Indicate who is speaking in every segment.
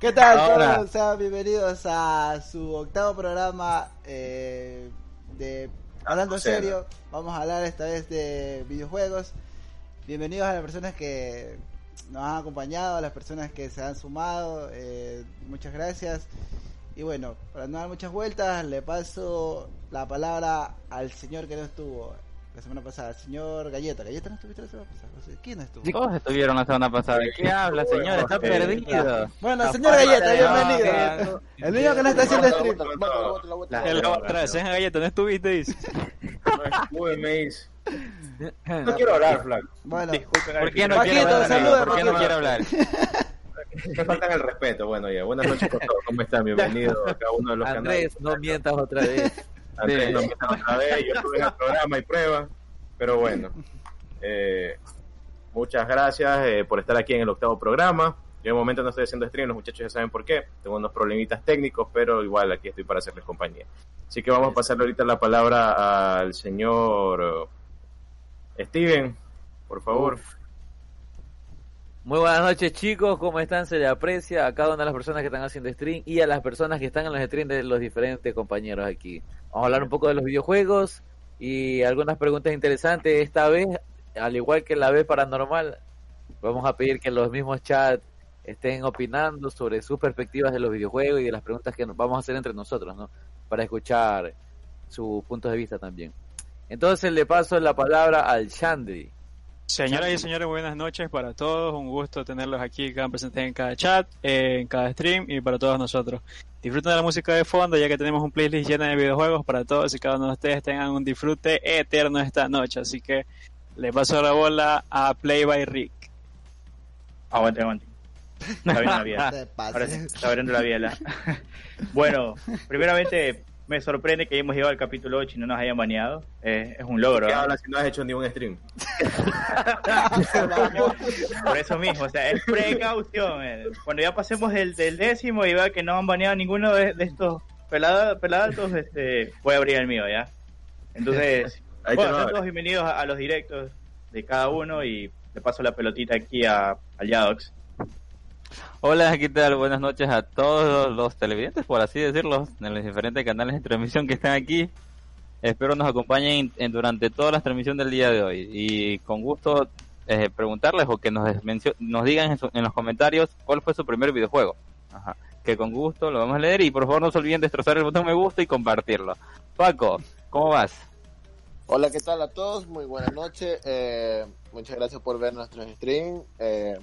Speaker 1: ¿Qué tal
Speaker 2: Ahora.
Speaker 1: todos? Sean bienvenidos a su octavo programa eh, de Hablando
Speaker 2: Ah, cero.
Speaker 1: Serio. Vamos a hablar esta vez de videojuegos. Bienvenidos a las personas que nos han acompañado, a las personas que se han sumado. eh, muchas gracias. Y bueno, para no dar muchas vueltas, le paso la palabra al señor que no estuvo la semana pasada, al señor Galleta. ¿Galleta no estuviste la semana pasada? No sé, ¿Quién no estuvo?
Speaker 3: Todos estuvieron la semana pasada. ¿De ¿Qué habla, señor? Está perdido.
Speaker 1: Bueno, señor Galleta, bienvenido.
Speaker 3: Galleta.
Speaker 1: El niño que no está haciendo stream.
Speaker 2: El otra vez,
Speaker 4: en galleta, no estuviste, dice.
Speaker 2: Uy, me dice. No quiero hablar, flaco.
Speaker 1: Bueno,
Speaker 2: Disculpen,
Speaker 3: ¿Por qué no
Speaker 1: Paquito,
Speaker 3: quiere hablar? amigo?
Speaker 1: saluda,
Speaker 3: ¿Por qué no
Speaker 1: Paquito.
Speaker 3: quiere hablar?
Speaker 2: Me faltan el respeto. Bueno, ya. Buenas noches con todos. ¿Cómo están? Bienvenidos a cada uno de los
Speaker 4: Andrés, no
Speaker 2: canales.
Speaker 4: mientas otra vez.
Speaker 2: Andrés,
Speaker 3: Sí.
Speaker 2: no empiezan otra vez. Yo estuve en el programa y prueba. Pero bueno. Eh, muchas gracias eh, por estar aquí en el octavo programa. Yo de momento no estoy haciendo stream, los muchachos ya saben por qué. Tengo unos problemitas técnicos, pero igual aquí estoy para hacerles compañía. Así que vamos a pasarle ahorita la palabra al señor eh, Steven, por favor.
Speaker 4: Muy buenas noches, chicos. ¿Cómo están? Se les aprecia a cada una de las personas que están haciendo stream y a las personas que están en los streams de los diferentes compañeros aquí. Vamos a hablar un poco de los videojuegos y algunas preguntas interesantes. Esta vez, al igual que la vez paranormal, vamos a pedir que los mismos chats estén opinando sobre sus perspectivas de los videojuegos y de las preguntas que nos- vamos a hacer entre nosotros, ¿no? Para escuchar sus puntos de vista también. Entonces le paso la palabra al Shandri.
Speaker 5: Señoras y señores, buenas noches para todos. Un gusto tenerlos aquí, que presentes en cada chat, eh, en cada stream y para todos nosotros. Disfruten de la música de fondo, ya que tenemos un playlist lleno de videojuegos para todos y cada uno de ustedes tengan un disfrute eterno esta noche. Así que le paso la bola a Play by Rick.
Speaker 6: Aguante, aguante. Está abriendo la biela.
Speaker 1: te
Speaker 6: Ahora sí,
Speaker 1: pases.
Speaker 6: está abriendo la biela. Bueno, primeramente me sorprende que hayamos llegado al capítulo 8 y no nos hayan baneado. Eh, es un logro.
Speaker 2: ¿Qué
Speaker 6: ¿eh?
Speaker 2: hablas si no has hecho ni un stream?
Speaker 6: Por eso mismo, o sea, es precaución. eh. Cuando ya pasemos del, del décimo y vea que no han baneado ninguno de, de estos pelada- pelados, este, voy a abrir el mío ya. Entonces,
Speaker 2: Ahí te
Speaker 6: bueno, sean
Speaker 2: lo abres.
Speaker 6: todos bienvenidos a, a los directos de cada uno y le paso la pelotita aquí a, al Yadox.
Speaker 3: Hola, ¿qué tal? Buenas noches a todos los televidentes, por así decirlo, en los diferentes canales de transmisión que están aquí. Espero nos acompañen en- durante toda la transmisión del día de hoy. Y con gusto eh, preguntarles o que nos, mencio- nos digan en, su- en los comentarios cuál fue su primer videojuego. Ajá. Que con gusto lo vamos a leer y por favor no se olviden destrozar el botón me gusta y compartirlo. Paco, ¿cómo vas?
Speaker 7: Hola, ¿qué tal a todos? Muy buenas noches. Eh, muchas gracias por ver nuestro stream. Eh,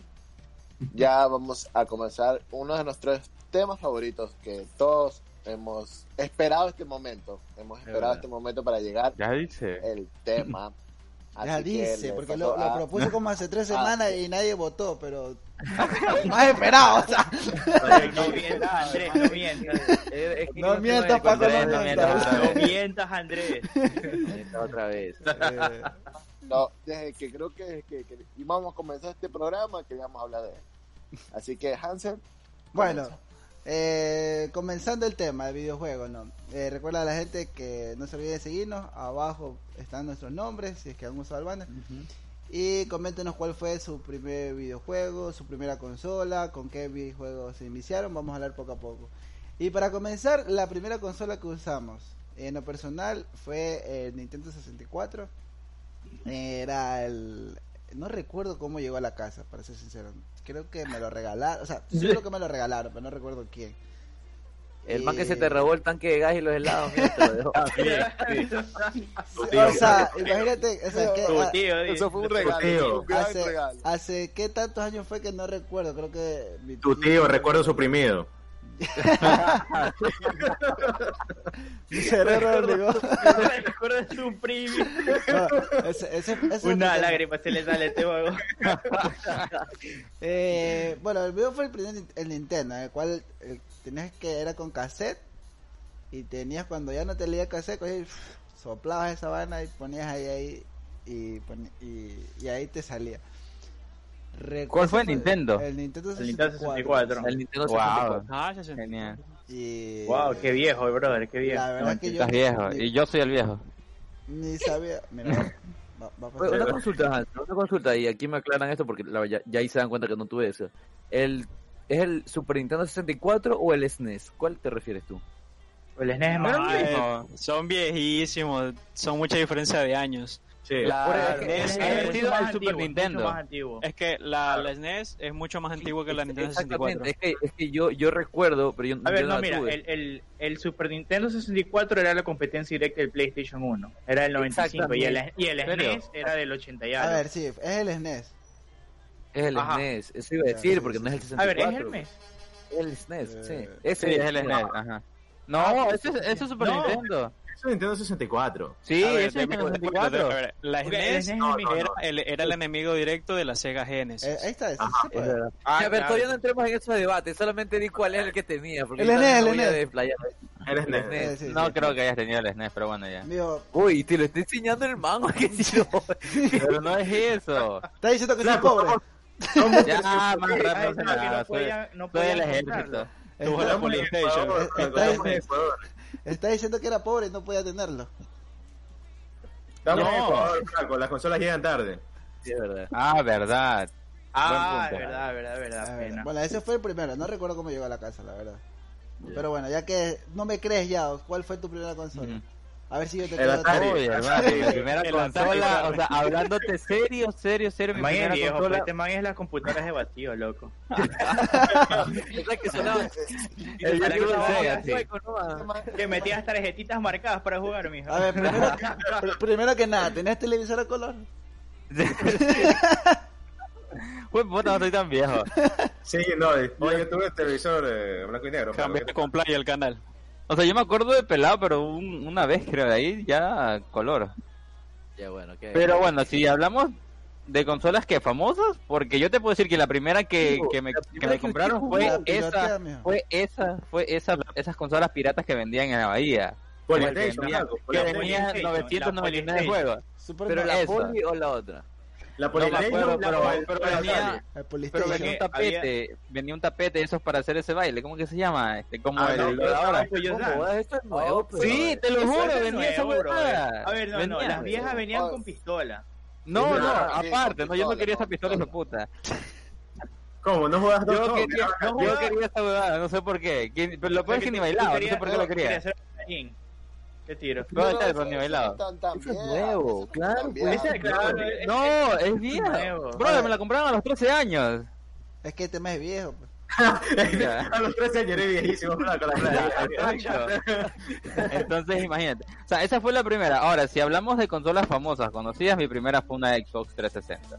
Speaker 7: ya vamos a comenzar uno de nuestros temas favoritos que todos hemos esperado este momento. Hemos esperado
Speaker 6: verdad.
Speaker 7: este momento para llegar
Speaker 3: Ya dice.
Speaker 7: el tema.
Speaker 1: Ya
Speaker 7: Así que
Speaker 1: dice,
Speaker 7: le
Speaker 1: porque
Speaker 7: paso
Speaker 1: lo, lo
Speaker 7: a-
Speaker 1: propuse como hace tres
Speaker 7: Ah.
Speaker 1: semanas y nadie votó, pero más esperado, o sea,
Speaker 6: No mientas, Andrés, no mientas.
Speaker 1: No mientas, Paco, no mientas.
Speaker 6: No mientas, Andrés.
Speaker 4: Otra vez.
Speaker 1: eh,
Speaker 7: no, desde que creo que, desde que, que íbamos a comenzar este programa queríamos hablar de él. Así que Hansel,
Speaker 1: bueno, eh, comenzando el tema de videojuegos, ¿no? Eh, recuerda a la gente que no se olvide de seguirnos, abajo están nuestros nombres, si es que han usado el banner. Y coméntenos cuál fue su primer videojuego, su primera consola, con qué videojuegos se iniciaron. Vamos a hablar poco a poco. Y para comenzar, la primera consola que usamos en lo personal fue el Nintendo 64. Era el. No recuerdo cómo llegó a la casa, para ser sincero. Creo que me lo regalaron. O sea, seguro que me lo regalaron, pero no recuerdo quién.
Speaker 4: El man que se
Speaker 1: Eh.
Speaker 4: te robó el tanque de gas y los helados, mira, te lo dejó.
Speaker 2: Tu tío.
Speaker 1: O sea, imagínate, o sea, que,
Speaker 6: Tu
Speaker 1: a-
Speaker 6: tío, dice.
Speaker 7: Eso fue un regalo,
Speaker 2: tío.
Speaker 7: un gran
Speaker 1: hace,
Speaker 7: regalo.
Speaker 1: hace qué tantos años fue que no recuerdo, creo que mi
Speaker 2: Tu tío, recuerdo suprimido.
Speaker 1: mi cerebro obligó.
Speaker 6: Recuerdo de su primo.
Speaker 1: No, ese- ese- ese-
Speaker 6: Una
Speaker 1: ese-
Speaker 6: lágrima se le sale a este juego.
Speaker 1: Eh, bueno, el video fue el primer Nin- el Nintendo, en el cual eh, tenías que era con cassette y tenías cuando ya no te leía cassette, cogías y, pff, soplabas esa vaina y ponías ahí ahí y, pon- y, y ahí te salía. Recuerdo-
Speaker 3: ¿Cuál fue el Nintendo?
Speaker 1: El Nintendo
Speaker 6: El Nintendo 64.
Speaker 4: El Nintendo
Speaker 3: Wow.
Speaker 4: 64.
Speaker 5: Ah, ya sé.
Speaker 3: Genial.
Speaker 1: Y
Speaker 6: Wow, qué viejo, brother, qué viejo.
Speaker 1: la verdad que yo
Speaker 3: Estás viejo.
Speaker 1: ni,
Speaker 3: Y yo soy el viejo.
Speaker 1: ni sabía. Mira, va- va a
Speaker 4: Pues,
Speaker 1: pasar.
Speaker 4: una consulta, Hans, una consulta, y aquí me aclaran esto porque la- ya, ya ahí se dan cuenta que no tuve eso. El, ¿Es el Super Nintendo 64 o el SNES? ¿Cuál te refieres tú?
Speaker 6: El SNES es más
Speaker 5: Ah,
Speaker 6: viejo.
Speaker 5: eh, son viejísimos, son mucha diferencia de años.
Speaker 2: Sí.
Speaker 4: Ahora,
Speaker 6: El
Speaker 4: es-
Speaker 6: SNES
Speaker 4: es-
Speaker 6: es mucho
Speaker 3: el
Speaker 6: más
Speaker 3: Super
Speaker 6: antiguo, mucho
Speaker 3: Nintendo.
Speaker 6: más antiguo.
Speaker 5: Es que la, la SNES es mucho más antigua que la Nintendo 64.
Speaker 4: Exactamente, es que, es que yo, yo recuerdo, pero yo,
Speaker 6: A
Speaker 4: yo
Speaker 6: ver, no,
Speaker 4: la
Speaker 6: mira,
Speaker 4: tuve.
Speaker 6: el, el, el Super Nintendo 64 era la competencia directa del PlayStation 1. Era el 95 y el, y el
Speaker 3: ¿En serio?
Speaker 6: SNES era del 80 y
Speaker 1: A
Speaker 6: algo.
Speaker 1: ver, sí, es el E SNES.
Speaker 4: es el
Speaker 6: ajá.
Speaker 4: SNES, eso iba a
Speaker 1: Ya, sí,
Speaker 4: decir, porque no es el
Speaker 6: A
Speaker 4: 64.
Speaker 6: ver, ¿es el mes?
Speaker 4: El SNES, sí.
Speaker 1: Eh,
Speaker 4: Ese
Speaker 3: Sí, es el
Speaker 4: E
Speaker 3: SNES. Ajá. No, ese es, ese es Super
Speaker 6: No.
Speaker 3: Nintendo.
Speaker 2: Eso es Nintendo 64.
Speaker 3: Sí,
Speaker 5: A ver,
Speaker 3: ese es
Speaker 5: deme-
Speaker 3: Nintendo
Speaker 5: a
Speaker 3: 64.
Speaker 5: ver, La E
Speaker 6: Porque el
Speaker 5: SNES
Speaker 6: SNES es mi-
Speaker 5: era el, era el enemigo directo de la Sega Genesis.
Speaker 1: Eh, ahí está, sí se
Speaker 4: Es
Speaker 1: puede.
Speaker 4: verdad.
Speaker 6: Ah,
Speaker 4: a ver, todavía no entremos en esos debates, solamente di cuál es el que tenía. Porque
Speaker 1: El
Speaker 4: yo
Speaker 1: SNES, el
Speaker 4: no
Speaker 1: E
Speaker 4: voy a
Speaker 1: SNES.
Speaker 4: desplayar.
Speaker 2: Eres
Speaker 4: El
Speaker 2: NES.
Speaker 4: SNES.
Speaker 1: Sí, sí,
Speaker 3: No
Speaker 1: sí.
Speaker 3: creo que hayas tenido el SNES, pero bueno, ya.
Speaker 1: Mijo,
Speaker 4: Uy, te lo estoy enseñando el mango. Que si no.
Speaker 3: Pero no es eso.
Speaker 1: está diciendo que soy
Speaker 2: Claro,
Speaker 1: pobre.
Speaker 3: Ya, más
Speaker 6: Ah,
Speaker 3: rápido.
Speaker 6: es verdad que no
Speaker 3: nada, soy-
Speaker 6: podían- no
Speaker 3: Soy
Speaker 6: podían
Speaker 3: el
Speaker 6: comprarlo.
Speaker 3: ejército.
Speaker 1: Está-
Speaker 5: Tuvo la PlayStation.
Speaker 1: Está diciendo que era pobre y no podía tenerlo.
Speaker 2: Estamos en
Speaker 3: No.
Speaker 2: Ecuador, Franco, las consolas llegan tarde.
Speaker 4: Sí, es verdad.
Speaker 3: Ah, verdad.
Speaker 6: Ah,
Speaker 3: Buen punto.
Speaker 6: verdad, verdad, verdad.
Speaker 1: A ver,
Speaker 6: pena.
Speaker 1: bueno, ese fue el primero. No recuerdo cómo llegó a la casa, la verdad. Pero bueno, ya que no me crees ya, ¿cuál fue tu primera consola?
Speaker 3: Ujú.
Speaker 1: A ver si yo te
Speaker 2: El
Speaker 1: creo.
Speaker 2: Atari.
Speaker 1: otra.
Speaker 3: Uy, hermano, mi primera
Speaker 5: El
Speaker 3: consola,
Speaker 5: Atari.
Speaker 3: o sea, hablándote serio, serio, serio, mi
Speaker 6: Man es
Speaker 3: primera
Speaker 6: viejo, pero
Speaker 3: consola.
Speaker 6: este man es las computadoras de vacío, loco.
Speaker 4: Es la que sonaba.
Speaker 7: eh,
Speaker 3: El
Speaker 4: Para que
Speaker 3: Virtual
Speaker 4: no
Speaker 3: Sega,
Speaker 4: hagas
Speaker 3: sí.
Speaker 4: hueco, ¿no? Ah.
Speaker 6: pues, Que metías tarjetitas marcadas para jugar, mijo.
Speaker 1: A ver, primero, pr- primero que nada, ¿tenías televisor a color?
Speaker 3: Uy, puta, no estoy tan viejo.
Speaker 2: Sí, no, oye, yo tuve este televisor eh, blanco y negro. pero-
Speaker 5: Cambiaste con playa el canal.
Speaker 3: O sea, yo me acuerdo de pelado, pero un- una vez creo, de ahí ya color.
Speaker 4: Ya, bueno, ¿qué?
Speaker 3: Pero bueno, si hablamos de consolas que famosas, porque yo te puedo decir que la primera que, que me, que me compraron fue
Speaker 1: La piratea,
Speaker 3: esa,
Speaker 1: mijo.
Speaker 3: fue esa, fue esa, esas consolas piratas que vendían en la bahía.
Speaker 2: Politex,
Speaker 3: que venía,
Speaker 2: Franco,
Speaker 3: que
Speaker 2: la Politex.
Speaker 3: venía
Speaker 6: PlayStation, la
Speaker 3: 999
Speaker 6: PlayStation.
Speaker 3: juegos.
Speaker 1: Super
Speaker 4: ¿Pero la
Speaker 3: esa.
Speaker 4: poli o la otra?
Speaker 2: La
Speaker 3: No me
Speaker 2: Politex,
Speaker 3: acuerdo,
Speaker 2: la-
Speaker 3: pero,
Speaker 2: la-
Speaker 3: pero
Speaker 2: la-
Speaker 3: venía,
Speaker 1: El
Speaker 3: pero
Speaker 1: PlayStation.
Speaker 3: venía un
Speaker 6: Porque había-
Speaker 3: tapete, venía un tapete de esos para hacer ese baile. ¿Cómo que se llama? Este, como
Speaker 2: Ah,
Speaker 3: el,
Speaker 2: no,
Speaker 3: lo
Speaker 2: pero
Speaker 3: de ahora.
Speaker 6: Pues yo,
Speaker 4: ¿Cómo
Speaker 6: ¿sabes?
Speaker 4: vas? Esto es nuevo, pero-
Speaker 3: Sí, te lo
Speaker 6: Eso
Speaker 3: juro,
Speaker 6: era
Speaker 3: venía esa
Speaker 6: nuevo, bro.
Speaker 3: huevada.
Speaker 6: A ver, no, no,
Speaker 3: Venía.
Speaker 6: las viejas venían
Speaker 7: Oh.
Speaker 6: con pistola.
Speaker 3: No, no,
Speaker 7: Ah, sí,
Speaker 3: aparte, no, yo no
Speaker 7: pistola,
Speaker 3: quería
Speaker 7: no,
Speaker 3: esa pistola de
Speaker 7: pistola.
Speaker 3: puta.
Speaker 2: ¿Cómo? ¿No jugabas dos?
Speaker 3: Yo
Speaker 2: No,
Speaker 3: quería,
Speaker 2: mira,
Speaker 3: yo
Speaker 6: jugaba.
Speaker 3: quería esa huevada, no sé por qué. Que- pero lo peor
Speaker 6: Porque
Speaker 3: es que ni
Speaker 6: tú-
Speaker 3: bailaba,
Speaker 6: tú
Speaker 3: no sé por qué lo quería.
Speaker 6: querías hacer un patín. Te tiro.
Speaker 3: No, está el
Speaker 7: eso-
Speaker 3: Ronnie
Speaker 7: eso
Speaker 3: bailado.
Speaker 7: no tan- tan
Speaker 4: Eso es
Speaker 7: vieja,
Speaker 4: nuevo,
Speaker 7: eso no es
Speaker 4: claro,
Speaker 7: tan
Speaker 4: pues.
Speaker 7: vieja.
Speaker 6: Ese, claro, es-
Speaker 3: eh, No, es vieja.
Speaker 6: nuevo.
Speaker 3: Bro, me la compraron a los 13 años.
Speaker 1: Es que este mes es viejo. pues.
Speaker 2: A los 13 años eres viejísimo, Franco, la verdad.
Speaker 3: Exacto. Entonces, imagínate. O sea, esa fue la primera. Ahora, si hablamos de consolas famosas conocidas, mi primera fue una Xbox 360.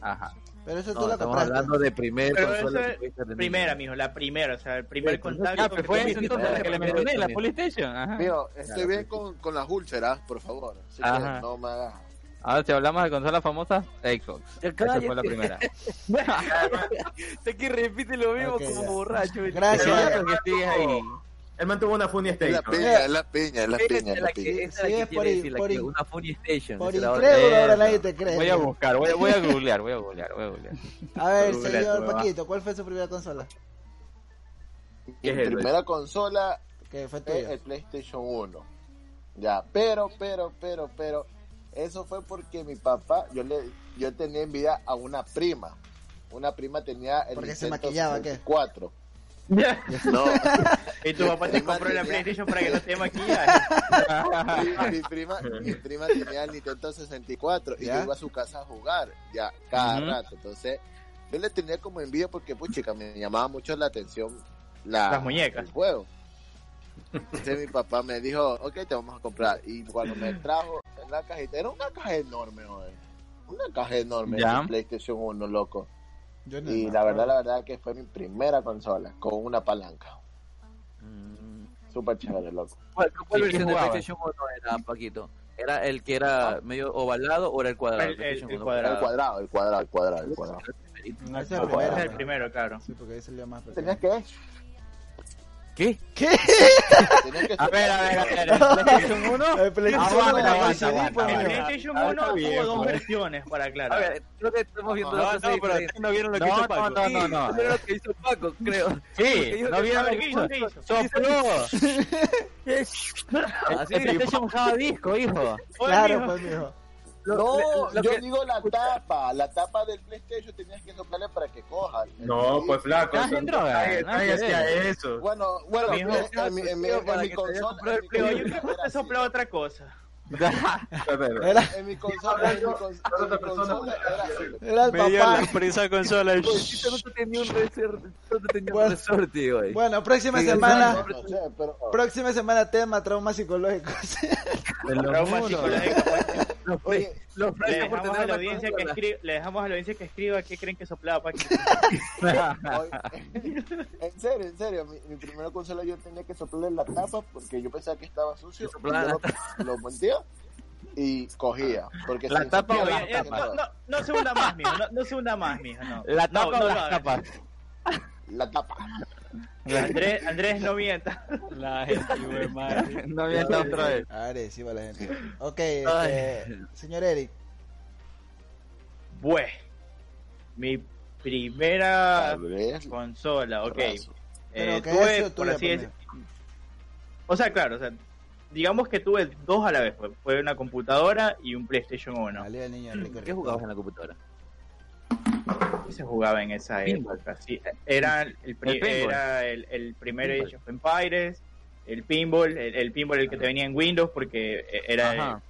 Speaker 3: Ajá.
Speaker 1: Pero eso tú
Speaker 4: No,
Speaker 1: lo
Speaker 4: estamos
Speaker 1: compraste.
Speaker 4: hablando de primer
Speaker 6: Pero
Speaker 4: consola
Speaker 6: eso
Speaker 4: que
Speaker 6: es
Speaker 4: pudiste tener.
Speaker 6: primera, mijo, la primera, o sea, el primer
Speaker 4: Sí, pues,
Speaker 6: contacto.
Speaker 3: Ah, pero
Speaker 6: que
Speaker 3: fue
Speaker 6: tuviste.
Speaker 3: esa entonces la que le mencioné, la PlayStation. Ajá.
Speaker 7: Mío, estoy
Speaker 4: Claro,
Speaker 7: bien
Speaker 4: sí.
Speaker 7: con, con las úlceras, por favor. Así que
Speaker 3: Ajá.
Speaker 7: no me hagas.
Speaker 3: Ahora, si hablamos de consolas famosas, Xbox.
Speaker 4: Ya
Speaker 3: Esa fue la
Speaker 4: cállate.
Speaker 3: primera.
Speaker 4: Sé que repite lo mismo
Speaker 1: Ok,
Speaker 4: como
Speaker 1: ya.
Speaker 4: borracho.
Speaker 1: Gracias.
Speaker 3: Sí, porque sigues ahí.
Speaker 2: Él mantuvo una Funia
Speaker 7: Es la
Speaker 2: Station.
Speaker 7: piña, es la piña, es la
Speaker 4: Esa
Speaker 7: piña,
Speaker 4: es
Speaker 7: es la
Speaker 4: la que,
Speaker 7: piña.
Speaker 4: esa es
Speaker 1: Sí,
Speaker 4: la que
Speaker 1: es
Speaker 4: quiere
Speaker 1: por in-
Speaker 4: decir, la
Speaker 1: por
Speaker 4: que-
Speaker 1: in-
Speaker 4: una Funny Station.
Speaker 1: Por
Speaker 4: esa es la otra.
Speaker 1: incrédulo, ahora
Speaker 3: Esa.
Speaker 1: nadie te cree.
Speaker 3: Voy a buscar, voy, voy a googlear, voy a googlear, voy a googlear.
Speaker 1: A ver,
Speaker 2: Google,
Speaker 1: señor
Speaker 2: hueva.
Speaker 1: Paquito, ¿cuál fue su primera consola?
Speaker 7: Mi
Speaker 2: es eso?
Speaker 7: primera consola
Speaker 1: Que fue
Speaker 7: fue el
Speaker 1: tuya.
Speaker 7: PlayStation 1. Ya, pero, pero, pero, pero. Eso fue porque mi papá, yo le yo tenía envidia a una prima. Una prima tenía el
Speaker 1: Porque se
Speaker 7: Nintendo
Speaker 1: maquillaba, ¿qué?
Speaker 7: 64. No,
Speaker 6: Y tu papá te
Speaker 7: Prima
Speaker 6: compró la
Speaker 7: tenía-
Speaker 6: PlayStation para que no te maquillas.
Speaker 7: mi, mi prima, mi prima tenía el Nintendo 64 y
Speaker 1: ¿Ya?
Speaker 7: yo iba a su casa a jugar, ya, cada
Speaker 3: Ujú.
Speaker 7: rato. Entonces, yo le tenía como envidia porque, puchica, me llamaba mucho la atención la,
Speaker 6: Las muñecas.
Speaker 7: el juego. Entonces mi papá me dijo, ok, te vamos a comprar. Y cuando me trajo en la cajita, era una caja enorme, joder. Una caja enorme
Speaker 3: Ya.
Speaker 7: de PlayStation 1, loco.
Speaker 1: Yo no
Speaker 7: Y
Speaker 1: me
Speaker 7: la verdad,
Speaker 1: acuerdo.
Speaker 7: la verdad que fue mi primera consola con una palanca. Mm. Súper chévere, loco.
Speaker 4: ¿Cuál, cuál
Speaker 3: ¿Y qué
Speaker 4: versión de
Speaker 3: jugabas?
Speaker 4: PlayStation 1 era, Paquito? ¿Era el que
Speaker 3: Ah.
Speaker 4: era medio ovalado o era el cuadrado?
Speaker 6: El- el-
Speaker 4: PlayStation
Speaker 6: el
Speaker 4: uno,
Speaker 7: Era el
Speaker 6: cuadrado.
Speaker 7: cuadrado, el cuadrado, el cuadrado, el cuadrado.
Speaker 1: No, ese es
Speaker 6: Ah,
Speaker 1: el
Speaker 6: bueno,
Speaker 1: primero.
Speaker 6: es el
Speaker 1: ¿no?
Speaker 6: primero, claro.
Speaker 1: Sí, porque ahí salió más pequeño.
Speaker 7: ¿Tenías que?
Speaker 4: ¿Qué?
Speaker 7: Tenías que
Speaker 3: A ver, a ver, a ver.
Speaker 4: ¿PlayStation 1?
Speaker 1: El PlayStation
Speaker 3: Aguanta,
Speaker 1: uno,
Speaker 3: aguanta,
Speaker 1: el CD,
Speaker 3: aguanta,
Speaker 1: pues,
Speaker 3: aguanta.
Speaker 6: En
Speaker 1: mira.
Speaker 6: PlayStation
Speaker 3: Ah,
Speaker 6: 1
Speaker 3: está
Speaker 6: hubo
Speaker 3: bien,
Speaker 6: dos
Speaker 3: pues.
Speaker 6: versiones, para
Speaker 4: A
Speaker 6: aclarar.
Speaker 4: ver, creo que estamos viendo
Speaker 5: No,
Speaker 4: dos cosas
Speaker 5: no, pero
Speaker 4: diferentes.
Speaker 5: ustedes no vieron lo que
Speaker 3: No,
Speaker 5: hizo
Speaker 3: no,
Speaker 5: Paco.
Speaker 3: no, no, no.
Speaker 4: Eso era lo que hizo Paco, creo.
Speaker 3: Sí, no vieron
Speaker 6: A
Speaker 3: lo
Speaker 6: ver,
Speaker 3: que
Speaker 6: ¿qué hizo?
Speaker 3: hizo.
Speaker 6: ¿Qué hizo?
Speaker 3: ¡Sopló!
Speaker 4: Así
Speaker 3: El PlayStation usaba disco, hijo.
Speaker 6: Oye,
Speaker 1: Claro,
Speaker 6: mijo,
Speaker 1: pues, mijo.
Speaker 7: No,
Speaker 4: lo
Speaker 7: yo
Speaker 4: que-
Speaker 7: digo la tapa, la tapa del PlayStation tenías que soplarle para que coja.
Speaker 2: No, pues flaco.
Speaker 3: Estás
Speaker 2: eso-
Speaker 3: en droga,
Speaker 2: nadie-
Speaker 3: nada
Speaker 2: nadie
Speaker 3: que ver.
Speaker 2: hacía eso.
Speaker 7: Bueno, bueno,
Speaker 6: Mijo,
Speaker 7: en- en mi- en mi-
Speaker 4: tío,
Speaker 7: en
Speaker 4: para
Speaker 7: mi
Speaker 4: que te haya
Speaker 7: consola-
Speaker 4: comprado
Speaker 7: en
Speaker 4: el
Speaker 7: mi
Speaker 6: Pero
Speaker 4: Play.
Speaker 6: yo creo que
Speaker 7: consola
Speaker 6: usted
Speaker 7: era
Speaker 6: sopló
Speaker 7: así.
Speaker 6: otra cosa.
Speaker 2: Espera.
Speaker 1: Era,
Speaker 7: En mi consola, en mi cons-
Speaker 2: Hablando
Speaker 7: en mi
Speaker 2: de personas,
Speaker 7: consola era así.
Speaker 1: era el
Speaker 5: Me dio la
Speaker 1: papá.
Speaker 5: prisa consola.
Speaker 4: Pobrecito, no te tenía un resorte, no te tenía
Speaker 1: Bueno.
Speaker 4: un resorte, güey.
Speaker 1: Bueno, próxima
Speaker 4: Sí,
Speaker 1: semana,
Speaker 7: No sé, pero-
Speaker 1: próxima semana tema traumas psicológicos.
Speaker 3: De los
Speaker 6: Trauma
Speaker 3: muros.
Speaker 6: psicológico, pues.
Speaker 4: Los
Speaker 7: Oye,
Speaker 4: los
Speaker 6: Le
Speaker 4: Flyers por
Speaker 6: dejamos
Speaker 4: tener
Speaker 6: a la
Speaker 4: una
Speaker 6: audiencia que
Speaker 4: consola.
Speaker 6: escriba, le dejamos a la audiencia que escriba qué creen que soplaba Paqui.
Speaker 7: Oye, en serio, en serio, mi, mi primera consola yo tenía que soplarle la tapa porque yo pensaba que estaba sucio. y
Speaker 4: soplaba
Speaker 7: Yo
Speaker 4: la
Speaker 7: lo, lo volteaba y cogía. Porque
Speaker 3: La
Speaker 7: sin
Speaker 3: tapa o
Speaker 7: soplar,
Speaker 3: las
Speaker 7: no
Speaker 6: Oye, eh,
Speaker 7: cogía
Speaker 3: tapas.
Speaker 6: No,
Speaker 7: nada.
Speaker 6: no, no se hunda más, mijo. No, no se hunda más, mijo. No.
Speaker 3: La
Speaker 6: No,
Speaker 3: tapa
Speaker 6: no
Speaker 3: o
Speaker 6: lo
Speaker 3: las
Speaker 6: hagas.
Speaker 3: tapas.
Speaker 7: La tapa.
Speaker 4: Ah,
Speaker 6: Andrés, Andrés, no mienta.
Speaker 5: La gente, güey, madre.
Speaker 3: No había estado otra vez.
Speaker 1: A ver, sí, va la gente. Ok,
Speaker 4: Ay.
Speaker 1: este, señor Eric.
Speaker 6: Bueno, mi primera
Speaker 7: Tal vez,
Speaker 6: consola, ok.
Speaker 7: raso.
Speaker 1: Pero
Speaker 6: Eh,
Speaker 1: que
Speaker 6: tuve,
Speaker 1: eso
Speaker 6: por
Speaker 1: tuya
Speaker 6: así decir-
Speaker 1: primero.
Speaker 6: O sea, claro, o sea, digamos que tuve dos a la vez. fue- Fue una computadora y un PlayStation 1.
Speaker 1: Salió el niño rico,
Speaker 4: ¿Qué
Speaker 1: rico.
Speaker 4: jugabas en la computadora?
Speaker 6: ¿Qué se jugaba en esa
Speaker 4: Pinball.
Speaker 6: época? Sí, era el, pri-
Speaker 4: El pinball.
Speaker 6: era el, el primer
Speaker 4: Pinball.
Speaker 6: Age of Empires, el pinball, el, el pinball el que te venía en Windows porque eh, era el
Speaker 3: Ajá.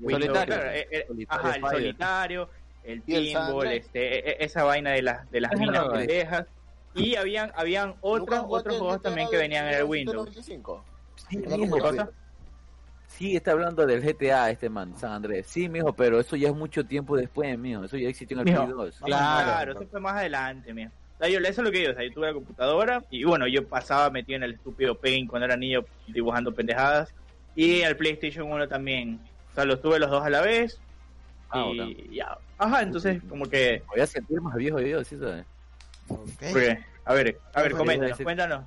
Speaker 6: Windows,
Speaker 3: Solitario.
Speaker 6: claro, eh, eh,
Speaker 4: Solitario
Speaker 6: ajá, el
Speaker 4: Spider.
Speaker 6: solitario, el
Speaker 7: Y el
Speaker 6: pinball,
Speaker 7: Sandbox.
Speaker 6: este, e- e- esa vaina de las de las
Speaker 3: Es
Speaker 6: minas
Speaker 3: verdad.
Speaker 6: pendejas. Y habían habían
Speaker 7: ¿Nunca
Speaker 6: otros
Speaker 7: jugaste
Speaker 6: otros
Speaker 7: el
Speaker 6: juegos
Speaker 7: GTA
Speaker 6: también que venían en el
Speaker 7: 1995?
Speaker 6: Windows.
Speaker 4: Sí,
Speaker 7: ¿En la
Speaker 4: mijo.
Speaker 7: computadora?
Speaker 4: Sí, está hablando del GTA este man, San Andrés. Sí, mijo, pero eso ya es mucho tiempo después, mijo. Eso ya existió en el
Speaker 6: Mijo,
Speaker 4: Play 2.
Speaker 6: Claro,
Speaker 3: Claro.
Speaker 6: eso fue más adelante, mira. O sea, yo- eso es lo que digo, o sea, yo tuve la computadora y bueno, yo pasaba metido en el estúpido Paint cuando era niño dibujando pendejadas y al PlayStation 1 también. O sea, los tuve los dos a la vez
Speaker 4: Ah,
Speaker 6: y
Speaker 4: ok.
Speaker 6: ya. Ajá, entonces como que...
Speaker 4: Voy a sentir más viejo yo, sí, ¿sabes?
Speaker 1: Ok.
Speaker 6: porque- a ver, a ver,
Speaker 4: Ojo,
Speaker 6: coméntanos,
Speaker 4: ese-
Speaker 6: cuéntanos.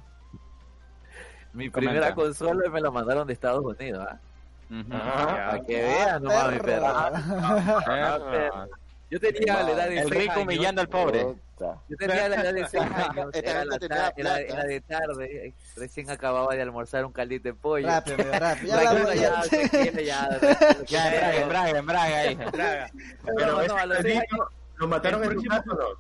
Speaker 4: Mi
Speaker 3: Comenta.
Speaker 4: primera consola me la mandaron de Estados Unidos, ¿ah?
Speaker 2: Ah,
Speaker 3: Ajá.
Speaker 6: Ya.
Speaker 4: Para que veas nomás,
Speaker 1: Ah,
Speaker 4: mi perro.
Speaker 3: Perro.
Speaker 4: Yo tenía la edad de
Speaker 3: El
Speaker 4: seis
Speaker 3: rico
Speaker 4: años.
Speaker 3: humillando al pobre.
Speaker 7: Puta.
Speaker 4: Yo tenía la edad de 6 años,
Speaker 7: Esta
Speaker 4: era,
Speaker 7: gente
Speaker 4: la
Speaker 7: tenía
Speaker 4: ta- era-
Speaker 7: plata.
Speaker 4: era de tarde, eh, recién acababa de almorzar un caldito de pollo.
Speaker 1: Rápido, amigo, rápido. Ya
Speaker 4: Tranquilo
Speaker 1: hablamos
Speaker 4: ya,
Speaker 1: ya.
Speaker 4: tranquilo ya.
Speaker 3: Ya,
Speaker 4: tranquilo.
Speaker 3: embrague, embrague, embrague, hija.
Speaker 6: Traga.
Speaker 4: No,
Speaker 2: Pero
Speaker 3: este
Speaker 4: no, a
Speaker 2: ese
Speaker 4: los seis años-
Speaker 2: perrito, ¿lo mataron
Speaker 6: El
Speaker 2: en su
Speaker 6: próximo-
Speaker 2: casa o no?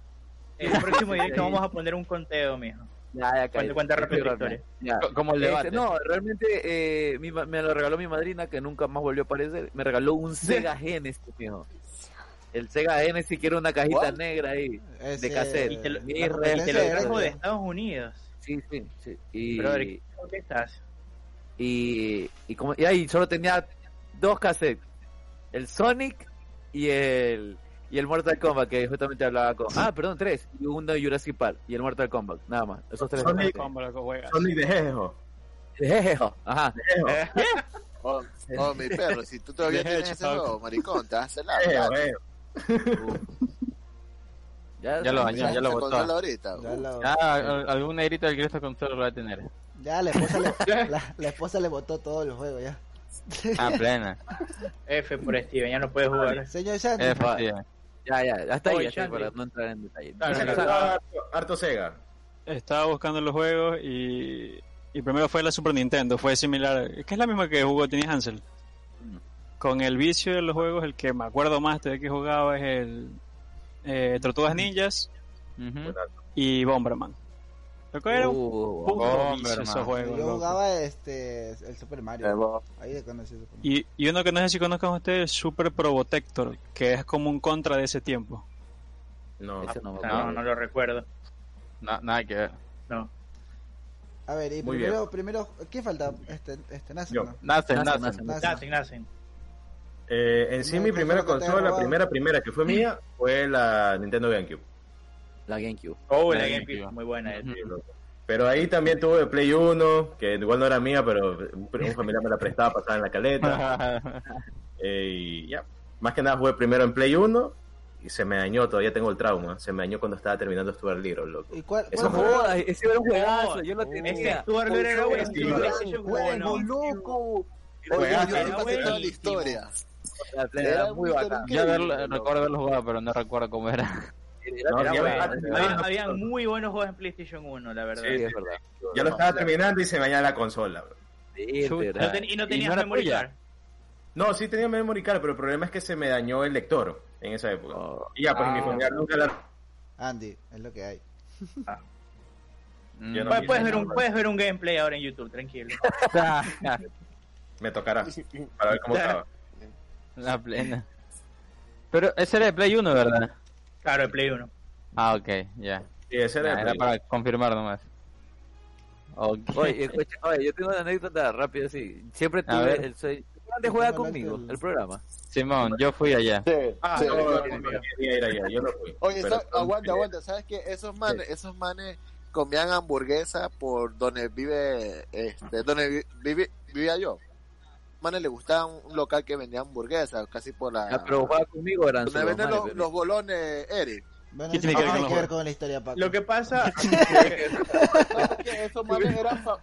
Speaker 6: En el próximo
Speaker 4: Sí.
Speaker 6: directo vamos a poner un conteo, mijo.
Speaker 4: Ya, ya, cállate.
Speaker 6: cuenta rápido la
Speaker 4: Estoy
Speaker 6: historia.
Speaker 4: rápido. Ya.
Speaker 3: Co- Como el
Speaker 4: Este,
Speaker 3: debate.
Speaker 4: no, realmente eh, mi ma- me lo regaló mi madrina, que nunca más volvió a aparecer. Me regaló un Sega Genesis, mijo. El Sega Genesis, que era una cajita
Speaker 7: ¿What?
Speaker 4: negra ahí.
Speaker 1: Ese-
Speaker 4: cassette.
Speaker 6: Y te lo,
Speaker 4: Mi
Speaker 6: y te lo
Speaker 4: respeto,
Speaker 6: trajo de
Speaker 4: brother.
Speaker 6: Estados Unidos.
Speaker 4: Sí, sí, sí. Y,
Speaker 6: Brother, ¿dónde estás?
Speaker 4: y, y, como, y ahí solo tenía dos cassettes. El Sonic y el, y el Mortal Kombat, que justamente hablaba con... Ah, perdón, tres. Y uno de Jurassic Park y el Mortal Kombat, nada más. Esos tres.
Speaker 2: Sonic.
Speaker 5: Combo, loco, juegas.
Speaker 2: Sonic de Jejo.
Speaker 4: Jejejo, Ajá.
Speaker 7: Oh, oh, mi perro, si tú todavía tienes ese juego, maricón, te vas a hacer la
Speaker 2: Jejo,
Speaker 3: Ah,
Speaker 7: plata.
Speaker 2: Jejo.
Speaker 3: Ya lo
Speaker 7: Esa-
Speaker 3: dañó, ya lo
Speaker 7: esa
Speaker 3: botó.
Speaker 7: consola ahorita.
Speaker 1: Ya, lo-
Speaker 3: Ya, al- algún negrito del Cristo Consuelo lo va a tener.
Speaker 1: ya la esposa le, la, la esposa le botó todo el juego ya.
Speaker 3: Ah, plena.
Speaker 6: F por Steven, ya no puedes jugar.
Speaker 1: Señor Sandy,
Speaker 4: Eh,
Speaker 3: Es fácil.
Speaker 4: Ya, ya, hasta ahí,
Speaker 6: Oye,
Speaker 4: hasta ahí,
Speaker 6: Shandy.
Speaker 4: para no entrar en detalle.
Speaker 2: Claro,
Speaker 4: Claro,
Speaker 2: claro. Harto- Harto Sega.
Speaker 5: Estaba buscando los juegos y, y primero fue la Super Nintendo, fue similar, es que es la misma que jugó Tiny Hansel. Con el vicio de los juegos, el que me acuerdo más todavía que jugaba es el eh, Tortugas Ninjas
Speaker 3: Ujú.
Speaker 5: y Bomberman. Lo que era un
Speaker 4: Uh,
Speaker 5: puto
Speaker 3: Bomberman.
Speaker 5: vicio esos
Speaker 1: yo
Speaker 5: juegos. loco.
Speaker 1: jugaba este el Super
Speaker 7: Eh,
Speaker 1: Mario.
Speaker 7: vos,
Speaker 1: Ahí le conocí el Super Mario.
Speaker 5: Y, y uno que no sé si conozcan ustedes, Super Probotector, que es como un contra de ese tiempo.
Speaker 2: No.
Speaker 4: ese no me
Speaker 6: No,
Speaker 4: acuerdo.
Speaker 6: no lo recuerdo.
Speaker 3: Na- nada que ver.
Speaker 6: No.
Speaker 1: A ver, y
Speaker 2: Muy
Speaker 1: primero, primero, ¿qué falta? Este, este Nazo,
Speaker 2: Yo.
Speaker 1: ¿no?
Speaker 3: Nace,
Speaker 4: Nace,
Speaker 3: nace.
Speaker 4: nace.
Speaker 1: Nazo.
Speaker 6: Nacen, nacen.
Speaker 2: Eh, en sí,
Speaker 1: No,
Speaker 2: mi
Speaker 1: no,
Speaker 2: primera
Speaker 1: no, no te he
Speaker 2: consola, la
Speaker 1: robado.
Speaker 2: primera, primera que fue mía, fue la Nintendo GameCube.
Speaker 4: La GameCube.
Speaker 6: Oh, la
Speaker 3: Ahí,
Speaker 6: GameCube,
Speaker 3: tío.
Speaker 6: muy buena. eh.
Speaker 3: Ujú.
Speaker 2: Sí, loco. Pero ahí también tuve Play 1, que igual no era mía, pero un un familiar me la prestaba para estar en la caleta. Eh, y ya. Más que nada jugué primero en Play 1 y se me dañó, todavía tengo el trauma. Se me dañó cuando estaba terminando Stuart Little, loco.
Speaker 1: ¿Y cuál?
Speaker 2: Eso
Speaker 1: cuál
Speaker 2: fue-
Speaker 1: juego?
Speaker 4: Jodas, ese era un juegazo, yo lo
Speaker 6: Ese
Speaker 4: tenía.
Speaker 6: Stuart Little era
Speaker 7: Juegazo,
Speaker 6: buenísimo.
Speaker 7: juego, loco. Oye,
Speaker 2: Juegazo,
Speaker 7: yo
Speaker 6: era
Speaker 7: no pasé toda la
Speaker 6: buenísimo.
Speaker 7: historia.
Speaker 4: La plena, era
Speaker 7: Era
Speaker 4: muy
Speaker 7: un-
Speaker 4: bacán.
Speaker 3: Yo verlo- recuerdo haberlo jugado, pero no recuerdo cómo era.
Speaker 4: Era,
Speaker 2: No,
Speaker 4: era
Speaker 2: ya
Speaker 4: bueno,
Speaker 2: bastante,
Speaker 4: era
Speaker 2: ya
Speaker 4: bueno.
Speaker 6: Había- Habían muy buenos juegos en PlayStation 1, la verdad.
Speaker 4: Sí, es verdad.
Speaker 2: Ya lo estaba terminando y se me dañó la consola, bro.
Speaker 4: Sí,
Speaker 3: Chuta.
Speaker 4: verdad.
Speaker 6: No ten- y no tenías
Speaker 3: era
Speaker 6: memory
Speaker 3: tuya.
Speaker 6: card.
Speaker 2: No, sí tenía memory card, pero el problema es que se me dañó el lector en esa época.
Speaker 4: Oh.
Speaker 2: y ya, pues
Speaker 4: Ah.
Speaker 2: mi familiar nunca la...
Speaker 1: Andy, es lo que hay.
Speaker 3: Mm.
Speaker 2: Yo no-
Speaker 6: Puedes, puedes ver un,
Speaker 2: no, no.
Speaker 6: puedes ver un gameplay ahora en YouTube, tranquilo.
Speaker 2: me tocará para ver cómo estaba.
Speaker 3: La plena. Pero ese era de Play 1, ¿verdad?
Speaker 6: Claro, el Play 1.
Speaker 3: Ah, ok, ya.
Speaker 2: Sí, ese era
Speaker 3: Ah,
Speaker 2: el
Speaker 3: era
Speaker 2: Play
Speaker 3: para confirmar nomás. Ok.
Speaker 4: Oye, escucha, oye, yo tengo una anécdota rápida así. Siempre
Speaker 3: A
Speaker 4: tuve
Speaker 3: ver.
Speaker 4: el sueño. ¿Dónde juega
Speaker 1: Tengo la
Speaker 4: conmigo
Speaker 1: del-
Speaker 4: el programa?
Speaker 3: Simón, yo fui allá.
Speaker 7: Sí,
Speaker 6: Ah,
Speaker 7: sí.
Speaker 2: No, no, no, no, yo quería ir allá, yo no fui.
Speaker 7: Oye,
Speaker 2: Pero-
Speaker 7: eso- aguanta, aguanta. ¿Sabes qué? Esos manes, esos manes comían hamburguesa por donde vive, este, donde vi- vivi- vivía yo. Manes le gustaba un un local que vendía hamburguesas, casi por la.
Speaker 4: Ah, pero juega conmigo eran
Speaker 7: donde
Speaker 4: solo
Speaker 7: venden
Speaker 4: manes,
Speaker 7: los,
Speaker 4: pero-
Speaker 7: los bolones, Eric.
Speaker 1: Bueno,
Speaker 5: ¿Qué
Speaker 1: eso
Speaker 5: tiene que
Speaker 1: tiene
Speaker 5: ver con
Speaker 1: que
Speaker 5: los
Speaker 1: ver con la historia, Paco.
Speaker 6: Lo que pasa.
Speaker 7: ¿Sabes qué? Esos manes eran, fa-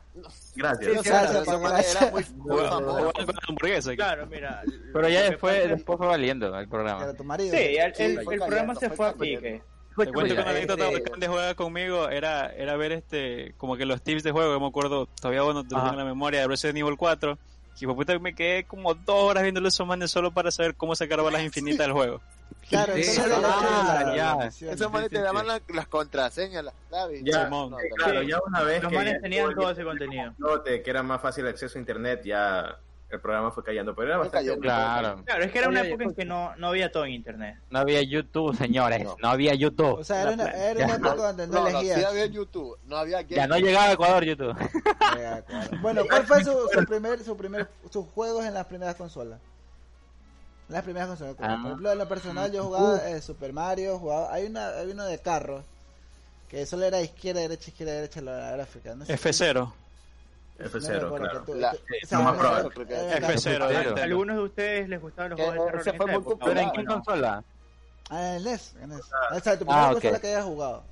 Speaker 2: Gracias.
Speaker 7: o sea,
Speaker 1: gracias,
Speaker 7: esos
Speaker 1: Paco,
Speaker 7: manes eran muy, muy
Speaker 5: Jugaban
Speaker 7: famosos.
Speaker 5: con la hamburguesa.
Speaker 6: claro, mira.
Speaker 3: Pero
Speaker 6: lo
Speaker 3: ya
Speaker 6: que
Speaker 3: después,
Speaker 6: pasa es-
Speaker 3: después fue valiendo el
Speaker 1: Era
Speaker 3: programa.
Speaker 1: tu marido.
Speaker 6: Sí, el,
Speaker 7: Sí,
Speaker 6: el-
Speaker 7: fue
Speaker 6: el
Speaker 7: cayendo,
Speaker 6: programa se
Speaker 7: fue
Speaker 6: fue a
Speaker 7: cayendo.
Speaker 6: pique.
Speaker 5: Te cuento que
Speaker 4: Escucha,
Speaker 5: una anécdota pues.
Speaker 4: este,
Speaker 5: de cuando jugaba conmigo era, era ver este, como que los tips de juego, yo me acuerdo, todavía bueno, te lo tengo en la memoria, de Resident Evil 4, y pues puta me quedé como dos horas viendo esos manes solo para saber cómo sacar balas infinitas del juego.
Speaker 1: Claro,
Speaker 4: Sí,
Speaker 1: entonces
Speaker 7: sí,
Speaker 1: le
Speaker 7: sí,
Speaker 1: la-
Speaker 3: sí,
Speaker 1: la
Speaker 3: ya.
Speaker 1: misión.
Speaker 7: Esos manes te daban las, las contraseñas, las claves.
Speaker 2: Ya,
Speaker 5: Simón.
Speaker 7: te-
Speaker 2: Claro, ya una vez
Speaker 6: Los
Speaker 2: que
Speaker 6: manes
Speaker 2: ya
Speaker 6: tenían
Speaker 2: tuvo
Speaker 6: todo
Speaker 2: el
Speaker 6: ese contenido.
Speaker 2: lote, que era más fácil acceso a internet, ya el programa fue cayendo, pero era
Speaker 7: Fue
Speaker 2: bastante
Speaker 7: cayendo.
Speaker 3: Claro.
Speaker 6: Claro, es que era una
Speaker 4: Oye,
Speaker 6: época en que no, no había todo en internet.
Speaker 3: No había YouTube, señores. No, había YouTube.
Speaker 1: O sea, era una, era una época donde no,
Speaker 7: No, no, sí
Speaker 1: elegías.
Speaker 7: había YouTube, no había
Speaker 3: ya no
Speaker 7: Game
Speaker 3: llegaba a Ecuador YouTube.
Speaker 1: Ya, claro. Bueno, ¿cuál fue su, su primer, su primer, sus juegos en las primeras consolas? En las primeras consolas. Por
Speaker 3: Ah. Uh.
Speaker 1: ejemplo, en lo personal yo jugaba eh, Super Mario, jugaba, hay una, hay uno de carros que solo era izquierda, derecha, izquierda, derecha la gráfica. No sé
Speaker 5: F0.
Speaker 2: F0,
Speaker 1: recuerdo
Speaker 2: claro.
Speaker 1: que tú-
Speaker 7: La-
Speaker 1: tú-
Speaker 5: eh,
Speaker 7: sí,
Speaker 1: o sea,
Speaker 2: lo más probable.
Speaker 1: era- era-
Speaker 5: F0.
Speaker 3: Claro.
Speaker 5: Nintendo.
Speaker 6: Algunos de ustedes les gustaban los
Speaker 7: Que
Speaker 6: juegos de
Speaker 7: no,
Speaker 6: terror
Speaker 7: se
Speaker 6: en
Speaker 7: fue
Speaker 6: esa
Speaker 7: muy
Speaker 6: época,
Speaker 3: ¿Pero en
Speaker 6: ¿o
Speaker 3: qué
Speaker 6: no?
Speaker 3: consola?
Speaker 1: Ah, en NES, en NES. O sea, tu primera
Speaker 3: Ah, ok.
Speaker 1: consola que hayas jugado.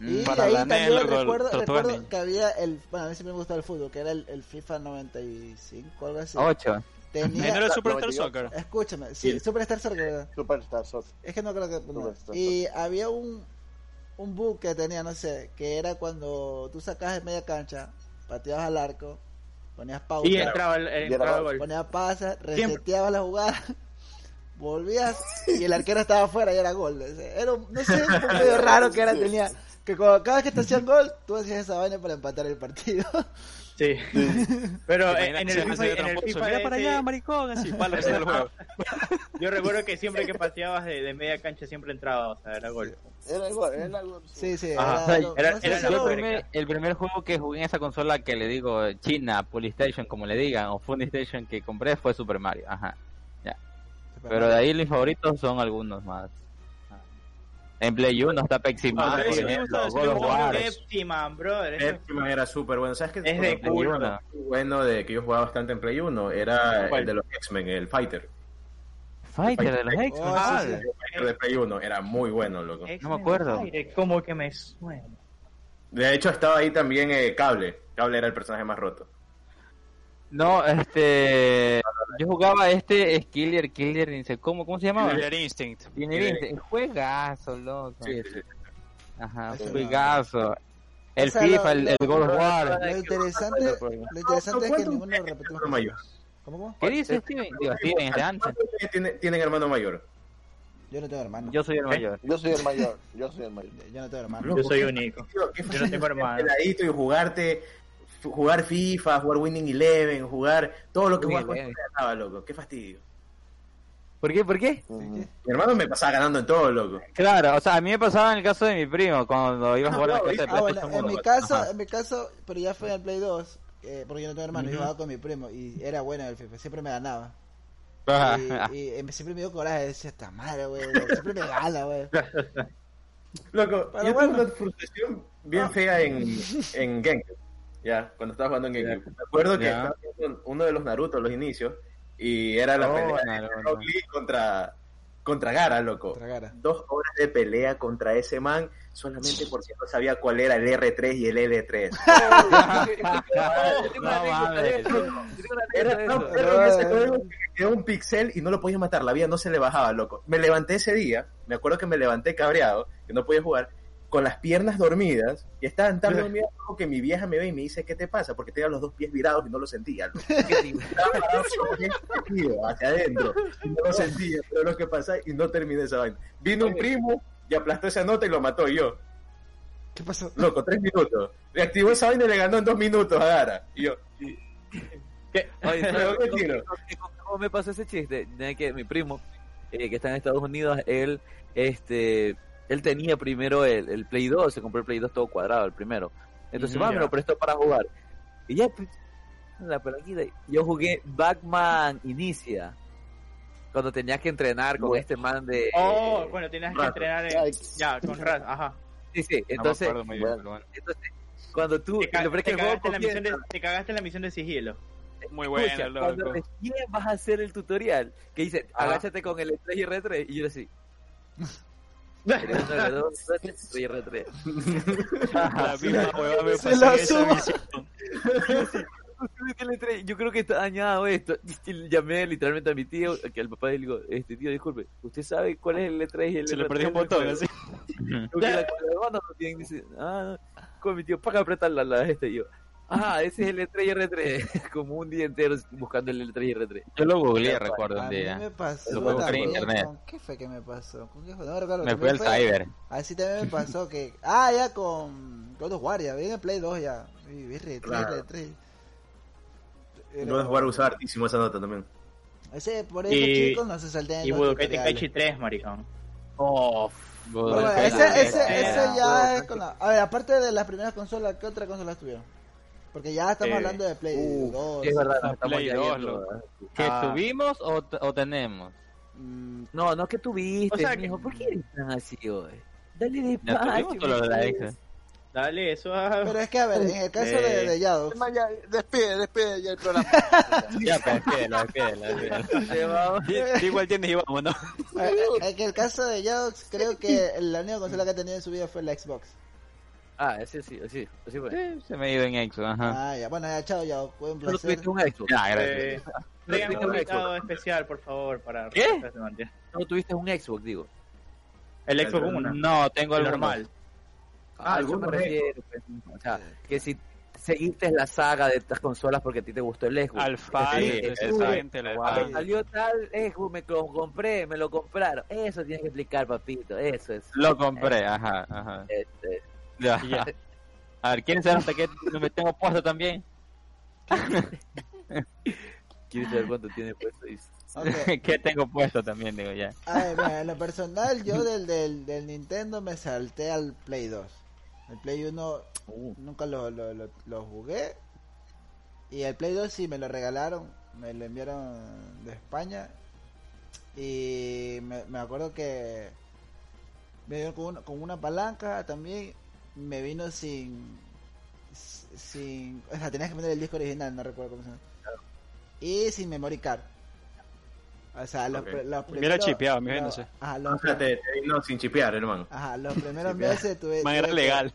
Speaker 1: Y
Speaker 5: Mm, Para
Speaker 1: ahí
Speaker 5: la NES,
Speaker 1: también
Speaker 5: luego el
Speaker 1: recuerdo,
Speaker 5: Tortugas
Speaker 1: recuerdo
Speaker 5: Ninja.
Speaker 1: que había el, bueno, a mí siempre me gustaba el fútbol, que era el, el FIFA 95, algo así.
Speaker 3: Ocho.
Speaker 5: Ahí
Speaker 1: Tenía,
Speaker 5: no era Super
Speaker 7: no,
Speaker 5: Star
Speaker 7: digo-
Speaker 5: Soccer.
Speaker 1: escúchame, sí,
Speaker 2: Sí.
Speaker 1: Superstar Soccer, ¿verdad?
Speaker 7: Superstar Soccer.
Speaker 1: Es que no creo que. no.
Speaker 7: No, está-
Speaker 1: Y había un, un bug que tenía, no sé, que era cuando tú sacabas de media cancha, pateabas al arco, ponías pausa,
Speaker 6: Y entraba el, el-
Speaker 7: Y era
Speaker 6: entraba el gol.
Speaker 1: ponías pasa, reseteabas la jugada, volvías y el arquero estaba afuera y era gol. O sea, Era, un- no sé, un poco medio raro que era, tenía. Que cuando- cada vez que te hacían gol, tú hacías esa vaina para empatar el partido.
Speaker 6: Sí. Pero en,
Speaker 5: Imagínate
Speaker 6: en el
Speaker 5: que se
Speaker 6: FIFA,
Speaker 5: hacía
Speaker 6: en el
Speaker 5: tramposo,
Speaker 6: FIFA
Speaker 5: "Mira
Speaker 6: de
Speaker 5: para
Speaker 6: ese-
Speaker 5: allá, maricón, así, palo, ese del juego.
Speaker 6: yo recuerdo que siempre que pateabas de, de media cancha siempre entraba, o sea, era gol.
Speaker 7: Era igual, era algo.
Speaker 1: Sí, sí,
Speaker 6: Ajá.
Speaker 1: era,
Speaker 3: O sea,
Speaker 1: algo-
Speaker 6: era-
Speaker 1: no sé,
Speaker 6: era
Speaker 1: era
Speaker 3: yo
Speaker 6: algo-
Speaker 1: algo-
Speaker 3: el primer- el primer juego que jugué en esa consola que le digo eh, China, Polystation, como le digan, o Funistation que compré fue Super Mario. Ajá. Pero de ahí mis favoritos son algunos más. En Play 1 está Pepsi Man,
Speaker 6: Ah,
Speaker 3: por
Speaker 6: sí, me
Speaker 3: ejemplo,
Speaker 5: gusta, sí, me
Speaker 3: God of
Speaker 5: gusta.
Speaker 3: War.
Speaker 6: Pepsi Man, brother. eso-
Speaker 2: Pepsi Man era súper bueno. ¿Sabes qué?
Speaker 6: Es de
Speaker 2: Play
Speaker 6: culto.
Speaker 2: 1, bueno de que yo jugaba bastante en Play 1 era
Speaker 6: ¿Cuál?
Speaker 2: el de los X-Men, el Fighter.
Speaker 3: Fighter de los x
Speaker 1: Oh,
Speaker 6: Ah,
Speaker 1: sí, sí.
Speaker 2: El Fighter de Play 1 era muy bueno, loco.
Speaker 6: X-Men
Speaker 3: me acuerdo.
Speaker 6: Fire, Como que me suena.
Speaker 2: De hecho, estaba ahí también eh, Cable. Cable era el personaje más roto.
Speaker 3: No, este. Yo jugaba este es Killer, Killer, ni sé cómo, ¿cómo se llamaba?
Speaker 5: Killer Instinct.
Speaker 3: Killer Instinct. Juegazo, loco.
Speaker 2: Sí, sí, sí.
Speaker 3: Ajá,
Speaker 1: Ese no.
Speaker 3: juegazo. El
Speaker 1: O sea,
Speaker 3: FIFA,
Speaker 1: lo-
Speaker 3: el, el God of War.
Speaker 1: Lo interesante, lo interesante es que
Speaker 2: ¿Cuántos
Speaker 1: ninguno lo
Speaker 2: tienen
Speaker 1: repetimos.
Speaker 2: hermano mayor?
Speaker 1: ¿Cómo, cómo?
Speaker 3: ¿Qué dice Steven? Digo, Steven, este ancho.
Speaker 2: ¿Cuántos tiene- tienen hermano mayor?
Speaker 1: Yo no tengo hermano. Yo,
Speaker 3: Yo soy el mayor.
Speaker 7: Yo soy el mayor, yo soy el mayor.
Speaker 1: no tengo hermano.
Speaker 6: Yo soy único. Yo no tengo
Speaker 3: Ah.
Speaker 6: hermano.
Speaker 2: peladito y jugarte, f- jugar FIFA, jugar Winning Eleven, jugar todo lo que
Speaker 3: Winning
Speaker 2: juegas con
Speaker 3: Eleven.
Speaker 2: tu hermana, loco. Qué fastidio.
Speaker 4: ¿Por qué? ¿Por qué?
Speaker 1: Ah,
Speaker 2: Mi hermano me pasaba ganando en todo, loco.
Speaker 3: Claro, o sea, a mí me pasaba en el caso de mi primo, cuando iba a jugar a la
Speaker 2: Ah,
Speaker 3: casa de
Speaker 1: Ah, bueno,
Speaker 3: PlayStation
Speaker 1: en
Speaker 3: uno,
Speaker 1: mi
Speaker 3: pues.
Speaker 1: caso,
Speaker 3: Ajá.
Speaker 1: en mi caso, pero ya fue en el Play 2, eh, porque yo no tengo hermano, yo jugaba con mi primo y era bueno en el FIFA, siempre me ganaba.
Speaker 3: Ah, Ajá.
Speaker 1: Y, y, eh, siempre me dio coraje, decía, esta madre, güey, siempre me gana, güey.
Speaker 2: Loco,
Speaker 1: Pero
Speaker 2: yo
Speaker 1: bueno.
Speaker 2: tuve una frustración bien fea en, en GameCube. Ya, cuando estaba jugando en GameCube. Me acuerdo que
Speaker 3: Ya.
Speaker 2: estaba jugando uno de los Naruto, los inicios, y era la
Speaker 3: Oh,
Speaker 2: pelea de
Speaker 1: eh,
Speaker 3: Naruto.
Speaker 2: Rock Lee contra, contra Gara, loco.
Speaker 1: Contra Gaara.
Speaker 2: Dos horas de pelea contra ese man, solamente porque no sabía cuál era el R3 y el L3.
Speaker 4: Yo tengo una
Speaker 3: No
Speaker 4: anécdota de
Speaker 3: mames.
Speaker 4: eso. Yo tengo una
Speaker 2: Era
Speaker 4: anécdota de eso.
Speaker 2: tan perro en ese juego que me quedó un pixel y no lo podía matar, la vida no se le bajaba, loco. Me levanté ese día, me acuerdo que me levanté cabreado, que no podía jugar, con las piernas dormidas, y estaban tan dormidas loco, que mi vieja me ve y me dice, ¿qué te pasa? Porque tenía los dos pies virados y no lo sentía, loco. Estaba parado como bien metido hacia adentro, y no lo sentía, pero lo que pasa, y no terminé esa vaina. Vino un primo y aplastó esa nota y lo mató y yo.
Speaker 1: ¿Qué pasó?
Speaker 2: Loco, tres minutos. Reactivó esa vaina y le ganó en dos minutos a Gara. Y yo,
Speaker 4: Oye,
Speaker 2: Pero, ¿qué tiro?
Speaker 4: ¿Cómo me pasó ese chiste? De que mi primo, eh, que está en Estados Unidos, él, este, él tenía primero el, el Play 2, se compró el Play 2 todo cuadrado, el primero. Entonces,
Speaker 2: Ujú,
Speaker 4: va,
Speaker 2: ya.
Speaker 4: me lo prestó para jugar. Y ya, pues, la pelaquita, yo jugué Batman Inicia, cuando tenías que entrenar con
Speaker 7: Bueno.
Speaker 4: este man de...
Speaker 6: Oh,
Speaker 4: eh,
Speaker 6: bueno, tenías que
Speaker 2: Rato.
Speaker 6: entrenar en... ya, con Raz, ajá.
Speaker 4: sí, sí,
Speaker 3: No me
Speaker 4: entonces,
Speaker 3: acuerdo muy bien,
Speaker 7: bueno.
Speaker 3: pero bueno.
Speaker 4: entonces, cuando tú...
Speaker 6: Te, ca-
Speaker 4: lo- pero es que
Speaker 6: te
Speaker 4: el juego
Speaker 6: cagaste en la misión de,
Speaker 4: comienza-
Speaker 6: te cagaste en la misión de sigilo.
Speaker 5: Muy
Speaker 4: Escucha,
Speaker 5: bueno,
Speaker 4: cuando
Speaker 5: loco.
Speaker 4: recién vas a hacer el tutorial, que dice,
Speaker 2: Ajá.
Speaker 4: agáchate con el R3 y R3, y yo así, R1, R2, R3 y R3.
Speaker 5: La misma hueva me
Speaker 1: Se
Speaker 5: pasó
Speaker 1: la
Speaker 5: en esa
Speaker 1: suba.
Speaker 5: misión.
Speaker 4: Súbete al E3, Yo creo que está dañado esto. Y le Llamé literalmente a mi tío, que al papá y le digo, este tío, disculpe, ¿usted sabe cuál es el R3 y el R3?
Speaker 5: Se le perdió un botón, así.
Speaker 4: Porque la cuadradona no tiene, dice, ah, no. con mi tío, para apretar la, la este, y yo. Ah, ese es el E3 y R3. Como un día entero buscando el E3 y R3.
Speaker 3: Yo lo googleé, recuerdo
Speaker 1: eh, A
Speaker 3: un
Speaker 1: mí
Speaker 3: día.
Speaker 1: me pasó
Speaker 3: Lo puedo buscar en
Speaker 1: también,
Speaker 3: internet.
Speaker 1: ¿con ¿Qué fue que me pasó? ¿Con qué fue? No me recuerdo.
Speaker 3: Me
Speaker 1: con
Speaker 3: fui
Speaker 1: qué
Speaker 3: al
Speaker 1: fue.
Speaker 3: cyber.
Speaker 1: Así también me pasó que... Ah, ya con... Con los War, ya. Viene en Play 2 ya. Y R3,
Speaker 2: Claro.
Speaker 1: R3. Era-
Speaker 2: No es jugar usaba hartísimo esa nota también.
Speaker 1: Ese, por eso,
Speaker 6: Y-
Speaker 1: chicos, no se salten
Speaker 6: Y
Speaker 1: los
Speaker 6: Budokai
Speaker 1: tutoriales.
Speaker 6: Tenkaichi 3, maricón.
Speaker 4: Oh,
Speaker 3: Google
Speaker 1: Pero bueno,
Speaker 3: Play,
Speaker 1: ese, ese,
Speaker 3: Google
Speaker 1: ese
Speaker 3: Play.
Speaker 1: ya es con la... A ver, aparte de las primeras consolas, ¿qué otras consolas tuvieron? Porque ya estamos
Speaker 6: Eh,
Speaker 1: hablando de Play
Speaker 4: uh,
Speaker 1: 2.
Speaker 4: es verdad, nos estamos
Speaker 5: Play
Speaker 4: ya
Speaker 5: dos,
Speaker 4: yendo,
Speaker 5: loco.
Speaker 4: ¿verdad?
Speaker 3: ¿Que
Speaker 6: Ah.
Speaker 3: tuvimos o, t- o tenemos?
Speaker 1: Mm,
Speaker 4: No, no que tuviste,
Speaker 6: O sea,
Speaker 4: mijo.
Speaker 6: que-
Speaker 4: ¿Por qué eres tan así hoy? Dale de
Speaker 3: ¿Ya tuvimos o lo de la ex?
Speaker 6: Dale, eso a...
Speaker 1: Pero es que, a ver, en el caso de,
Speaker 6: Eh,
Speaker 1: de Yado,
Speaker 7: Man, ya, despide, despide ya el programa.
Speaker 3: Ya, pues, pero despídelo, despídelo, despídelo.
Speaker 5: Sí, Igual tienes y vamos, ¿no?
Speaker 1: en el caso de Yado, creo que la única consola que ha tenido en su vida fue la Xbox.
Speaker 4: Ah, sí, sí, sí, sí fue.
Speaker 3: Sí, Se me ha ido en Exo, ajá.
Speaker 1: Ah, ya, bueno, ya, chao, Yado, fue un
Speaker 4: Solo
Speaker 1: placer.
Speaker 4: tuviste un Xbox.
Speaker 3: Ya,
Speaker 6: Eh,
Speaker 3: gracias.
Speaker 6: tráigame
Speaker 4: Tuviste
Speaker 6: un
Speaker 4: un
Speaker 6: invitado
Speaker 4: Xbox.
Speaker 6: especial, por favor, para...
Speaker 4: ¿Qué? Solo tuviste un Xbox, digo.
Speaker 6: El Xbox 1.
Speaker 3: No, tengo
Speaker 6: el
Speaker 3: algo
Speaker 6: normal.
Speaker 4: Ah,
Speaker 2: Ah,
Speaker 4: a eso
Speaker 2: algún
Speaker 4: me refiero. pues. O sea, que si seguiste la saga de estas consolas porque a ti te gustó el Xbox.
Speaker 5: Al Fire,
Speaker 4: Sí,
Speaker 5: esa gente, la
Speaker 4: Ah,
Speaker 5: Alfaro.
Speaker 4: Salió tal Xbox, me lo compré, me lo compraron. Eso tienes que explicar, papito. Eso es.
Speaker 3: Lo compré, ajá, ajá.
Speaker 4: Este,
Speaker 3: Ya.
Speaker 4: y ya.
Speaker 3: A ver, ¿quieren saber hasta qué me tengo puesto también?
Speaker 4: ¿Quieres saber cuánto tiene puesto? Dice.
Speaker 1: Ok.
Speaker 3: ¿Qué tengo puesto también? Digo, ya.
Speaker 1: A ver, mira, en lo personal, yo del, del, del Nintendo me salté al Play 2. El Play 1 nunca lo, lo, lo, lo jugué. Y el Play 2 sí me lo regalaron, me lo enviaron de España. Y me, me acuerdo que me dieron con una, con una palanca también. Me vino sin. sin o sea, tenías que poner el disco original, no recuerdo cómo se llama. Y sin memory card. O sea, los,
Speaker 2: Ok.
Speaker 1: pre- los
Speaker 5: Me hubiera
Speaker 1: primeros-
Speaker 5: chipeado,
Speaker 1: los-
Speaker 5: me hubiera, no sé.
Speaker 1: Ajá,
Speaker 2: No,
Speaker 1: los,
Speaker 2: espérate, te vino sin chipear, hermano.
Speaker 1: ajá, los primeros meses tuve.
Speaker 5: Man, era
Speaker 1: tuve que-
Speaker 5: legal.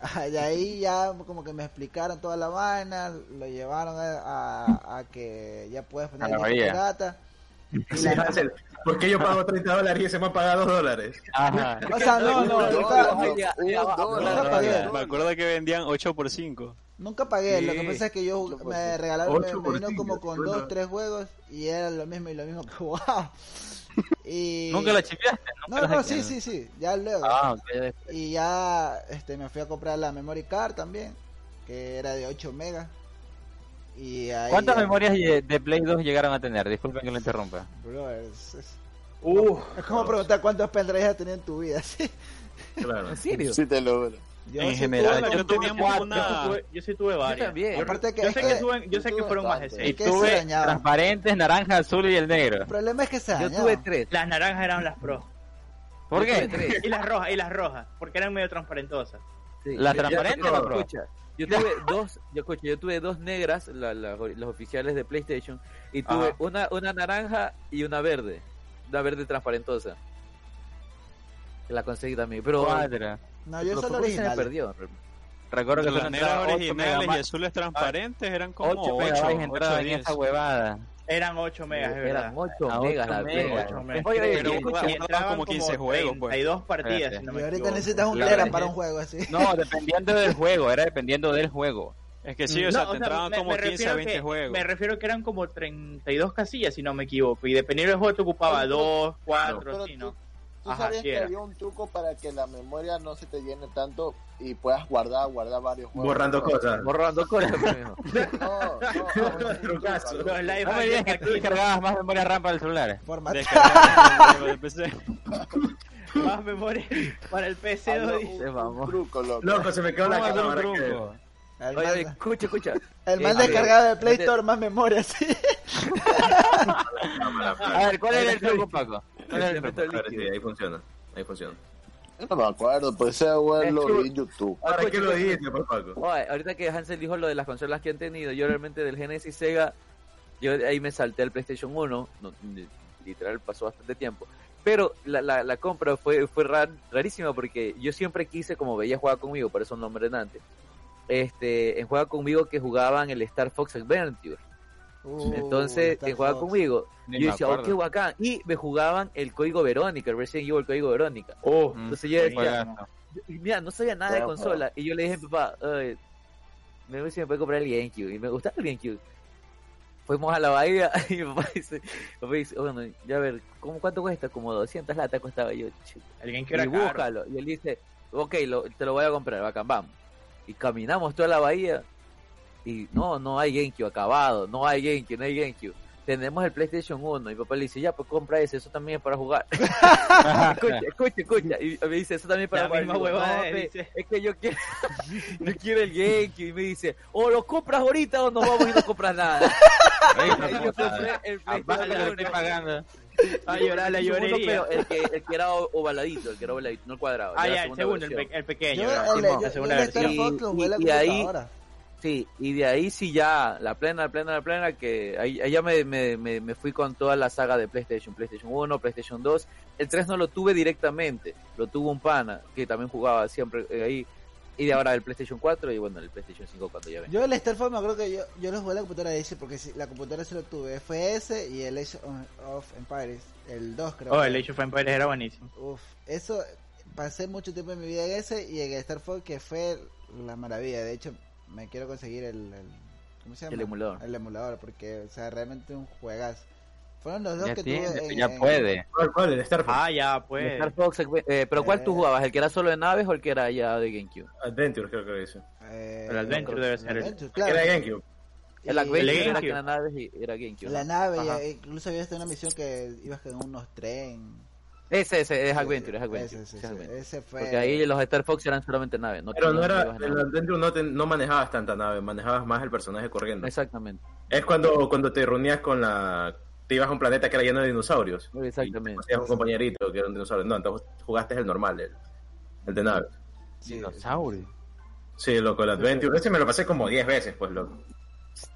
Speaker 1: Ajá, de ahí ya como que me explicaron toda la vaina, lo llevaron a, a- a que ya puedes poner
Speaker 3: A la
Speaker 1: el disco
Speaker 3: bahía.
Speaker 1: pirata. Y
Speaker 2: Sí,
Speaker 1: la-
Speaker 2: Hansel, ¿Por qué yo pago 30 dólares y ese man paga 2 dólares?
Speaker 3: Ajá.
Speaker 1: o sea, no, no,
Speaker 7: Un
Speaker 1: nunca,
Speaker 4: nunca-
Speaker 7: dólar, un
Speaker 4: nunca
Speaker 7: dólar,
Speaker 1: pagué.
Speaker 7: un
Speaker 5: Me
Speaker 7: dólar.
Speaker 5: acuerdo que vendían 8 por 5
Speaker 1: nunca pagué, lo que
Speaker 4: Sí.
Speaker 1: pasa es que yo
Speaker 7: Ocho por
Speaker 1: me
Speaker 7: cinco.
Speaker 1: regalaron, me,
Speaker 2: Ocho
Speaker 1: me
Speaker 2: por
Speaker 1: vino
Speaker 2: cinco,
Speaker 1: como con
Speaker 2: bueno.
Speaker 1: dos, tres juegos y era lo mismo y lo mismo que jugaba. Y...
Speaker 3: ¿Nunca lo chipeaste? ¿Nunca
Speaker 1: No,
Speaker 3: lo
Speaker 1: no, sí, sí,
Speaker 3: hackearon?
Speaker 1: sí, ya luego.
Speaker 3: Ah, ok.
Speaker 1: Y ya este, me fui a comprar la memory card también, que era de 8 megas. Y ahí
Speaker 3: ¿Cuántas
Speaker 1: ya-
Speaker 3: memorias lle- de Play 2 llegaron a tener? Disculpen que lo interrumpa.
Speaker 1: Bro, es- es-
Speaker 6: Uh,
Speaker 1: Es como preguntar cuántos pendrives has tenido en tu vida, ¿sí?
Speaker 2: Claro.
Speaker 4: ¿En serio?
Speaker 7: Sí, te lo juro.
Speaker 1: Yo
Speaker 5: En
Speaker 1: sí
Speaker 5: general,
Speaker 1: tuve-
Speaker 5: yo no tenía
Speaker 6: cuatro,
Speaker 5: una-
Speaker 6: yo, sí tuve, yo sí tuve varias.
Speaker 4: también.
Speaker 6: Yo-
Speaker 1: Aparte que
Speaker 6: yo sé
Speaker 1: este-
Speaker 6: que, tuve- yo sé
Speaker 7: yo
Speaker 6: que
Speaker 7: tuve
Speaker 6: fueron más de
Speaker 7: bastante.
Speaker 6: seis.
Speaker 3: Y
Speaker 1: ¿Qué se
Speaker 3: tuve
Speaker 1: dañaba?
Speaker 3: transparentes, naranja, azul y el negro.
Speaker 1: El problema es que se
Speaker 4: Yo
Speaker 1: dañaba.
Speaker 4: tuve tres.
Speaker 6: Las naranjas eran las pros.
Speaker 3: ¿Por
Speaker 4: Yo tuve
Speaker 3: qué?
Speaker 4: tres.
Speaker 6: Y las rojas, y las rojas. Porque eran medio transparentosas.
Speaker 4: Sí,
Speaker 3: ¿Las
Speaker 4: yo- yo-
Speaker 3: transparentes
Speaker 4: yo-
Speaker 3: o no?
Speaker 4: escucha, Yo tuve dos, yo escucha, yo tuve dos negras, la- la- los oficiales de PlayStation, y tuve
Speaker 2: Ajá.
Speaker 4: una, una naranja y una verde, una verde transparentosa. La conseguí también, pero,
Speaker 3: Cuatro.
Speaker 1: No,
Speaker 4: pero
Speaker 1: yo solo
Speaker 4: fue porque se me
Speaker 1: original.
Speaker 4: perdió.
Speaker 3: Recuerdo que
Speaker 5: las
Speaker 3: solo entraba
Speaker 5: negras
Speaker 3: 8
Speaker 5: originales y
Speaker 3: megabytes-
Speaker 5: azules transparentes eran como
Speaker 3: 8
Speaker 5: 8,
Speaker 3: megabytes
Speaker 5: 8,
Speaker 3: entraban en
Speaker 5: 10.
Speaker 3: esa huevada.
Speaker 6: Eran 8 megas, es verdad.
Speaker 4: Eran 8
Speaker 3: A ocho
Speaker 4: megas la
Speaker 3: megas.
Speaker 4: Play.
Speaker 6: Ocho megas.
Speaker 3: Oye, oye,
Speaker 5: Pero
Speaker 3: y escucha,
Speaker 6: y
Speaker 5: jugaban
Speaker 6: entraban
Speaker 5: como 15
Speaker 6: como
Speaker 5: juegos, pues.
Speaker 6: 32 partidas,
Speaker 3: Espérate.
Speaker 6: si no
Speaker 1: Y
Speaker 6: me
Speaker 1: ahorita
Speaker 6: equivoco.
Speaker 1: necesitas un
Speaker 3: La
Speaker 1: tera
Speaker 3: verdad.
Speaker 1: para un juego así.
Speaker 3: No, dependiendo del juego, era dependiendo del juego.
Speaker 5: Es que sí, o sea, te entraban
Speaker 6: me-
Speaker 5: como
Speaker 6: me
Speaker 5: 15 a
Speaker 6: refiero
Speaker 5: 20
Speaker 6: que-
Speaker 5: juegos.
Speaker 6: Me refiero que eran como 32 casillas, si no me equivoco. Y dependiendo del juego, te ocupaba
Speaker 7: Pero-
Speaker 6: 2, 4,
Speaker 7: Pero
Speaker 6: sí,
Speaker 7: tú,
Speaker 6: ¿no?
Speaker 7: tú
Speaker 6: Ajá,
Speaker 7: sabías
Speaker 6: sí
Speaker 7: que
Speaker 6: era.
Speaker 7: había un truco para que la memoria no se te llene tanto y puedas guardar, guardar varios juegos.
Speaker 2: Borrando
Speaker 7: No,
Speaker 2: cosas.
Speaker 4: Borrando cosas, pues, mijo.
Speaker 7: No, no, no, es un truco,
Speaker 2: Trucazo.
Speaker 7: amigo.
Speaker 6: Los live
Speaker 3: No me digas que tú
Speaker 6: aquí,
Speaker 3: descargabas más memoria RAM para el celular.
Speaker 1: Formatear.
Speaker 5: Descargaban, empecé.
Speaker 6: más memoria para el PC.
Speaker 7: Había
Speaker 6: ¿no?
Speaker 7: un-
Speaker 4: Se mamó.
Speaker 7: un truco, loco.
Speaker 2: Loco, se me quedó la
Speaker 3: No,
Speaker 2: cámara.
Speaker 3: truco.
Speaker 2: que-
Speaker 1: El
Speaker 4: Oye, oye,
Speaker 1: man,
Speaker 4: escucha, escucha.
Speaker 1: el
Speaker 4: eh,
Speaker 1: man
Speaker 4: a ver,
Speaker 1: descargado de Play
Speaker 4: espérate.
Speaker 1: Store más memoria, sí.
Speaker 3: A ver, ¿cuál era el truco, Paco? ¿Cuál era el truco?
Speaker 4: Meto el
Speaker 2: Ahora sí,
Speaker 4: líquido.
Speaker 2: ahí funciona. Ahí funciona.
Speaker 7: Yo no me acuerdo, pues ese güey
Speaker 4: Es
Speaker 7: lo
Speaker 4: true.
Speaker 7: vi en YouTube.
Speaker 2: Ahora, ¿qué lo dijiste, pues, Paco?
Speaker 4: Oye, ahorita que Hansel dijo lo de las consolas que han tenido, yo realmente del Genesis Sega, yo de ahí me salté al PlayStation 1, no, li- literal pasó bastante tiempo. Pero la, la, la compra fue, fue rar- rarísima porque yo siempre quise, como veía Juega Conmigo, por eso un nombre en antes, este, en Juega Conmigo que jugaban el Star Fox Adventure.
Speaker 1: Uh,
Speaker 4: Entonces, eh,
Speaker 1: Star
Speaker 4: en Juega
Speaker 1: Fox.
Speaker 4: Conmigo,
Speaker 3: Ni
Speaker 4: yo
Speaker 3: me
Speaker 4: decía, oh,
Speaker 3: acuerdo.
Speaker 4: qué bacán. Y me jugaban el código Verónica, el Resident Evil código Verónica.
Speaker 6: Oh,
Speaker 3: Mm,
Speaker 4: Entonces yo decía,
Speaker 3: juegazo.
Speaker 4: y mira, no sabía nada de
Speaker 7: Ajá.
Speaker 4: consola. Y yo le dije a mi papá, "Ay, me voy si me puede comprar el GameCube. Y me gustaba el GameCube. Fuimos a la bahía y mi papá dice, mi papá dice, bueno, ya a ver, ¿cómo, ¿cuánto cuesta? Como 200 latas costaba Y yo. "Chuta".
Speaker 6: alguien que
Speaker 4: Y
Speaker 6: era caro.
Speaker 4: búscalo. Y él dice, ok, lo- te lo voy a comprar, bacán, vamos. Y caminamos toda la bahía y no, no hay GameCube acabado, no hay GameCube, no hay GameCube. Tenemos el PlayStation 1 y mi papá le dice, ya, pues compra ese, eso también es para jugar. escucha, escucha, escucha. Y me dice, eso también es para
Speaker 6: La
Speaker 4: jugar.
Speaker 6: misma
Speaker 4: Y digo,
Speaker 6: huevada,
Speaker 4: "No,
Speaker 6: eh,
Speaker 4: pe,
Speaker 6: dice.
Speaker 4: es que yo quiero, yo quiero el GameCube. Y me dice, o lo compras ahorita o no vamos y no compras nada.
Speaker 3: Ey,
Speaker 4: Y yo compré
Speaker 3: no, puta.
Speaker 6: Ah,
Speaker 4: el
Speaker 3: Aparte que
Speaker 4: PlayStation
Speaker 3: lo
Speaker 4: 1.
Speaker 3: estoy pagando.
Speaker 6: A llorar Ah, la
Speaker 4: Segundo,
Speaker 6: llorería.
Speaker 4: pero el que, el que era o- ovaladito, el que era ovaladito, no el cuadrado.
Speaker 6: Ah,
Speaker 4: era la
Speaker 6: ya, el
Speaker 4: segunda
Speaker 6: segundo, el,
Speaker 4: versión.
Speaker 6: pe- el pequeño.
Speaker 1: Yo,
Speaker 6: ¿verdad?
Speaker 1: el,
Speaker 6: Simón,
Speaker 1: yo-
Speaker 6: la
Speaker 1: yo
Speaker 6: segunda
Speaker 1: el Star
Speaker 6: versión.
Speaker 4: versión.
Speaker 1: Fox lo jugué en la
Speaker 4: Y- y ahí-
Speaker 1: computadora.
Speaker 4: Sí, y de ahí sí ya, la plena, la plena, la plena, que ahí, ahí ya me, me, me, me fui con toda la saga de PlayStation, PlayStation 1, PlayStation 2. El 3 no lo tuve directamente, lo tuvo un pana que también jugaba siempre eh, ahí. Y de ahora el PlayStation 4 y bueno, el PlayStation 5 cuando ya ven.
Speaker 1: Yo el Star Fox me acuerdo que yo, yo lo jugué en la computadora ese porque si- la computadora se lo tuve. Fue ese y el Age of Empires, el 2 creo.
Speaker 6: Oh, el Age of Empires era buenísimo.
Speaker 1: Uf, eso pasé mucho tiempo en mi vida en ese y en el Star Fox que fue la maravilla. De hecho, me quiero conseguir el, el- ¿cómo se llama?
Speaker 4: El emulador.
Speaker 1: El emulador porque o sea, realmente un juegazo. Fueron los dos
Speaker 3: Ya
Speaker 1: que tuve
Speaker 3: tiene,
Speaker 1: en- eh,
Speaker 3: ya
Speaker 1: en-
Speaker 3: puede.
Speaker 2: ¿Cuál, cuál? El Star Fox
Speaker 6: Ah, ya, pues.
Speaker 4: Star Fox, eh, pero ¿cuál tú jugabas? ¿El que era solo de naves o el que era ya de GameCube?
Speaker 2: Adventure, creo que lo dice.
Speaker 1: eh,
Speaker 6: El Adventure debe
Speaker 1: el
Speaker 6: ser el-
Speaker 1: Adventure,
Speaker 2: Que
Speaker 1: claro.
Speaker 2: Era GameCube.
Speaker 4: El
Speaker 1: Y-
Speaker 4: Adventure era
Speaker 6: GameCube.
Speaker 4: que era naves y era GameCube.
Speaker 1: Eh, La
Speaker 4: ¿no?
Speaker 1: nave, eh.
Speaker 6: Ajá.
Speaker 1: y- incluso había hasta una misión que ibas con unos tren.
Speaker 4: Ese, ese, es Adventure, es Adventure.
Speaker 1: Ese,
Speaker 4: es
Speaker 1: ese,
Speaker 4: Adventure.
Speaker 1: ese, ese fue.
Speaker 4: Porque ahí los Star Fox eran solamente naves. No
Speaker 2: Pero no
Speaker 4: tenían-
Speaker 2: era,
Speaker 4: ibas a
Speaker 2: el
Speaker 4: nada.
Speaker 2: Adventure no, te- no manejabas tanta nave, manejabas más el personaje corriendo.
Speaker 4: Exactamente.
Speaker 2: Es cuando, cuando te reunías con la... Te ibas a un planeta que era lleno de dinosaurios.
Speaker 4: Exactamente.
Speaker 2: Hacías un compañerito que era un dinosaurio. No, entonces jugaste el normal, el, el de nave.
Speaker 1: sí,
Speaker 3: Dinosaurio.
Speaker 2: Sí, loco, el Adventure. Ese me lo pasé como 10 veces, pues, loco. Es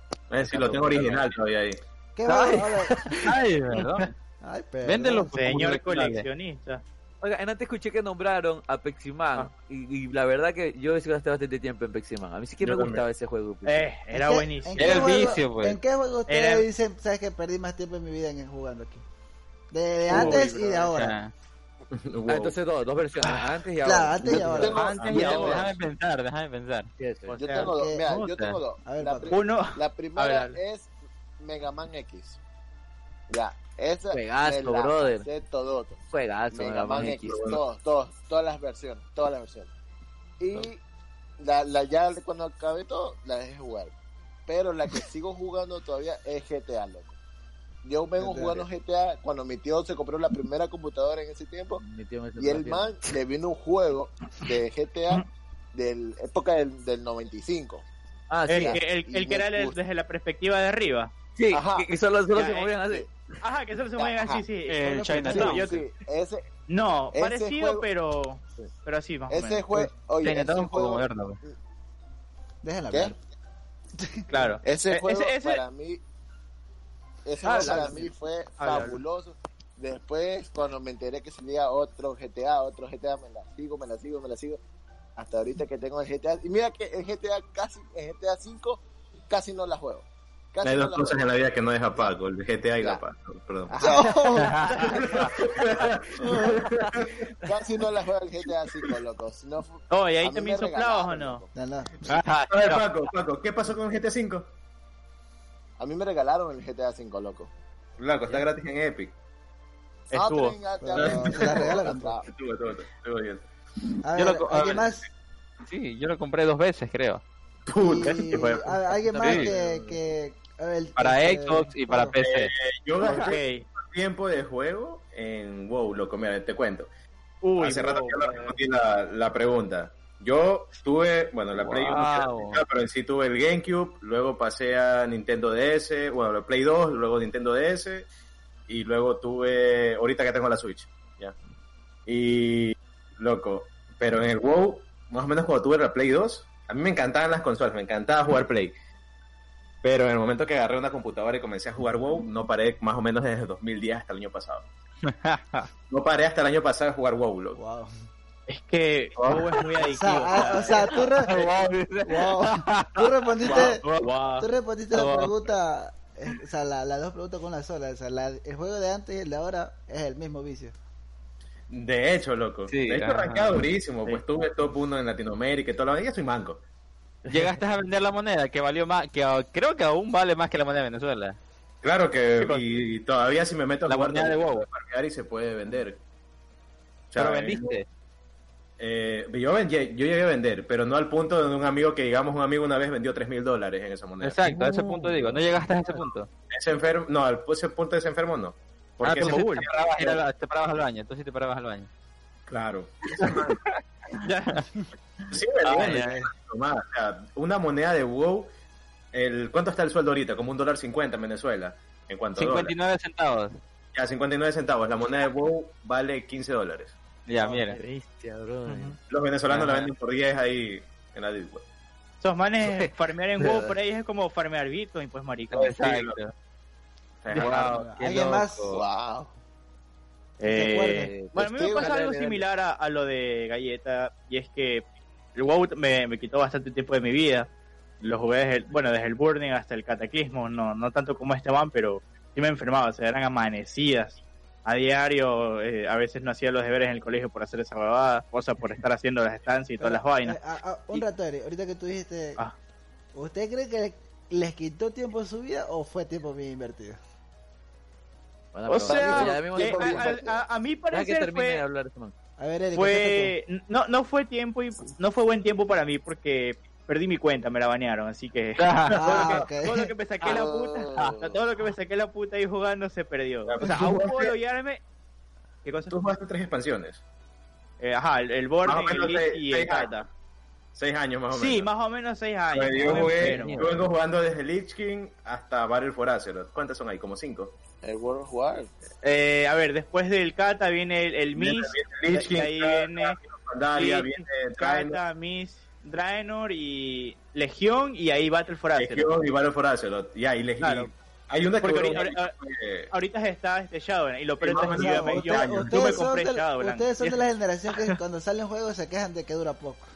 Speaker 2: decir, lo tengo original todavía ahí.
Speaker 1: ¿Qué va? Ahora-
Speaker 3: Ay, perdón.
Speaker 1: Ay, perdón.
Speaker 3: Véndelo. pues,
Speaker 6: Señor
Speaker 3: como originales.
Speaker 6: coleccionista.
Speaker 4: Oiga, en antes escuché que nombraron a Peximan.
Speaker 6: Ah.
Speaker 4: Y, y la verdad que yo sí gasté bastante tiempo en Peximan. A mí sí que me
Speaker 2: Yo también.
Speaker 4: gustaba ese juego. pues.
Speaker 6: Eh, era
Speaker 1: ¿En qué-
Speaker 6: buenísimo.
Speaker 1: en qué
Speaker 3: Era el
Speaker 1: juego-
Speaker 3: vicio, pues.
Speaker 1: ¿En qué juego ustedes
Speaker 6: Era-
Speaker 1: dicen, sabes que perdí más tiempo en mi vida en jugando aquí? De, de
Speaker 6: Uy,
Speaker 1: antes y de
Speaker 6: brother.
Speaker 3: O
Speaker 1: ahora.
Speaker 3: sea,
Speaker 2: Wow.
Speaker 4: Ah, entonces dos, dos versiones,
Speaker 6: Ah.
Speaker 4: antes y
Speaker 1: Claro,
Speaker 4: ahora.
Speaker 1: antes y ahora.
Speaker 7: tengo-
Speaker 3: Antes y
Speaker 7: yo
Speaker 3: ahora,
Speaker 7: tengo-
Speaker 3: déjame pensar, déjame pensar.
Speaker 4: Sí, eso es.
Speaker 7: Yo
Speaker 6: sea,
Speaker 7: tengo dos,
Speaker 1: ¿qué?
Speaker 7: mira, yo
Speaker 3: Puta.
Speaker 7: tengo dos.
Speaker 1: A ver,
Speaker 7: La,
Speaker 1: papi.
Speaker 7: pri-
Speaker 6: Uno,
Speaker 7: la primera
Speaker 6: A ver,
Speaker 7: es Mega Man X. Ya, esa
Speaker 4: Juegazo,
Speaker 7: me la
Speaker 4: brother.
Speaker 7: pasé todo.
Speaker 4: Juegazo,
Speaker 7: Mega Man X,
Speaker 2: bueno.
Speaker 7: todos, todos, todas las versiones, todas las versiones. Y la, la ya cuando acabé todo, la dejé jugar. Pero la que sigo jugando todavía es GTA, loco. Yo vengo
Speaker 1: Entendí.
Speaker 7: jugando GTA cuando mi tío se compró la primera computadora en ese tiempo
Speaker 4: Mi tío me hizo
Speaker 7: y el
Speaker 4: todavía.
Speaker 7: man le vino un juego de GTA del época del, del 95.
Speaker 4: Ah, sí.
Speaker 6: El,
Speaker 7: ya.
Speaker 6: que, el, el que era el- desde la perspectiva de arriba.
Speaker 4: Sí,
Speaker 7: Ajá.
Speaker 4: que- que solo, solo
Speaker 6: Ya,
Speaker 4: se
Speaker 6: eh,
Speaker 4: movían así.
Speaker 7: Ah, sí.
Speaker 6: Ajá, que solo se mueven
Speaker 7: Ajá.
Speaker 6: así, sí.
Speaker 5: Eh, El
Speaker 7: Sí,
Speaker 5: Chinatown.
Speaker 7: sí, ese,
Speaker 6: no,
Speaker 7: ese
Speaker 6: parecido,
Speaker 7: juego-
Speaker 6: pero
Speaker 7: Sí.
Speaker 6: pero así más o
Speaker 7: ese
Speaker 6: menos.
Speaker 7: juego, oye, ese
Speaker 3: Chinatown fue
Speaker 7: juego,
Speaker 3: moderno, güey.
Speaker 1: Déjala
Speaker 7: ¿Qué?
Speaker 1: hablar.
Speaker 6: Claro.
Speaker 7: Ese
Speaker 6: E-
Speaker 7: juego
Speaker 6: ese- ese-
Speaker 7: para mí, ese
Speaker 6: Ah,
Speaker 7: juego para
Speaker 6: sí.
Speaker 7: mí fue
Speaker 6: Habla, habla.
Speaker 7: fabuloso. Después, cuando me enteré que salía otro GTA, otro GTA, me la sigo, me la sigo, me la sigo. Hasta ahorita que tengo el GTA. Y mira que el GTA casi, el GTA 5 casi no la juego. Casi
Speaker 2: Hay
Speaker 7: no
Speaker 2: dos
Speaker 7: la
Speaker 2: cosas
Speaker 7: juego.
Speaker 2: en la vida que no deja Paco, el GTA y
Speaker 7: Ya.
Speaker 2: la paz. Perdón.
Speaker 7: Casi no la juego el GTA 5, loco. Si no fu-
Speaker 6: Oh, y
Speaker 7: a
Speaker 6: ahí
Speaker 7: mí
Speaker 6: también
Speaker 7: me
Speaker 6: soplabas o
Speaker 7: regalaron,
Speaker 6: no?
Speaker 7: loco.
Speaker 1: Dale.
Speaker 2: A ver, Paco, Paco, ¿qué pasó con GTA 5?
Speaker 7: A mí me regalaron el GTA 5, loco.
Speaker 2: Loco, está gratis en Epic.
Speaker 7: Ah,
Speaker 2: Estuvo.
Speaker 7: pero ya te
Speaker 1: Pero
Speaker 7: hablo.
Speaker 1: te la regalaron, pues.
Speaker 2: Estuvo, estuvo, estuvo bien.
Speaker 1: A
Speaker 3: Yo
Speaker 1: ver,
Speaker 3: lo co- a
Speaker 1: ¿alguien
Speaker 3: ver.
Speaker 1: más?
Speaker 3: Sí, yo lo compré dos veces, creo.
Speaker 2: Puta,
Speaker 1: Y-
Speaker 2: hijo de
Speaker 1: a ver, ¿Alguien más
Speaker 3: Sí.
Speaker 1: que... que a ver, el-
Speaker 3: Para
Speaker 1: este,
Speaker 3: Xbox y para
Speaker 1: juego?
Speaker 3: PC.
Speaker 2: Yo
Speaker 6: Ok.
Speaker 2: gasté tiempo de juego en WoW, loco, mira, te cuento.
Speaker 6: Uy,
Speaker 2: Hace rato
Speaker 6: wow,
Speaker 2: que ya lo respondí la, la pregunta. Yo tuve, bueno, la Play 1,
Speaker 4: Wow.
Speaker 2: pero en sí tuve el GameCube, luego pasé a Nintendo DS, bueno, la Play 2, luego Nintendo DS, y luego tuve, ahorita que tengo la Switch, ya. Y, loco, pero en el WoW, más o menos cuando tuve la Play 2, a mí me encantaban las consolas, me encantaba jugar Play. Pero en el momento que agarré una computadora y comencé a jugar WoW, no paré más o menos desde el 2010 hasta el año pasado. No paré hasta el año pasado de jugar WoW, loco.
Speaker 1: Wow.
Speaker 6: Es que WoW es muy
Speaker 1: O
Speaker 6: adictivo.
Speaker 1: sea, ah, o sea, tú, re- wow. Tú respondiste,
Speaker 6: Wow.
Speaker 1: tú respondiste la pregunta, eh, o sea, la- las dos preguntas con una sola. O sea, la- el juego de antes y el de ahora es el mismo vicio.
Speaker 2: De hecho, loco.
Speaker 3: Sí,
Speaker 2: de hecho,
Speaker 3: ajá.
Speaker 2: arrancaba durísimo.
Speaker 6: Sí.
Speaker 2: Pues tuve top 1 en Latinoamérica y toda la vaina. Yo soy manco.
Speaker 3: Llegaste a vender la moneda que valió más, que a- creo que aún vale más que la moneda de Venezuela.
Speaker 2: Claro que.
Speaker 6: Sí, pues.
Speaker 2: y, y todavía si me meto a
Speaker 3: La
Speaker 2: jugar,
Speaker 3: moneda de
Speaker 2: tengo que
Speaker 3: WoW.
Speaker 2: parquear y se puede vender. O sea,
Speaker 3: Pero
Speaker 2: eh,
Speaker 3: vendiste.
Speaker 2: eh, yo, ven- yo llegué a vender, pero no al punto de un amigo que, digamos, un amigo una vez vendió 3 mil dólares en esa moneda.
Speaker 3: Exacto, a ese punto digo. No llegaste a ese punto.
Speaker 2: Ese enfermo. No, al ese punto de ese enfermo no.
Speaker 3: Ah,
Speaker 2: Porque
Speaker 3: tú
Speaker 2: ese-
Speaker 3: sí te, parabas, a ir a la- te parabas al baño. Tú sí te parabas al baño.
Speaker 2: Claro.
Speaker 3: Ya.
Speaker 2: Sí, vendí,
Speaker 3: Ay,
Speaker 2: vendí, más, o sea, una moneda de WoW. El, ¿Cuánto está el sueldo ahorita? Como un dólar cincuenta en Venezuela. En cuanto a dólares.
Speaker 3: 59 centavos.
Speaker 2: Ya, 59 centavos. La moneda de WoW vale 15 dólares.
Speaker 3: Ya,
Speaker 4: Ah,
Speaker 3: mira.
Speaker 4: bestia, bro. eh.
Speaker 2: Los venezolanos
Speaker 3: Ajá.
Speaker 2: la venden por 10 ahí en la Deep Web.
Speaker 6: Esos manes farmear en WoW
Speaker 3: Verdad.
Speaker 6: por ahí es como farmear Bitcoin, pues maricón.
Speaker 3: Exacto.
Speaker 2: O sea, ah,
Speaker 3: Wow, qué
Speaker 1: ¿Alguien más?
Speaker 3: loco.
Speaker 7: Wow.
Speaker 1: ¿Se acuerdan?
Speaker 6: Eh, bueno, a mí me
Speaker 4: pues,
Speaker 7: Estoy-
Speaker 6: pasa algo
Speaker 7: Dale, dale.
Speaker 6: similar a, a lo de Galleta, y es que el WoW me, me quitó bastante tiempo de mi vida. Lo jugué desde el, bueno, desde el Burning hasta el Cataclismo, no, no tanto como este man, pero sí me enfermaba, o sea, eran amanecidas. A diario, eh, a veces no hacía los deberes en el colegio por hacer esa babada, o sea, por estar haciendo las estancias y todas las
Speaker 1: Pero,
Speaker 6: vainas.
Speaker 1: eh, a- a- un rato, Eri, ahorita que tú dijiste,
Speaker 6: Ah.
Speaker 1: ¿usted cree que les quitó tiempo de su vida o fue tiempo bien invertido?
Speaker 4: Bueno,
Speaker 6: O
Speaker 4: pero-
Speaker 6: sea,
Speaker 4: ya, mismo
Speaker 6: eh,
Speaker 4: tiempo-
Speaker 6: a, a- a- a
Speaker 4: Deja
Speaker 6: mi
Speaker 4: que
Speaker 6: parecer
Speaker 4: termine de
Speaker 6: fue,
Speaker 4: hablar este man.
Speaker 1: A ver, Eric,
Speaker 6: fue no no fue tiempo y no fue buen tiempo para mí porque perdí mi cuenta me la banearon así que todo,
Speaker 1: Ah,
Speaker 6: lo que,
Speaker 1: ok.
Speaker 6: todo lo que me saqué la puta
Speaker 7: Ah.
Speaker 6: todo lo que me saqué la puta ahí jugando se perdió o
Speaker 2: pues,
Speaker 6: sea aún puedo loguearme qué cosa
Speaker 2: Tú jugaste tres expansiones.
Speaker 6: Eh, ajá el, el Born
Speaker 2: Más o
Speaker 6: el
Speaker 2: menos
Speaker 6: Elite
Speaker 2: seis-
Speaker 6: y el
Speaker 2: seis años,
Speaker 6: Tata
Speaker 2: Seis años más o menos.
Speaker 6: sí más o menos seis años
Speaker 2: Pues yo,
Speaker 6: no me
Speaker 2: jugué-
Speaker 6: enfermo.
Speaker 2: yo vengo jugando desde Lich King hasta Battle for Azeroth. ¿Cuántas son ahí? ¿Como cinco?
Speaker 7: El World of War.
Speaker 6: Eh, a ver después del Cata viene el, el Miss
Speaker 2: Lich King,
Speaker 6: de ahí viene
Speaker 2: Pandaria,
Speaker 6: Lich,
Speaker 2: viene Trainor,
Speaker 6: Cata Miss Draenor y Legión y ahí Battle for Azeroth
Speaker 2: Legión y Battle for Azeroth. Ya, y Legión.
Speaker 6: Claro.
Speaker 2: Hay una que
Speaker 6: Porque
Speaker 2: duró-
Speaker 6: ahorita- ahorita-
Speaker 2: eh,
Speaker 6: ahorita está este Shadowlands y lo peor
Speaker 2: Sí,
Speaker 6: es
Speaker 2: más
Speaker 6: que
Speaker 2: o menos
Speaker 6: yo, me-
Speaker 2: como
Speaker 6: yo-
Speaker 2: este
Speaker 6: yo
Speaker 2: año.
Speaker 1: ustedes
Speaker 6: me
Speaker 1: son
Speaker 6: compré
Speaker 1: de la-
Speaker 6: Shadowlands.
Speaker 1: Ustedes son de la generación que cuando sale un juego se quejan de que dura poco.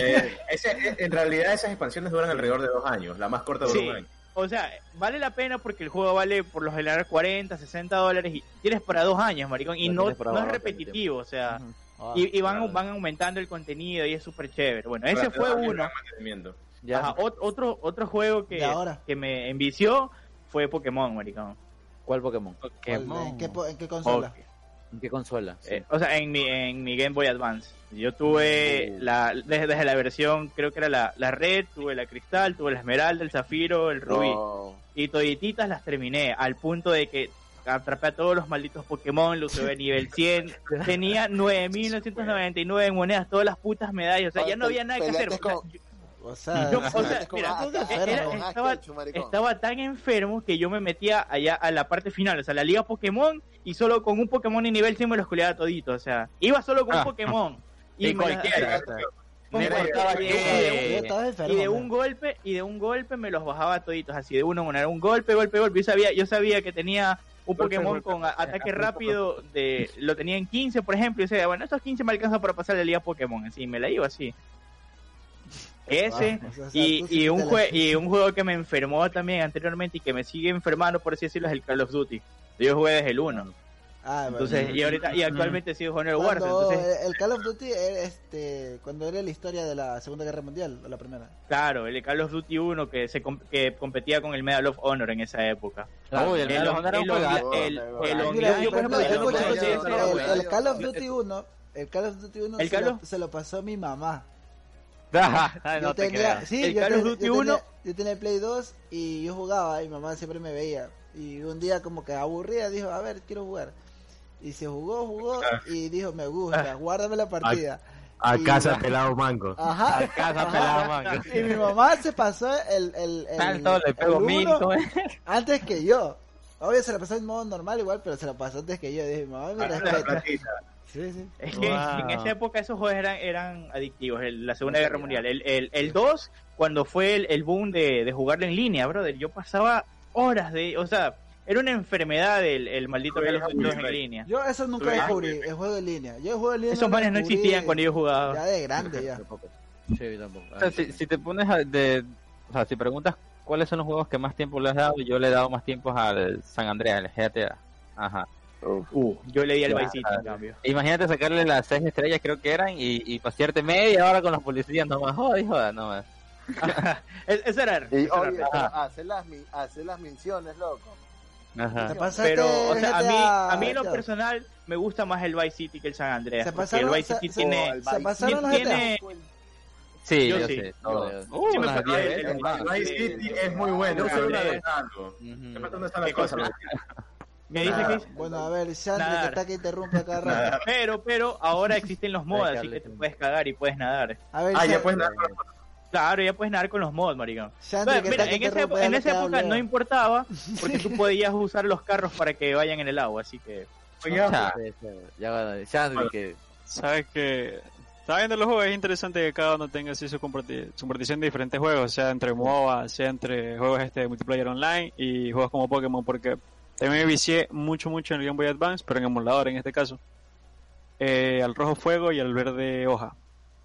Speaker 2: eh, ese- en realidad esas expansiones duran alrededor de dos años. La más corta duró
Speaker 6: Sí.
Speaker 2: un año.
Speaker 6: O sea, vale la pena porque el juego vale por lo general 40, 60 dólares y tienes para dos años, maricón, y
Speaker 4: Lo
Speaker 6: no,
Speaker 4: tienes para
Speaker 6: no es
Speaker 4: abajo,
Speaker 6: repetitivo, o sea,
Speaker 4: Ujú.
Speaker 6: y, y van,
Speaker 2: claro.
Speaker 6: van aumentando el contenido y es súper chévere. Bueno,
Speaker 2: Ahora
Speaker 6: ese
Speaker 2: te
Speaker 6: fue
Speaker 2: vas a
Speaker 6: uno.
Speaker 2: llevar mantenimiento.
Speaker 4: Ya.
Speaker 6: Ajá, ot- otro, otro juego que,
Speaker 1: De ahora.
Speaker 6: que me envició fue Pokémon, maricón.
Speaker 4: ¿Cuál Pokémon?
Speaker 1: ¿En qué, po- en qué consola?
Speaker 6: Ok.
Speaker 4: ¿En qué consola?
Speaker 6: Eh, o sea, en mi, en mi Game Boy Advance. Yo tuve la, desde, desde la versión, creo que era la, la red, tuve la cristal, tuve la esmeralda, el zafiro, el rubí.
Speaker 7: Wow.
Speaker 6: Y todititas las terminé, al punto de que atrapé a todos los malditos Pokémon, lo subí a nivel 100. Tenía 9.999 en monedas, todas las putas medallas. O sea, ya no había nada que hacer. O
Speaker 7: Peleaste
Speaker 6: sea,
Speaker 7: con-
Speaker 6: yo-
Speaker 1: O sea,
Speaker 6: yo-
Speaker 1: o
Speaker 6: o sea,
Speaker 7: es como
Speaker 6: mira,
Speaker 7: hacker,
Speaker 6: era-
Speaker 7: enfermo, hacker,
Speaker 6: estaba,
Speaker 7: chumaricón.
Speaker 6: estaba tan enfermo que yo me metía allá a la parte final, o sea, la liga Pokémon, y solo con un Pokémon de nivel 100 me los culeaba todito, o sea, iba solo con
Speaker 2: Ah.
Speaker 6: un Pokémon.
Speaker 2: Y,
Speaker 6: me la-
Speaker 2: cualquiera.
Speaker 6: con
Speaker 2: Mira,
Speaker 6: cualquiera,
Speaker 2: yo-
Speaker 6: y de
Speaker 1: yo estaba
Speaker 6: un-
Speaker 1: enfermo.
Speaker 6: eh, y de un golpe y de un golpe me los bajaba toditos así de uno en uno era un golpe golpe golpe yo sabía yo sabía que tenía un
Speaker 2: Golpe,
Speaker 6: Pokémon
Speaker 2: golpe.
Speaker 6: con a- ataque rápido de lo tenía en 15 por ejemplo y yo decía bueno estos 15 me alcanzan para pasar la liga Pokémon así me la iba así ese
Speaker 1: Vamos, Ah, o sea,
Speaker 6: y,
Speaker 1: tú sí
Speaker 6: y,
Speaker 1: te
Speaker 6: un
Speaker 1: la-
Speaker 6: jue- y un juego que me enfermó también anteriormente y que me sigue enfermando, por así decirlo, es el Call of Duty. Yo jugué desde el 1.
Speaker 1: Ah, bueno.
Speaker 6: Entonces, y ahorita y actualmente sigo jugando el Warzone.
Speaker 1: Cuando
Speaker 6: Entonces,
Speaker 1: el- el Call of Duty era, este cuando era la historia de la Segunda Guerra Mundial o la primera.
Speaker 6: claro, el Call of Duty 1 que se com- que competía con el Medal of Honor en esa época.
Speaker 3: Uy, el Medal of Honor era un
Speaker 6: el online-
Speaker 3: juegazo.
Speaker 6: el- el
Speaker 7: Mira,
Speaker 1: Mira,
Speaker 6: online-
Speaker 7: yo, por
Speaker 1: pero no,
Speaker 7: ejemplo, yo no
Speaker 1: escucha,
Speaker 7: puedo
Speaker 1: escucha,
Speaker 7: decir eso, era
Speaker 1: el-
Speaker 7: bueno.
Speaker 1: el Call of Duty 1, el Call of Duty 1
Speaker 6: El
Speaker 1: se,
Speaker 6: Call
Speaker 1: lo,
Speaker 6: of-
Speaker 1: se lo pasó mi mamá.
Speaker 6: Ah,
Speaker 3: Ay, no te
Speaker 1: tenía,
Speaker 3: creas.
Speaker 1: sí,
Speaker 6: El
Speaker 1: yo,
Speaker 6: Call of
Speaker 1: ten-
Speaker 6: Duty
Speaker 1: yo
Speaker 6: 1.
Speaker 1: tenía, yo tenía el Play 2 y yo jugaba y mi mamá siempre me veía. Y un día como que aburrida dijo, a ver, quiero jugar. Y se jugó, jugó
Speaker 6: Ah.
Speaker 1: y dijo, me gusta, guárdame la partida.
Speaker 2: A
Speaker 1: Y-
Speaker 2: casa pelado mango.
Speaker 6: Ah,
Speaker 1: Ajá.
Speaker 3: Casa
Speaker 1: ajá.
Speaker 3: pelada, man.
Speaker 1: Y mi mamá se pasó el, el, el,
Speaker 6: Ah,
Speaker 3: Tanto le
Speaker 1: el
Speaker 3: pego
Speaker 1: uno
Speaker 3: mil. ¿cómo es?
Speaker 1: antes que yo. Obvio se la pasó en modo normal igual, pero se la pasó antes que yo. Dije, mamá,
Speaker 6: Ah.
Speaker 1: me respeta. Sí, sí.
Speaker 6: Es que
Speaker 3: Wow.
Speaker 6: en esa época esos juegos eran, eran adictivos, el- la Segunda Guerra Mundial. El, el, el 2, cuando fue el, el boom de, de jugarlo en línea, brother, yo pasaba horas de... O sea, era una enfermedad el, el maldito
Speaker 2: Tú
Speaker 6: Call of
Speaker 2: eres
Speaker 6: Duty en
Speaker 2: aburrido.
Speaker 6: línea.
Speaker 1: Yo eso nunca
Speaker 2: Tú eres
Speaker 1: descubrí, el juego en línea. Yo el juego en línea
Speaker 6: Esos
Speaker 1: lo
Speaker 6: manes no
Speaker 1: descubrí
Speaker 6: existían cuando yo
Speaker 1: Ya
Speaker 6: jugaba.
Speaker 1: de grande, ya.
Speaker 4: Sí, tampoco.
Speaker 3: O sea, si, si te pones a- de. O sea, si preguntas cuáles son los juegos que más tiempo le has dado, yo le he dado más tiempo al San Andreas, al GTA. Ajá.
Speaker 6: Uh, yo le di al
Speaker 3: Ya,
Speaker 6: Vice City, en
Speaker 3: ya.
Speaker 6: cambio.
Speaker 3: Imagínate sacarle las seis estrellas, creo que eran, y, y pasearte media hora con los policías nomás. oh, Joder, joder, nomás.
Speaker 6: Es- Eso era...
Speaker 7: Y
Speaker 6: eso era-
Speaker 7: obvio,
Speaker 3: Ajá.
Speaker 7: hacer las, mi- hacer las menciones, loco.
Speaker 3: Ajá.
Speaker 1: Se pasaste
Speaker 6: Pero, o sea, a mí,
Speaker 1: GTA,
Speaker 6: a mí en lo
Speaker 1: ya.
Speaker 6: personal me gusta más el Vice City que el San Andreas.
Speaker 1: Se
Speaker 6: Porque el
Speaker 1: pasaron-
Speaker 6: Vice City
Speaker 1: se-
Speaker 6: tiene...
Speaker 7: Oh, el
Speaker 1: Se
Speaker 7: Vice
Speaker 1: pasaron los
Speaker 6: Tiene-
Speaker 1: GTA.
Speaker 3: Sí,
Speaker 6: Yo
Speaker 3: yo,
Speaker 6: sí.
Speaker 3: sé. todo.
Speaker 4: Yo-
Speaker 3: Uh,
Speaker 6: yo Oh, me
Speaker 3: unas
Speaker 6: acuerdo
Speaker 3: diez
Speaker 6: de-
Speaker 3: veces
Speaker 6: de-
Speaker 3: más.
Speaker 2: Vice City es muy bueno.
Speaker 6: Yo soy una de-
Speaker 2: algo.
Speaker 3: Ujú.
Speaker 2: ¿Qué pasa? ¿Dónde están las
Speaker 6: ¿Qué cosa?
Speaker 2: cosas?
Speaker 6: Me dice
Speaker 2: Nada.
Speaker 6: que... es-
Speaker 1: Bueno, a ver, Shandy
Speaker 6: Nadar.
Speaker 1: que está que interrumpe acá rato.
Speaker 6: Pero, pero, ahora existen los mods, así que te puedes cagar y puedes nadar.
Speaker 1: A ver,
Speaker 2: Ah,
Speaker 1: Sha-
Speaker 2: ya pues nada.
Speaker 6: Claro, ya puedes nadar con los mods, maricón.
Speaker 1: Shandy
Speaker 6: Bueno,
Speaker 1: que
Speaker 6: mira,
Speaker 1: está que
Speaker 6: en esa,
Speaker 1: interrumpe,
Speaker 6: época-
Speaker 1: es
Speaker 6: en
Speaker 1: lo
Speaker 6: esa
Speaker 1: que
Speaker 6: época
Speaker 1: hablo
Speaker 6: no
Speaker 1: yo.
Speaker 6: importaba porque tú podías usar los carros para que vayan en el agua, así que...
Speaker 2: pues,
Speaker 3: Cha.
Speaker 4: Ya van, Shandri, que
Speaker 5: Sabes que estaba viendo los juegos, es interesante que cada uno tenga así su, comparti- su compartición de diferentes juegos, sea entre MOBA, sea entre juegos este de multiplayer online y juegos como Pokémon, porque también me vicié mucho, mucho en el Game Boy Advance, pero en emulador en este caso. Eh, al rojo fuego y al verde hoja.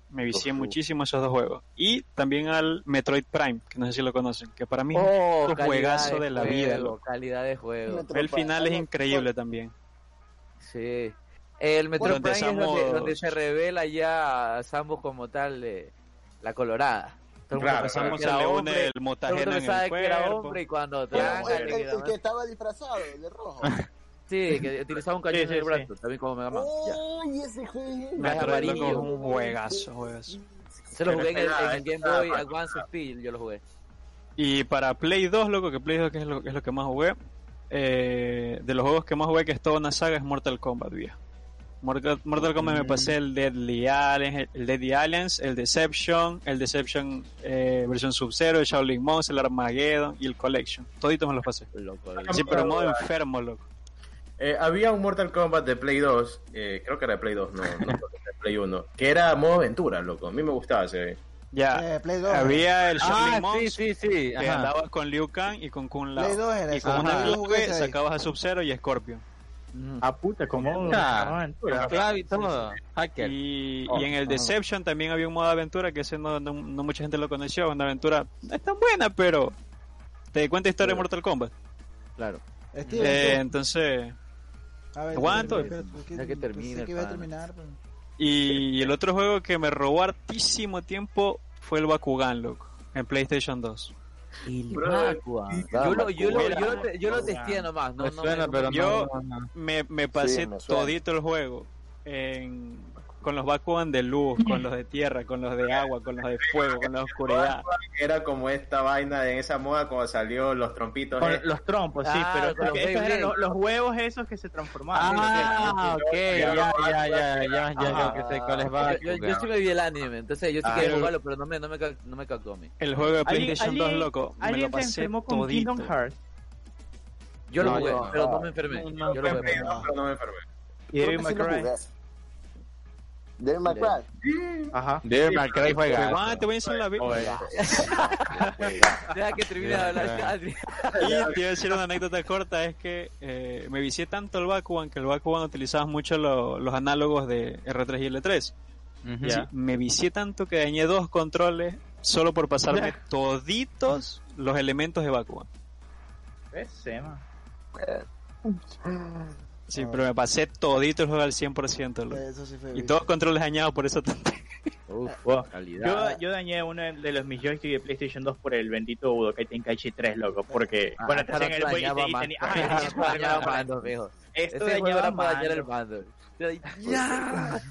Speaker 5: Me vicié muchísimo esos dos juegos. Y también al Metroid Prime, que no sé si lo conocen, que para mí es
Speaker 4: Oh,
Speaker 5: un
Speaker 4: calidad
Speaker 5: juegazo de la vida,
Speaker 4: juego,
Speaker 5: loco.
Speaker 4: Calidad de juego.
Speaker 7: Metro
Speaker 5: El final es
Speaker 7: Prime.
Speaker 5: increíble también.
Speaker 4: Sí. El Metro
Speaker 5: Donde
Speaker 4: Prime es donde,
Speaker 5: Samus-
Speaker 4: donde se revela ya a Samus como tal eh, la colorada. Todo el mundo pensaba
Speaker 2: Claro,
Speaker 5: Pasamos
Speaker 4: que
Speaker 5: a
Speaker 4: era
Speaker 5: Leone,
Speaker 4: hombre,
Speaker 5: el
Speaker 4: todo el mundo
Speaker 5: motajeno en
Speaker 4: pensaba
Speaker 5: el
Speaker 4: que era
Speaker 5: cuerpo.
Speaker 4: hombre y cuando
Speaker 7: Bueno, eh,
Speaker 4: tranca,
Speaker 7: el, el- el que estaba disfrazado, el de rojo.
Speaker 4: sí, que utilizaba un cañón
Speaker 6: Sí,
Speaker 4: en
Speaker 6: sí,
Speaker 4: el
Speaker 6: sí.
Speaker 4: brazo, también como Mega Man. ya.
Speaker 7: Uy, ese juego.
Speaker 4: Nah,
Speaker 5: Me
Speaker 4: es
Speaker 5: atrae, loco, es
Speaker 4: amarillo.
Speaker 5: un juegazo, juegazo.
Speaker 4: Se lo
Speaker 2: Pero
Speaker 4: jugué en el,
Speaker 2: es
Speaker 4: en el
Speaker 2: que
Speaker 4: Game
Speaker 2: nada,
Speaker 4: Boy
Speaker 2: nada,
Speaker 4: Advance Steel, yo lo jugué.
Speaker 5: Y para Play 2, loco, que Play 2 que es, lo, es lo que más jugué, eh, de los juegos que más jugué, que es toda una saga, es Mortal Kombat, viejo. Mortal, Mortal Kombat me pasé el Deadly Alliance, el Deadly Alliance, el Deception, el Deception eh, versión Sub-Zero, el Shaolin Monks, el Armageddon y el Collection. Toditos me los pasé.
Speaker 4: Loco,
Speaker 5: Sí, pero en modo enfermo, loco.
Speaker 2: Eh, había un Mortal Kombat de Play 2, eh, creo que era de Play 2, no, no creo que era de Play 1, que era modo aventura, loco. A mí me gustaba ese.
Speaker 5: Ya.
Speaker 1: Eh, Play 2.
Speaker 5: Había el Shaolin
Speaker 3: Ah, sí,
Speaker 5: Monks,
Speaker 3: sí, sí.
Speaker 5: que
Speaker 3: ajá.
Speaker 5: andabas con Liu Kang y con Kun Lao.
Speaker 1: Play 2 era
Speaker 5: y
Speaker 1: ese.
Speaker 5: con una
Speaker 1: Ajá. Yo jugué
Speaker 5: clave
Speaker 1: ese ahí.
Speaker 5: sacabas a Sub-Zero y a Scorpion.
Speaker 6: Ah, puta, como...
Speaker 3: Cha.
Speaker 6: aventura.
Speaker 3: Clave y todo. Hacker.
Speaker 5: Y,
Speaker 3: Oh,
Speaker 5: y en el
Speaker 3: ajá.
Speaker 5: Deception también había un modo de aventura que ese no, no, no mucha gente lo conoció. Una aventura no es tan buena, pero te cuenta historia de Mortal Kombat.
Speaker 4: claro.
Speaker 1: Steven,
Speaker 5: Eh, entonces,
Speaker 1: A ver,
Speaker 5: ¿Cuánto?
Speaker 1: espérate, porque
Speaker 4: Ya que
Speaker 1: pensé
Speaker 4: termine,
Speaker 1: que iba a
Speaker 4: pana.
Speaker 1: terminar. pues? pero-
Speaker 5: y el otro juego que me robó hartísimo tiempo fue el Bakugan, loco, en PlayStation 2.
Speaker 4: El
Speaker 2: Bro,
Speaker 4: Macua. Yo lo, yo lo, yo lo, te- yo lo testé nomás. No,
Speaker 3: me
Speaker 4: no
Speaker 3: suena,
Speaker 4: me-
Speaker 3: pero no-
Speaker 5: Yo-
Speaker 3: no, no.
Speaker 5: Me, me pasé
Speaker 7: me suena.
Speaker 5: todito el juego en- con los Bakugan de luz, con los de tierra, con los de agua, con los de fuego, con la oscuridad.
Speaker 2: Era como esta vaina de esa moda cuando salió los trompitos.
Speaker 6: Con
Speaker 2: eh.
Speaker 6: los trompos, sí,
Speaker 4: Ah,
Speaker 6: pero
Speaker 4: con los
Speaker 6: porque estos
Speaker 4: Beyblade.
Speaker 6: eran los, los huevos esos que se transformaban.
Speaker 3: Ah, ok, ya, ya, ya, ya, ya,
Speaker 4: Ajá.
Speaker 3: yo que sé cuál es Bakugan.
Speaker 4: Yo, yo, yo sí me vi el anime, entonces yo sí
Speaker 5: Ah,
Speaker 4: quería
Speaker 5: pero-
Speaker 4: jugarlo, pero no me, no me, ca- no me cacó a mí.
Speaker 5: El juego de
Speaker 6: Alguien-
Speaker 5: PlayStation 2,
Speaker 6: alguien-
Speaker 5: loco, me lo
Speaker 6: Alguien se
Speaker 5: pasé
Speaker 6: enfermó con
Speaker 5: todito.
Speaker 6: Kingdom Hearts.
Speaker 4: Yo lo
Speaker 3: No,
Speaker 4: jugué,
Speaker 3: yo no.
Speaker 4: pero no me enfermé.
Speaker 5: No, no
Speaker 4: yo lo jugué. pero
Speaker 2: Me enfermé, no, pero no me enfermé.
Speaker 6: Y Devil May Cry.
Speaker 7: David McBride.
Speaker 6: Ajá.
Speaker 3: Devil May Cry juega.
Speaker 5: Juan, pues, Ah, te voy a enseñar la Biblia.
Speaker 4: no. Deja que termine de hablar
Speaker 3: Bien.
Speaker 4: Adri.
Speaker 5: Y te iba a decir una anécdota corta, es que eh, me vicié tanto el Bakugan que el Bakugan utilizaba mucho lo- los análogos de R3 y L3.
Speaker 3: Ujú.
Speaker 5: Sí, me vicié tanto que dañé dos controles solo por pasarme toditos los elementos de Bakugan.
Speaker 6: Ese, man.
Speaker 5: Sí, pero me pasé todito el juego al 100%. loco.
Speaker 1: Eh, Eso sí fue
Speaker 5: Y
Speaker 1: vicio.
Speaker 5: todos controles dañados por eso tanto.
Speaker 4: Uf, calidad.
Speaker 6: Yo, yo dañé uno de los mis joystick de PlayStation 2 por el bendito Budokai Tenkaichi 3, loco, porque...
Speaker 4: Ah,
Speaker 6: bueno, te
Speaker 4: pero
Speaker 6: hacían el juego y
Speaker 4: dañaba
Speaker 6: te- y
Speaker 4: más.
Speaker 6: tenía- Ay, ese juego
Speaker 4: dañaba
Speaker 6: dañaba más. Este
Speaker 4: mando, mijo.
Speaker 6: Esto
Speaker 4: Ese juego
Speaker 6: dañaba
Speaker 4: era para dañar el
Speaker 6: mando.
Speaker 4: mando. ¡Ya!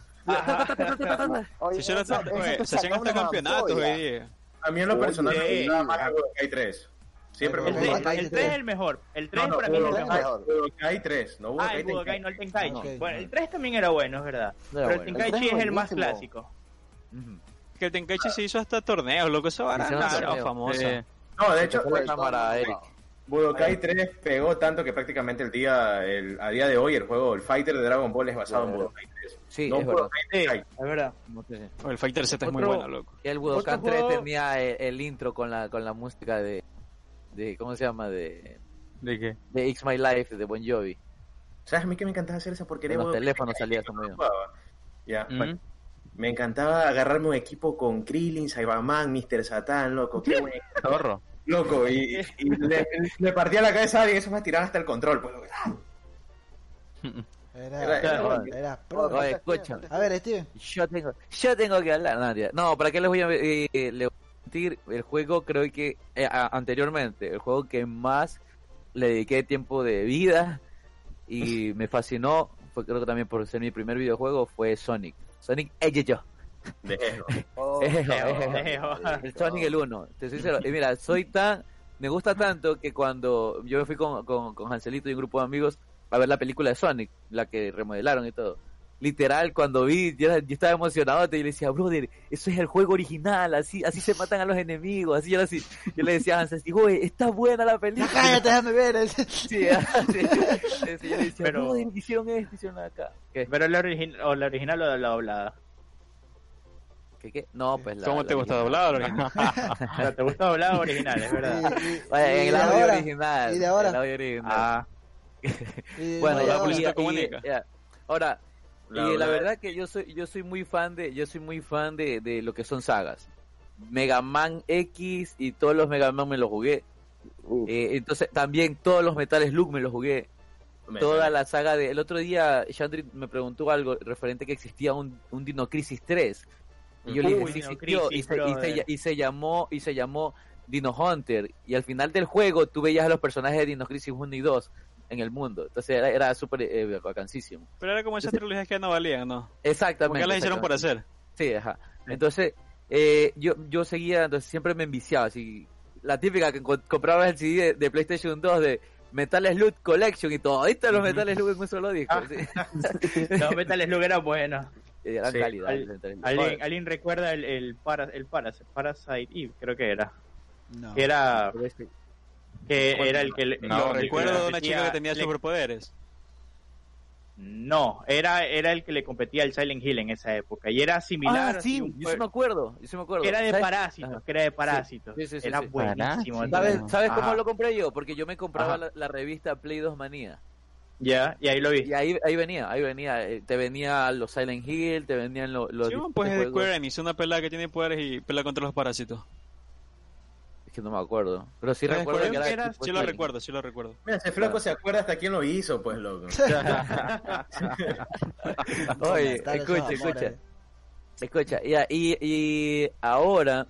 Speaker 7: Oye,
Speaker 5: Se hicieron
Speaker 7: eso-
Speaker 5: hasta,
Speaker 7: eso
Speaker 5: oye,
Speaker 7: te
Speaker 5: se hacían
Speaker 7: saca
Speaker 5: hasta
Speaker 7: una
Speaker 5: campeonatos hoy
Speaker 7: ampolla.
Speaker 5: día.
Speaker 2: A mí en lo
Speaker 7: Oye,
Speaker 2: personal me
Speaker 6: sí.
Speaker 2: gustaba más el Budokai 3. Siempre me
Speaker 6: El
Speaker 1: Pero
Speaker 2: gustó.
Speaker 6: 3,
Speaker 1: Budokai
Speaker 6: el
Speaker 1: tres.
Speaker 6: 3 es el mejor. El 3
Speaker 2: No,
Speaker 6: para
Speaker 2: no,
Speaker 6: mí es el
Speaker 7: Budokai
Speaker 6: mejor.
Speaker 7: mejor.
Speaker 2: Budokai 3, no
Speaker 6: Ah,
Speaker 2: Budokai
Speaker 6: el Budokai,
Speaker 2: Tenkaichi.
Speaker 6: no el Tenkaichi.
Speaker 1: Ah, ok.
Speaker 6: Bueno, el 3 también era bueno, es verdad.
Speaker 4: No
Speaker 6: pero
Speaker 4: era
Speaker 6: el
Speaker 4: bueno.
Speaker 6: Tenkaichi
Speaker 7: El tres
Speaker 6: es el más
Speaker 7: buenísimo.
Speaker 6: clásico.
Speaker 5: Que el Tenkaichi se hizo hasta torneos, loco, eso ahora
Speaker 4: Hicieron Eh.
Speaker 5: demasiado
Speaker 4: torneos,
Speaker 5: oh, famoso.
Speaker 3: Sí.
Speaker 2: No, de hecho,
Speaker 4: Fue la cámara, Eric.
Speaker 2: Budokai 3 pegó tanto que prácticamente el día, el, a día de hoy el juego, el fighter de Dragon Ball es basado en
Speaker 7: Claro.
Speaker 2: Budokai 3.
Speaker 4: Sí,
Speaker 2: No
Speaker 4: es verdad.
Speaker 2: Budokai
Speaker 6: Sí,
Speaker 2: Tenkaichi.
Speaker 6: es verdad.
Speaker 4: No sé si-
Speaker 5: O El Fighter Z es muy
Speaker 4: Otro-
Speaker 5: bueno, loco.
Speaker 4: El Budokan
Speaker 6: Otro
Speaker 4: 3
Speaker 6: juego-
Speaker 4: tenía el, el intro con la, con la música de, de. ¿Cómo se llama? De,
Speaker 3: ¿De qué?
Speaker 4: de It's My Life de Bon Jovi.
Speaker 2: ¿Sabes a mí que me encantaba hacer esa porquería?
Speaker 4: En los
Speaker 2: Budokai
Speaker 4: teléfonos
Speaker 2: Tenkaichi?
Speaker 4: salía eso muy bien.
Speaker 2: jugaba. Ya,
Speaker 3: Ujú.
Speaker 2: bueno. Me encantaba agarrarme un equipo con Krillin, Cyberman, Mr. Satan, loco. Qué buen equipo,
Speaker 3: Zorro.
Speaker 2: loco. Y, y le, le partía la cabeza a alguien, eso me tiraba hasta el control. Pues,
Speaker 1: Era,
Speaker 2: Era-
Speaker 1: era,
Speaker 4: era-
Speaker 1: pro.
Speaker 4: Oye, escúchame.
Speaker 1: A ver, Steven.
Speaker 4: Yo tengo, yo tengo que hablar. No, mentira. No, ¿para qué les voy a eh, eh, les voy a mentir? El juego, creo que eh, a- anteriormente, el juego que más le dediqué tiempo de vida y me fascinó, fue creo que también por ser mi primer videojuego, fue Sonic. Sonic Edge yo.
Speaker 2: de eso.
Speaker 7: Oh,
Speaker 4: Ejo,
Speaker 7: no,
Speaker 6: ejo.
Speaker 7: no,
Speaker 4: El
Speaker 7: no.
Speaker 4: Sonic el 1, te soy sincero. Y mira, soy tan. Me gusta tanto que cuando yo me fui con, con, con Hanselito y un grupo de amigos a ver la película de Sonic, la que remodelaron y todo. Literal, cuando vi, yo, era- yo estaba emocionado y le decía, brother, eso es el juego original, así así se matan a los enemigos, así yo, era así. yo le decía a Hansel, oye, está buena la
Speaker 1: Ya
Speaker 4: película.
Speaker 1: cállate, déjame ver.
Speaker 4: Sí, así. Entonces yo le decía,
Speaker 6: Pero-
Speaker 4: brother, hicieron esto, hicieron acá. ¿Qué?
Speaker 6: Pero la, origi- o la original o la doblada.
Speaker 4: ¿Qué, qué? No, pues la-
Speaker 5: ¿Cómo
Speaker 4: la
Speaker 5: te gusta
Speaker 4: original.
Speaker 5: doblado, loco?
Speaker 6: O sea, ¿Te gusta doblada o original? Es verdad.
Speaker 4: Vaya, en
Speaker 1: y
Speaker 4: el
Speaker 1: de
Speaker 4: audio
Speaker 1: ahora,
Speaker 4: original.
Speaker 1: y de ahora.
Speaker 4: el audio original.
Speaker 6: Ah,
Speaker 1: Y
Speaker 4: bueno,
Speaker 1: no,
Speaker 5: la
Speaker 4: ya,
Speaker 1: ahora-
Speaker 4: y-
Speaker 5: publicidad
Speaker 4: y-
Speaker 5: comunica.
Speaker 4: ya. ahora
Speaker 2: La
Speaker 4: y la
Speaker 2: verdad-
Speaker 4: verdad que yo soy yo soy muy fan de yo soy muy fan de, de lo que son sagas Mega Man X y todos los Mega Man me los jugué
Speaker 7: Uf.
Speaker 4: Eh, entonces también todos los Metales Luke me los jugué
Speaker 2: Me-
Speaker 4: toda la saga de el otro día Chandri me preguntó algo referente que existía un, un Dino Crisis 3 y yo le dije sí
Speaker 6: Uy, Dino
Speaker 4: existió y
Speaker 6: Crisis,
Speaker 4: se, y, se,
Speaker 6: brother.
Speaker 4: y se llamó y se llamó Dino Hunter y al final del juego tú veías a los personajes de Dino Crisis 1 y 2 en el mundo entonces era, era súper eh, bacanísimo
Speaker 5: Pero era como esas trilogías que no valían, ¿no?
Speaker 4: Exactamente.
Speaker 5: Porque las hicieron por hacer.
Speaker 4: Sí, ajá. Entonces, eh, yo, yo seguía, entonces siempre me enviciaba. Así, la típica que co- comprabas el CD de, de PlayStation 2 de Metal Slug Collection y todo. Ahorita los Metal Slug en un solo disco.
Speaker 6: Ah.
Speaker 4: sí.
Speaker 6: los Metal Slug eran buenos.
Speaker 4: Eh, Eran
Speaker 2: Sí,
Speaker 4: calidad.
Speaker 6: al-
Speaker 4: los Metal Slug.
Speaker 6: ¿Alguien, alguien recuerda el, el, para, el Paras- Parasite Eve? Creo que era.
Speaker 1: No.
Speaker 6: Que era,
Speaker 4: Pero este-
Speaker 6: que era el que... le-
Speaker 3: No,
Speaker 6: lo-
Speaker 5: Lo
Speaker 6: el que
Speaker 5: recuerdo de una
Speaker 6: competía-
Speaker 5: chica que tenía
Speaker 6: le-
Speaker 5: superpoderes.
Speaker 6: No, era, era el que le competía al Silent Hill en esa época. Y era
Speaker 4: Ah,
Speaker 6: similar.
Speaker 4: sí,
Speaker 6: así, un
Speaker 4: yo sí me acuerdo. Yo sí me acuerdo.
Speaker 6: Que pues, era de
Speaker 4: ¿Sabes?
Speaker 6: parásitos,
Speaker 4: Ajá.
Speaker 6: que era de parásitos.
Speaker 4: Sí, sí, sí,
Speaker 6: era
Speaker 4: sí.
Speaker 6: buenísimo.
Speaker 4: ¿Sabes,
Speaker 6: entonces.
Speaker 4: sabes cómo
Speaker 6: Ajá.
Speaker 4: lo compré yo? Porque yo me compraba
Speaker 6: Ajá.
Speaker 4: la, la revista Play 2 Manía.
Speaker 6: Ya, y ahí lo vi.
Speaker 4: Y ahí, ahí venía, ahí venía. eh, Te venía los Silent Hill, te venían los. los
Speaker 5: Sí, bueno,
Speaker 4: distintos
Speaker 5: pues es de
Speaker 4: juegos.
Speaker 5: Square Enix, una pelada que tiene poderes y pelea contra los parásitos.
Speaker 4: Es que no me acuerdo. Pero sí
Speaker 5: ¿Sabes
Speaker 4: recuerdo
Speaker 5: cuál
Speaker 4: que
Speaker 5: es?
Speaker 4: era.
Speaker 6: era-
Speaker 4: tipo
Speaker 5: Sí lo
Speaker 4: Sonic.
Speaker 5: recuerdo, sí lo recuerdo.
Speaker 2: Mira, ese flaco se acuerda hasta quién lo hizo, pues, loco.
Speaker 4: Oye,
Speaker 1: Están esos
Speaker 4: escucha,
Speaker 1: amores.
Speaker 4: escucha. Escucha, y, y, y ahora,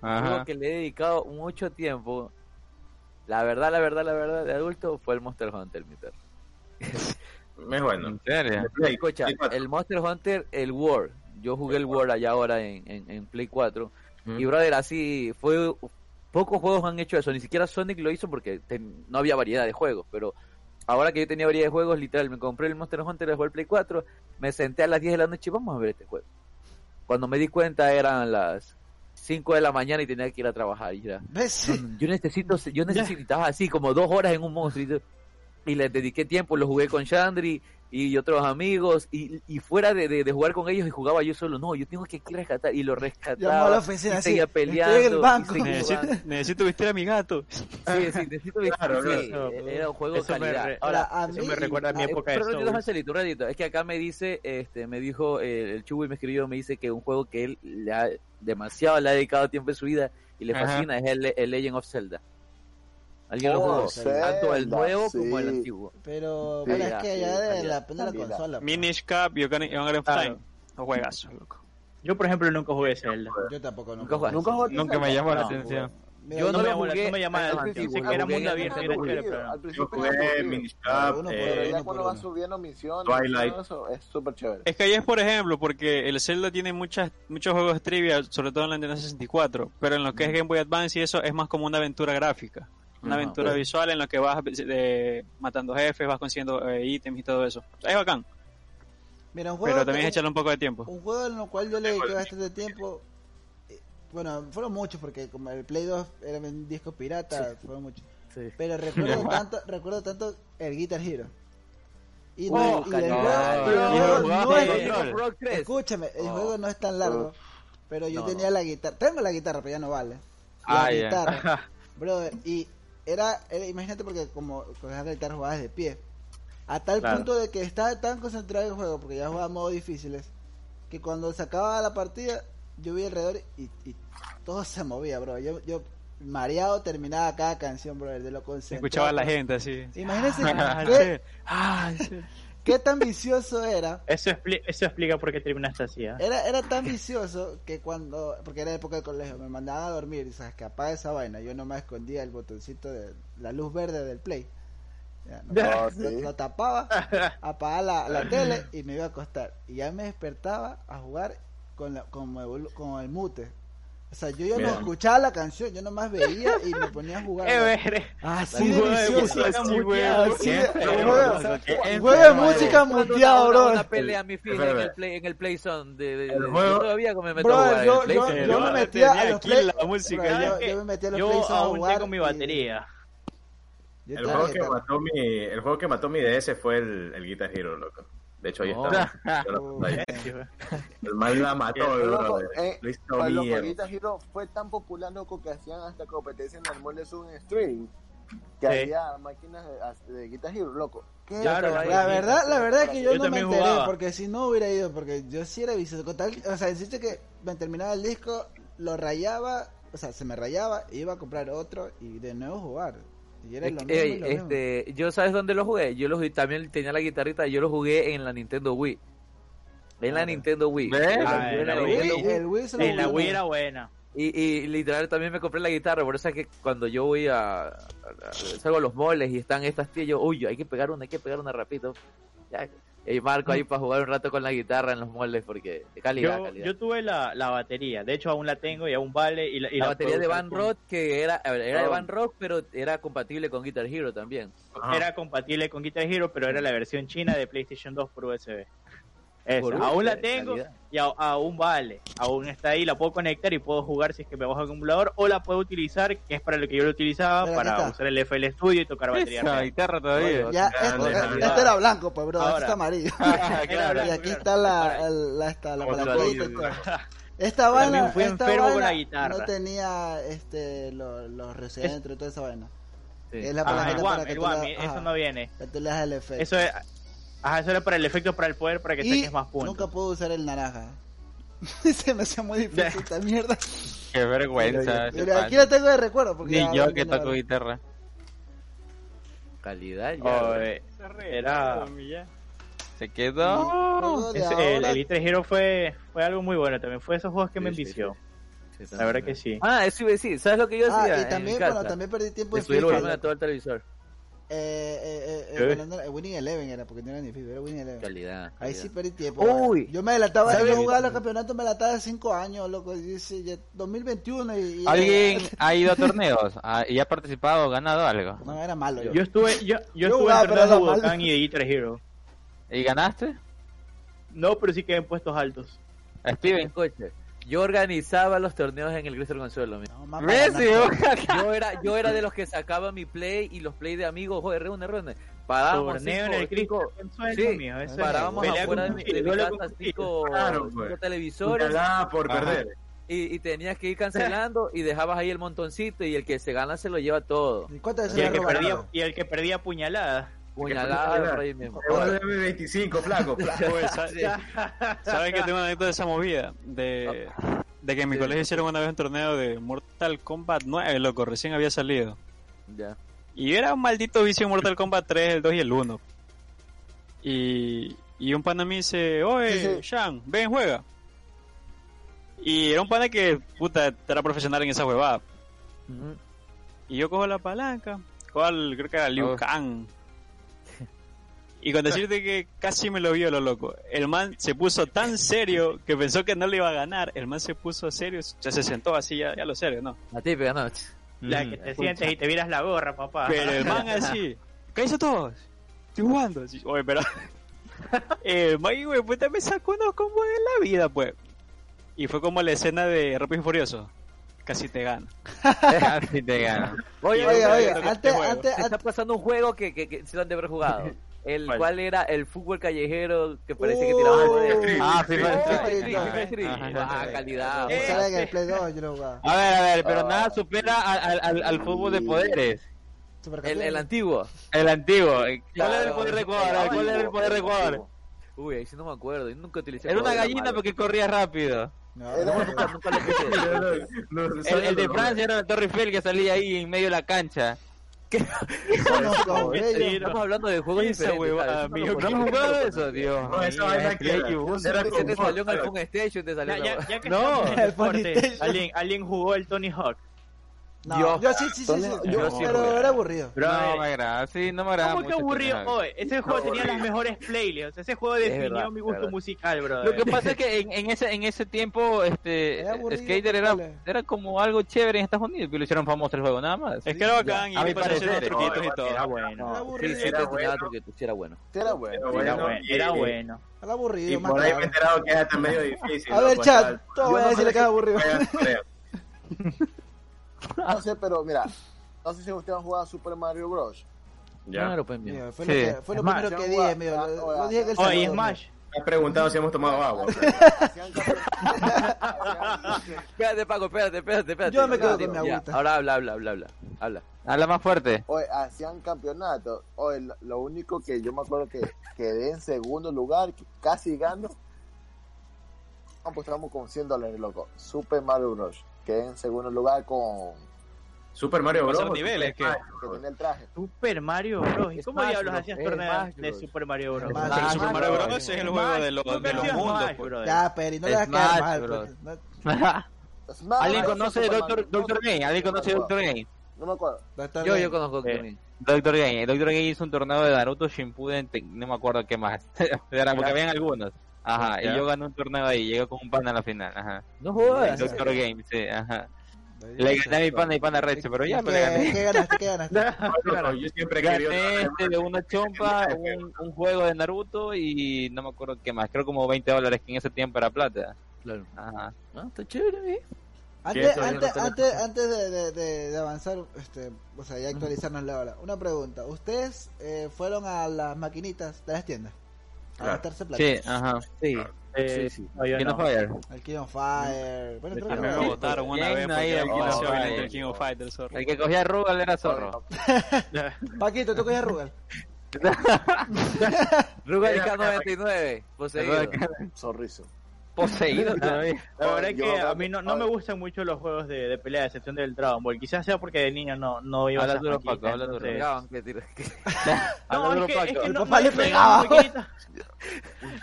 Speaker 4: algo
Speaker 3: Ajá.
Speaker 4: que le he dedicado mucho tiempo La verdad, la verdad, la verdad de adulto fue el Monster Hunter, mi perro.
Speaker 2: Es bueno.
Speaker 3: ¿En serio?
Speaker 2: De Play,
Speaker 4: Escucha,
Speaker 2: Play cuatro.
Speaker 4: el Monster Hunter, el World. Yo jugué el World allá ahora en, en, en Play 4.
Speaker 2: Ujú.
Speaker 4: Y brother, así fue. Pocos juegos han hecho eso. Ni siquiera Sonic lo hizo porque ten- no había variedad de juegos. Pero ahora que yo tenía variedad de juegos, literal, me compré el Monster Hunter, el juego Play 4. Me senté a las 10 de la noche y vamos a ver este juego. Cuando me di cuenta eran las 5 de la mañana y tenía que ir a trabajar. Y era,
Speaker 1: ¿Ves?
Speaker 4: yo necesito, yo necesitaba así como dos horas en un monstruito y le dediqué tiempo, lo jugué con Chandri y otros amigos y, y fuera de, de- de jugar con ellos y jugaba yo solo, no, yo tengo que aquí rescatar y lo
Speaker 1: Llamó a la
Speaker 4: rescataba
Speaker 1: oficina
Speaker 4: y
Speaker 1: así.
Speaker 4: seguía peleando.
Speaker 1: Estoy en el
Speaker 4: y
Speaker 1: banco.
Speaker 4: seguía
Speaker 5: Necesito,
Speaker 4: jugando.
Speaker 5: necesito vestir a mi gato.
Speaker 4: Sí, sí, necesito
Speaker 2: Claro,
Speaker 4: sí,
Speaker 6: claro.
Speaker 4: era un juego de
Speaker 6: Eso me
Speaker 4: calidad.
Speaker 6: re-
Speaker 1: Ahora, a
Speaker 6: Eso
Speaker 1: mí-
Speaker 6: me recuerda a mi
Speaker 4: Ah,
Speaker 6: época de
Speaker 4: pero yo
Speaker 6: Souls.
Speaker 4: dejo Angelito, un ratito. Es que acá me dice, este, me dijo, eh, el Chuy me escribió, me dice que un juego que él le ha- demasiado le ha dedicado tiempo en su vida y le
Speaker 2: Ajá.
Speaker 4: fascina es el, el Legend of Zelda. ¿Alguien lo
Speaker 7: Oh,
Speaker 4: jugó?
Speaker 7: Zelda,
Speaker 4: Tanto el nuevo como el
Speaker 7: sí.
Speaker 4: antiguo.
Speaker 1: Pero,
Speaker 7: Sí,
Speaker 1: bueno,
Speaker 4: ya,
Speaker 1: es que
Speaker 4: sí,
Speaker 1: ya debe
Speaker 4: calidad,
Speaker 1: la pena la
Speaker 7: calidad.
Speaker 1: consola.
Speaker 5: Minish Cap, Yogan of
Speaker 6: Claro.
Speaker 5: Time. Los juegazos, loco.
Speaker 6: Yo, por ejemplo, nunca jugué Zelda.
Speaker 1: Yo tampoco
Speaker 4: Nunca jugaste.
Speaker 7: Nunca jugaste
Speaker 8: Nunca me
Speaker 7: Zelda?
Speaker 8: llamó la
Speaker 4: No,
Speaker 8: atención.
Speaker 1: Mira,
Speaker 4: Yo
Speaker 6: no,
Speaker 4: no
Speaker 6: me
Speaker 4: lo
Speaker 6: llamaba,
Speaker 4: jugué
Speaker 6: no me llamaba
Speaker 4: al
Speaker 6: la atención. Sé
Speaker 4: principio,
Speaker 6: que era
Speaker 4: lo jugué
Speaker 6: mundo
Speaker 4: en
Speaker 6: abierto,
Speaker 4: el
Speaker 6: era
Speaker 4: Nintendo
Speaker 6: chévere,
Speaker 7: Aburrido,
Speaker 6: pero no.
Speaker 7: Al
Speaker 2: Yo
Speaker 7: principio era
Speaker 2: jugué
Speaker 7: aburrido.
Speaker 2: Minish Cap,
Speaker 1: Uno por
Speaker 2: eh,
Speaker 7: Pero
Speaker 1: uno
Speaker 7: ya
Speaker 1: por
Speaker 7: cuando vas
Speaker 1: uno.
Speaker 7: subiendo misiones,
Speaker 2: Twilight.
Speaker 7: todo eso es súper chévere.
Speaker 5: Es que ahí es por ejemplo, porque el Zelda tiene muchas, muchos juegos trivia, sobre todo en la Nintendo 64, pero en lo que es Game Boy Advance y eso es más como una aventura gráfica, una
Speaker 4: Ajá.
Speaker 5: aventura visual en la que vas eh, matando jefes, vas consiguiendo eh, ítems y todo eso. O sea, es bacán,
Speaker 1: Mira, un juego
Speaker 5: pero también
Speaker 1: que-
Speaker 5: es echarle un poco de tiempo.
Speaker 1: Un juego en el cual yo le dediqué bastante tiempo. eh, Bueno, fueron muchos porque como el Play 2 era un disco pirata, fueron muchos.
Speaker 4: Sí.
Speaker 1: Pero recuerdo tanto, recuerdo tanto el Guitar Hero. Y,
Speaker 4: Oh,
Speaker 1: no, y el
Speaker 4: cañón.
Speaker 1: juego-
Speaker 4: Pero
Speaker 1: el juego
Speaker 4: jugabas
Speaker 1: no
Speaker 4: con
Speaker 1: es-
Speaker 4: el Rock Rock 3.
Speaker 1: escúchame, el
Speaker 4: Oh.
Speaker 1: juego no es tan largo. Pero yo
Speaker 4: No,
Speaker 1: tenía la guitarra, tengo la guitarra, pero ya no vale. La
Speaker 3: Ah, ya.
Speaker 1: guitarra, brother. Y era, era- imagínate porque como con la guitarra jugabas de pie. A tal
Speaker 6: Claro.
Speaker 1: punto de que estaba tan concentrado en el juego, porque ya jugaba modos difíciles, que cuando se acababa la partida, yo vi alrededor y, y todo se movía, bro. Yo, yo mareado terminaba cada canción, brother, de lo
Speaker 5: Se
Speaker 1: concentrado.
Speaker 5: escuchaba a la gente así.
Speaker 1: Imagínense
Speaker 5: Ah,
Speaker 1: qué,
Speaker 5: sí. Ah, sí.
Speaker 1: qué tan vicioso era.
Speaker 6: Eso, expli- eso explica por qué terminaste así. ¿ah?
Speaker 1: Era, era tan vicioso que cuando, porque era época de colegio, me mandaban a dormir y sabes que apaga esa vaina, yo nomás escondía el botoncito de la luz verde del play. Ya, no-
Speaker 7: Ah,
Speaker 1: lo,
Speaker 7: sí.
Speaker 1: lo tapaba, apagaba la, la tele y me iba a acostar. Y ya me despertaba a jugar con, la- con, el bolu- con el mute. O sea, yo ya no
Speaker 2: Mira.
Speaker 1: escuchaba la canción, yo nomás veía y me ponía a jugar.
Speaker 6: Eh, ver,
Speaker 1: Así
Speaker 6: un
Speaker 1: de
Speaker 6: juego de
Speaker 1: vicioso.
Speaker 6: música
Speaker 1: así,
Speaker 6: muteado.
Speaker 1: güey, así de-
Speaker 2: Qué feo,
Speaker 1: juego-
Speaker 2: loco, qué
Speaker 1: Juego de
Speaker 2: enfermo,
Speaker 1: música
Speaker 2: eh.
Speaker 1: muteado,
Speaker 4: una,
Speaker 1: bro.
Speaker 4: una pelea a mi fin en el
Speaker 2: Espérame.
Speaker 4: play, en el play zone de, de-
Speaker 2: El
Speaker 4: de-
Speaker 2: juego-
Speaker 4: yo todavía como me meto a
Speaker 1: Bro, yo,
Speaker 4: jugar en el
Speaker 1: yo,
Speaker 4: play
Speaker 1: yo
Speaker 6: Pero
Speaker 1: me
Speaker 6: ahora
Speaker 1: metía a
Speaker 5: tenía
Speaker 1: los
Speaker 5: aquí
Speaker 1: play.
Speaker 5: la música,
Speaker 1: Bro,
Speaker 6: ¿sabes
Speaker 1: yo,
Speaker 6: qué?
Speaker 1: yo me metía a los
Speaker 6: Yo
Speaker 1: play a
Speaker 6: aún
Speaker 1: jugar.
Speaker 6: tengo mi
Speaker 1: y-
Speaker 6: batería.
Speaker 1: yo
Speaker 2: El
Speaker 1: estaba
Speaker 2: juego, que
Speaker 1: guitarra.
Speaker 2: mató mi, el juego que mató mi DS fue el, el Guitar Hero, loco. De hecho, ahí
Speaker 4: No.
Speaker 2: está.
Speaker 1: Oh,
Speaker 2: Ahí.
Speaker 6: Sí, güey.
Speaker 2: El mal la mató,
Speaker 7: Pero, loco,
Speaker 2: bro.
Speaker 7: eh,
Speaker 2: Lo hizo
Speaker 7: para los
Speaker 2: mierda.
Speaker 7: jueguitos Hero fue tan popular loco que hacían hasta competencia en el muelle Sun Stream que
Speaker 6: Sí.
Speaker 7: había máquinas de, de Guitar Hero loco
Speaker 1: ¿Qué?
Speaker 6: Claro,
Speaker 1: la,
Speaker 6: la
Speaker 1: verdad, la verdad es que yo,
Speaker 6: Yo
Speaker 1: no me
Speaker 6: también
Speaker 1: enteré
Speaker 6: jugaba.
Speaker 1: porque si no hubiera ido, porque yo sí era vicioso. Con tal- o sea, insiste que me terminaba el disco, lo rayaba, o sea, se me rayaba, e iba a comprar otro y de nuevo jugar. Y era
Speaker 4: Es
Speaker 1: lo
Speaker 4: que,
Speaker 1: mismo. y
Speaker 4: ey,
Speaker 1: lo mismo.
Speaker 4: este, yo sabes dónde lo jugué. Yo lo jugué, también tenía la guitarrita, yo lo jugué en la Nintendo Wii. En la
Speaker 1: Ah,
Speaker 4: Nintendo Wii.
Speaker 3: ¿Ves?
Speaker 4: Yo lo
Speaker 6: Ah,
Speaker 4: jugué en
Speaker 6: en
Speaker 4: la
Speaker 6: la
Speaker 4: Nintendo
Speaker 6: Wii.
Speaker 4: Wii.
Speaker 1: El Wii se lo
Speaker 6: En la
Speaker 1: jugó.
Speaker 6: Wii era buena.
Speaker 4: Y, y literal también me compré la guitarra, por eso es que cuando yo voy a, a- a- salgo a los moles y están estas tías, yo, uy, hay que pegar una, hay que pegar una rapidito. Ya. Y ahí marco ahí para jugar un rato con la guitarra en los moles porque calidad,
Speaker 6: Yo,
Speaker 4: calidad.
Speaker 6: yo tuve la, la batería. De hecho, aún la tengo y aún vale. Y la, y
Speaker 4: la
Speaker 6: la
Speaker 4: batería de
Speaker 6: puedo
Speaker 4: Van
Speaker 6: usar Oh.
Speaker 4: Rock que era, a ver, era de
Speaker 7: Ah.
Speaker 4: Van Rock pero era compatible con Guitar Hero también.
Speaker 6: con- Era compatible con Guitar Hero, pero era la versión china de PlayStation 2 por USB. Esa,
Speaker 4: Por
Speaker 6: aún la
Speaker 4: USB,
Speaker 6: tengo
Speaker 4: calidad.
Speaker 6: y a- aún vale. Aún está ahí, la puedo conectar y puedo jugar si es que me bajo el computador o la puedo utilizar, que es para lo que yo lo utilizaba,
Speaker 1: Mira, aquí
Speaker 6: para
Speaker 1: está.
Speaker 6: usar el FL Studio y tocar batería.
Speaker 3: Esa
Speaker 6: real.
Speaker 3: guitarra todavía.
Speaker 1: Ya,
Speaker 2: Ah,
Speaker 1: este,
Speaker 2: no, no,
Speaker 1: este
Speaker 6: no.
Speaker 1: era blanco, pues, bro, este
Speaker 6: Ahora.
Speaker 1: está amarillo.
Speaker 3: Ah,
Speaker 6: Era
Speaker 3: claro.
Speaker 1: y
Speaker 6: blanco,
Speaker 1: aquí
Speaker 6: claro.
Speaker 1: está la, la, esta, la
Speaker 3: Vamos a
Speaker 1: palanquita
Speaker 3: ver.
Speaker 1: y todo. Esta vaina,
Speaker 6: También fui
Speaker 1: esta
Speaker 6: enfermo con
Speaker 1: vaina
Speaker 6: la guitarra.
Speaker 1: no tenía este, lo- los recentros y toda esa vaina.
Speaker 4: Sí.
Speaker 1: Es la
Speaker 6: Ajá,
Speaker 1: palanquita
Speaker 6: el
Speaker 1: para
Speaker 6: WAM,
Speaker 1: que
Speaker 6: el
Speaker 1: tú la-
Speaker 6: WAM, eso
Speaker 1: ajá,
Speaker 6: no viene.
Speaker 1: que tú le das el efecto.
Speaker 6: Eso, es- ajá, eso era para el efecto, para el poder, para que
Speaker 1: y
Speaker 6: saques más puntos.
Speaker 1: nunca pude usar el naranja. Se me hacía muy difícil esta mierda.
Speaker 3: Qué vergüenza. ese
Speaker 1: Pero aquí
Speaker 3: pan.
Speaker 1: la tengo de recuerdo. Porque ya
Speaker 3: Ni yo
Speaker 1: hablando
Speaker 3: que
Speaker 1: de la
Speaker 3: toco
Speaker 1: verdad.
Speaker 3: guitarra.
Speaker 4: Calidad ya.
Speaker 6: Oh,
Speaker 4: bro.
Speaker 6: eh, era...
Speaker 3: Se
Speaker 1: Y
Speaker 3: quedó.
Speaker 1: luego de
Speaker 6: Ese- el,
Speaker 1: ahora-
Speaker 6: el E3 Hero fue, fue algo muy bueno también. Fue esos juegos que me
Speaker 4: Sí, sí,
Speaker 6: envició.
Speaker 4: sí.
Speaker 6: La verdad que sí.
Speaker 4: Ah, eso iba a decir. ¿Sabes lo que yo decía?
Speaker 1: Ah,
Speaker 4: en
Speaker 1: y
Speaker 4: mi
Speaker 1: también,
Speaker 4: casa?
Speaker 1: bueno, también perdí tiempo
Speaker 4: Le
Speaker 1: en
Speaker 4: subí el volumen
Speaker 1: FIFA.
Speaker 4: a todo el televisor.
Speaker 1: Eh, eh, eh, eh,
Speaker 6: ¿Qué?
Speaker 1: bueno, no era- Winning Eleven era, porque no era ni FIFA, era Winning Eleven.
Speaker 4: Calidad.
Speaker 1: Ahí
Speaker 4: calidad.
Speaker 1: sí pues. perdí tiempo.
Speaker 4: Uy.
Speaker 1: mano. Yo me delataba, yo
Speaker 4: ¿Sabes?
Speaker 1: jugaba los campeonatos, me delataba de 5 años, loco. y dice, ya 2021 y... y-
Speaker 3: ¿Alguien ha ido a torneos Ah, y ha participado o ganado algo?
Speaker 1: No, era malo yo.
Speaker 6: Yo estuve, yo, yo
Speaker 1: Yo
Speaker 6: estuve
Speaker 1: jugaba,
Speaker 6: en
Speaker 1: pero
Speaker 6: torneos de
Speaker 1: era malo.
Speaker 6: Budokan y de Guitar Hero.
Speaker 3: ¿Y ganaste?
Speaker 6: No, pero sí quedé en puestos altos.
Speaker 4: En
Speaker 3: Steven.
Speaker 4: coche. Yo organizaba los torneos en el Cristo Consuelo. mi.
Speaker 1: No, mamá,
Speaker 3: ¿Ves?
Speaker 1: ganaste.
Speaker 3: Sí, yo-
Speaker 4: Yo era, yo era de los que sacaba mi play y los play de amigos, joder, reúne, reúne. Parábamos
Speaker 6: Torneo en
Speaker 4: cinco-
Speaker 6: el Cristo.
Speaker 4: cinco-
Speaker 6: Consuelo,
Speaker 4: sí,
Speaker 6: mijo, eso es-
Speaker 4: parábamos
Speaker 6: pelea
Speaker 4: afuera de
Speaker 6: con
Speaker 4: mi,
Speaker 6: cuchillo,
Speaker 4: de mi
Speaker 6: duelo con
Speaker 4: casa
Speaker 6: cuchillo.
Speaker 4: cinco,
Speaker 2: Claro,
Speaker 4: cinco
Speaker 2: pues.
Speaker 4: televisores
Speaker 2: Puñalada por
Speaker 3: Ajá.
Speaker 2: perder.
Speaker 4: y, y tenías que ir cancelando y dejabas ahí el montoncito y el que se gana se lo lleva todo.
Speaker 1: ¿Y ¿Cuántas veces
Speaker 6: Y el,
Speaker 1: me
Speaker 6: que
Speaker 1: robaron?
Speaker 6: perdía, y el que perdía puñalada.
Speaker 4: Puñalada por ahí mismo.
Speaker 2: Devuélveme 25, flaco. flaco.
Speaker 5: Pues, sa- ¿Sabes que tengo una anécdota de esa movida? De, de que en mi
Speaker 4: Sí.
Speaker 5: colegio hicieron una vez un torneo de Mortal Kombat 9, loco, recién había salido.
Speaker 4: Ya.
Speaker 5: Y era un maldito vicio en Mortal Kombat 3, el 2 y el 1. Y, y un pana me dice,
Speaker 7: Sí,
Speaker 5: oye,
Speaker 7: sí.
Speaker 5: Sean, ven, juega. Y era un pana que, puta, era profesional en esa huevada.
Speaker 4: Ujú.
Speaker 5: Y yo cojo la palanca, cojo al, creo que era Liu
Speaker 3: Oh.
Speaker 5: Kang. Y con decirte que casi me lo vio lo loco. El man se puso tan serio que pensó que no le iba a ganar. El man se puso serio, ya se sentó así, ya, ya lo serio, ¿no?
Speaker 4: La típica noche.
Speaker 6: La
Speaker 4: Mm,
Speaker 6: que te sientes y te miras la gorra, papá.
Speaker 5: Pero el man así, ¿qué a todos? Estoy jugando. Así, Oye, pero. el man, güey, puta, me sacó unos combos de la vida, pues. Y fue como la escena de Rápido y Furioso. Casi te gana.
Speaker 3: Casi te gano.
Speaker 1: Oye,
Speaker 4: Oye, oye,
Speaker 1: oye,
Speaker 5: Yo creo que
Speaker 1: antes,
Speaker 5: este juego.
Speaker 1: antes,
Speaker 4: se está
Speaker 1: antes...
Speaker 4: pasando un juego que, que, que sí lo han de haber jugado. El
Speaker 6: ¿Cuál?
Speaker 4: cual era el fútbol callejero que parece que
Speaker 1: Uh,
Speaker 4: tiraba
Speaker 1: sí,
Speaker 3: Ah,
Speaker 1: sí,
Speaker 3: FIFA
Speaker 1: sí,
Speaker 3: Street.
Speaker 1: sí,
Speaker 3: Ah,
Speaker 1: sí, sí, Eh,
Speaker 3: ajá,
Speaker 4: Ah,
Speaker 3: ajá.
Speaker 4: calidad.
Speaker 1: sí.
Speaker 4: güey.
Speaker 1: Sabes que en el Play 2 yo lo jugaba.
Speaker 3: A ver, a ver, pero
Speaker 7: Ah.
Speaker 3: nada supera al, al- al- al fútbol de poderes.
Speaker 4: El,
Speaker 1: Supercampeón.
Speaker 4: el antiguo.
Speaker 3: El antiguo. ¿Cuál era el
Speaker 4: Claro.
Speaker 3: poder de Ecuador?
Speaker 7: eh,
Speaker 3: A ver, ¿Cuál era el poder de Ecuador?
Speaker 4: Uy, ahí sí no me acuerdo. Yo nunca utilicé.
Speaker 3: Era una
Speaker 4: juegos de
Speaker 3: gallina
Speaker 4: malo.
Speaker 3: porque corría rápido.
Speaker 1: No,
Speaker 7: Era-
Speaker 1: no,
Speaker 4: Nunca, nunca lo utilicé.
Speaker 2: No, no,
Speaker 3: El, el de
Speaker 2: no.
Speaker 3: Francia era la Torre Eiffel que salía ahí en medio de la cancha.
Speaker 1: eso no fue bello.
Speaker 4: Estamos hablando de juegos
Speaker 5: Esa
Speaker 4: diferentes.
Speaker 5: huevada,
Speaker 4: ¿sabes? Eso
Speaker 5: amigo,
Speaker 4: lo
Speaker 3: ¿No
Speaker 5: ¿qué
Speaker 4: conozco.
Speaker 3: hemos jugado eso, Dios?
Speaker 2: No, esa
Speaker 3: mío,
Speaker 2: vaina
Speaker 3: es
Speaker 2: que era-
Speaker 3: Play Bus.
Speaker 2: era
Speaker 4: Que te
Speaker 2: con
Speaker 4: salió en
Speaker 2: Fox,
Speaker 4: algún station, te salió
Speaker 6: Ya,
Speaker 4: la
Speaker 6: ya,
Speaker 4: huevada.
Speaker 6: ya que
Speaker 3: No.
Speaker 6: estamos en
Speaker 1: El Pony
Speaker 6: deportes,
Speaker 1: Taylor.
Speaker 6: alguien, alguien jugó el Tony Hawk.
Speaker 1: No,
Speaker 4: Dios.
Speaker 1: yo sí, sí, sí, sí.
Speaker 7: Yo
Speaker 1: Pero,
Speaker 4: sí
Speaker 1: pero
Speaker 4: jugué.
Speaker 1: era aburrido.
Speaker 6: Bro,
Speaker 3: no
Speaker 6: eh,
Speaker 3: me agrada, sí, no me agrada.
Speaker 6: ¿Cómo que
Speaker 3: mucho este
Speaker 6: aburrido
Speaker 3: Tony Hawk.
Speaker 6: hoy? Ese juego tenía las mejores playlists. Ese juego definió
Speaker 4: verdad,
Speaker 6: mi
Speaker 4: es
Speaker 6: gusto
Speaker 4: verdad.
Speaker 6: musical, bro.
Speaker 3: Lo que pasa es que en, en ese, en ese tiempo, este,
Speaker 1: Era aburrido,
Speaker 3: Skater era,
Speaker 1: ¿cuál es?
Speaker 3: era como algo chévere en Estados Unidos, y lo hicieron famoso el juego, nada más.
Speaker 5: Es que era bacán y
Speaker 3: A mi
Speaker 5: le pasó
Speaker 3: parecer,
Speaker 5: haciendo truquitos y
Speaker 6: Era
Speaker 5: todo.
Speaker 6: bueno.
Speaker 1: Era
Speaker 4: Sí,
Speaker 1: aburrido.
Speaker 4: sí,
Speaker 2: Era
Speaker 4: te enseñaba
Speaker 2: bueno.
Speaker 4: truquitos, sí, era bueno.
Speaker 7: Era bueno.
Speaker 2: Pero
Speaker 6: Era
Speaker 2: bueno,
Speaker 6: bueno. Era
Speaker 2: y-
Speaker 6: bueno.
Speaker 1: Era aburrido.
Speaker 2: Y
Speaker 1: más
Speaker 2: por ahí me he
Speaker 1: tarde.
Speaker 2: enterado que es hasta medio difícil.
Speaker 1: A ver,
Speaker 2: loco,
Speaker 1: chat,
Speaker 2: tal.
Speaker 1: todo voy a
Speaker 7: no
Speaker 1: decirle
Speaker 7: sé
Speaker 1: que era aburrido.
Speaker 2: Juegan, creo.
Speaker 7: No sé, pero mira, no sé si ustedes han jugado Super Mario Bros.
Speaker 2: Ya.
Speaker 4: Claro, pues, mío.
Speaker 1: Mira, Fue lo
Speaker 3: Sí.
Speaker 1: que- fue lo
Speaker 7: Es más,
Speaker 1: primero que
Speaker 7: yo
Speaker 1: dije,
Speaker 7: jugaba-
Speaker 1: amigo. Lo-
Speaker 7: ah,
Speaker 1: lo dije que el
Speaker 6: Oye,
Speaker 1: Salvador,
Speaker 6: Smash.
Speaker 2: Me has preguntado si hemos tomado agua.
Speaker 7: Hacían campeonato-
Speaker 4: Espérate, Paco, espérate, espérate, espérate.
Speaker 1: Yo me quedo
Speaker 4: Espérate,
Speaker 1: con mi
Speaker 4: ya.
Speaker 1: agüita.
Speaker 4: Ahora habla, habla, habla, habla. Habla.
Speaker 3: Habla más fuerte.
Speaker 7: Oye, hacían campeonato. Oye, lo- lo único que yo me acuerdo que quedé en segundo lugar, que casi ganando. Apostamos con 100 dólares, loco. Super Mario Bros. Quedé en segundo lugar con.
Speaker 2: Super Mario Bros.
Speaker 5: Pasar niveles, ¿qué?
Speaker 7: que tenía el traje.
Speaker 6: Super Mario Bros. ¿Y cómo
Speaker 4: Smash
Speaker 6: diablos
Speaker 4: Bros,
Speaker 6: hacías
Speaker 4: es
Speaker 6: torneos
Speaker 4: Smash
Speaker 6: de
Speaker 4: Bros.
Speaker 6: Super Mario Bros?
Speaker 1: Smash.
Speaker 5: El
Speaker 1: Ah,
Speaker 5: Super
Speaker 1: Smash,
Speaker 5: Mario
Speaker 1: bro.
Speaker 5: Bros. es el juego de, los-
Speaker 6: Super
Speaker 5: de los
Speaker 6: Smash,
Speaker 5: mundos. pues.
Speaker 6: brother.
Speaker 1: Ya, Peri, no le hagas
Speaker 3: Smash
Speaker 1: caer mal.
Speaker 3: Bros.
Speaker 1: pues. No-
Speaker 7: Smash
Speaker 3: ¿Alguien
Speaker 7: Bros.
Speaker 3: conoce
Speaker 7: Super
Speaker 3: Doctor,
Speaker 7: Mario.
Speaker 3: Doctor Game? ¿Alguien
Speaker 7: No me
Speaker 3: conoce
Speaker 7: acuerdo.
Speaker 3: Doctor Game?
Speaker 7: No me acuerdo.
Speaker 1: no está
Speaker 4: Yo,
Speaker 1: bien.
Speaker 4: yo conozco
Speaker 6: Eh.
Speaker 4: también.
Speaker 3: Doctor Game. Doctor Game hizo un torneo de Naruto Shippuden, te- no me acuerdo qué más. Era porque habían algunos. Ajá,
Speaker 2: Ya.
Speaker 3: y yo gané un torneo ahí, llegué con un pana a la final, ajá.
Speaker 4: No
Speaker 3: El
Speaker 4: jodas.
Speaker 1: Sí,
Speaker 3: Doctor Game, sí, ajá. Le gané a mi pana y pana recho, pero ya me le
Speaker 1: ¿Qué,
Speaker 3: gané.
Speaker 1: ¿Qué ganaste? ¿Qué ganaste?
Speaker 2: Loco, Yo siempre he querido.
Speaker 3: Gané este de una chompa, un, un juego de Naruto y no me acuerdo qué más, creo como 20 dólares que en ese tiempo era plata.
Speaker 4: Claro.
Speaker 3: Ajá.
Speaker 4: Ah, está chévere, mi.
Speaker 1: Antes,
Speaker 2: eso,
Speaker 1: antes,
Speaker 2: yo no
Speaker 1: antes, antes de, de- de- de avanzar, este, o sea, ya actualizarnos la hora, una pregunta. ¿Ustedes eh, fueron a las maquinitas de las tiendas? A
Speaker 2: Claro.
Speaker 1: gastarse plata.
Speaker 3: Sí, ajá.
Speaker 4: Sí. Sí,
Speaker 6: Eh,
Speaker 4: sí.
Speaker 6: no, yo
Speaker 3: King
Speaker 6: no.
Speaker 3: of Fire.
Speaker 1: Al King of Fire. Bueno, creo
Speaker 5: A
Speaker 1: que
Speaker 5: mí me
Speaker 1: no.
Speaker 4: Sí,
Speaker 5: votaron
Speaker 3: pues,
Speaker 5: una
Speaker 3: bien
Speaker 5: vez
Speaker 3: ahí,
Speaker 5: porque era
Speaker 3: oh,
Speaker 5: demasiado
Speaker 3: ahí.
Speaker 5: violento el King of Fighters. zorro.
Speaker 3: El que cogía Rugal era zorro.
Speaker 1: Paquito, ¿tú cogías Rugal?
Speaker 4: Rugal K99. Poseído.
Speaker 7: Sorriso.
Speaker 3: Poseído todavía.
Speaker 6: La verdad es
Speaker 7: Yo
Speaker 6: que a
Speaker 7: hablando-
Speaker 6: mí no, no me gustan mucho los juegos de, de pelea, a excepción del Dragon Ball. Quizás sea porque de niño no, no iba
Speaker 3: Habla
Speaker 6: a esas
Speaker 3: duro,
Speaker 6: maquinitas,
Speaker 3: Paco, habla duro.
Speaker 6: entonces-
Speaker 4: Pegaban, que tira- que-
Speaker 6: No,
Speaker 3: Habla
Speaker 6: es
Speaker 3: duro,
Speaker 6: que, es
Speaker 3: Paco.
Speaker 6: que
Speaker 1: El
Speaker 6: no,
Speaker 1: papá
Speaker 6: no-
Speaker 1: le
Speaker 6: no hay
Speaker 1: pegaba.
Speaker 6: maquinitas.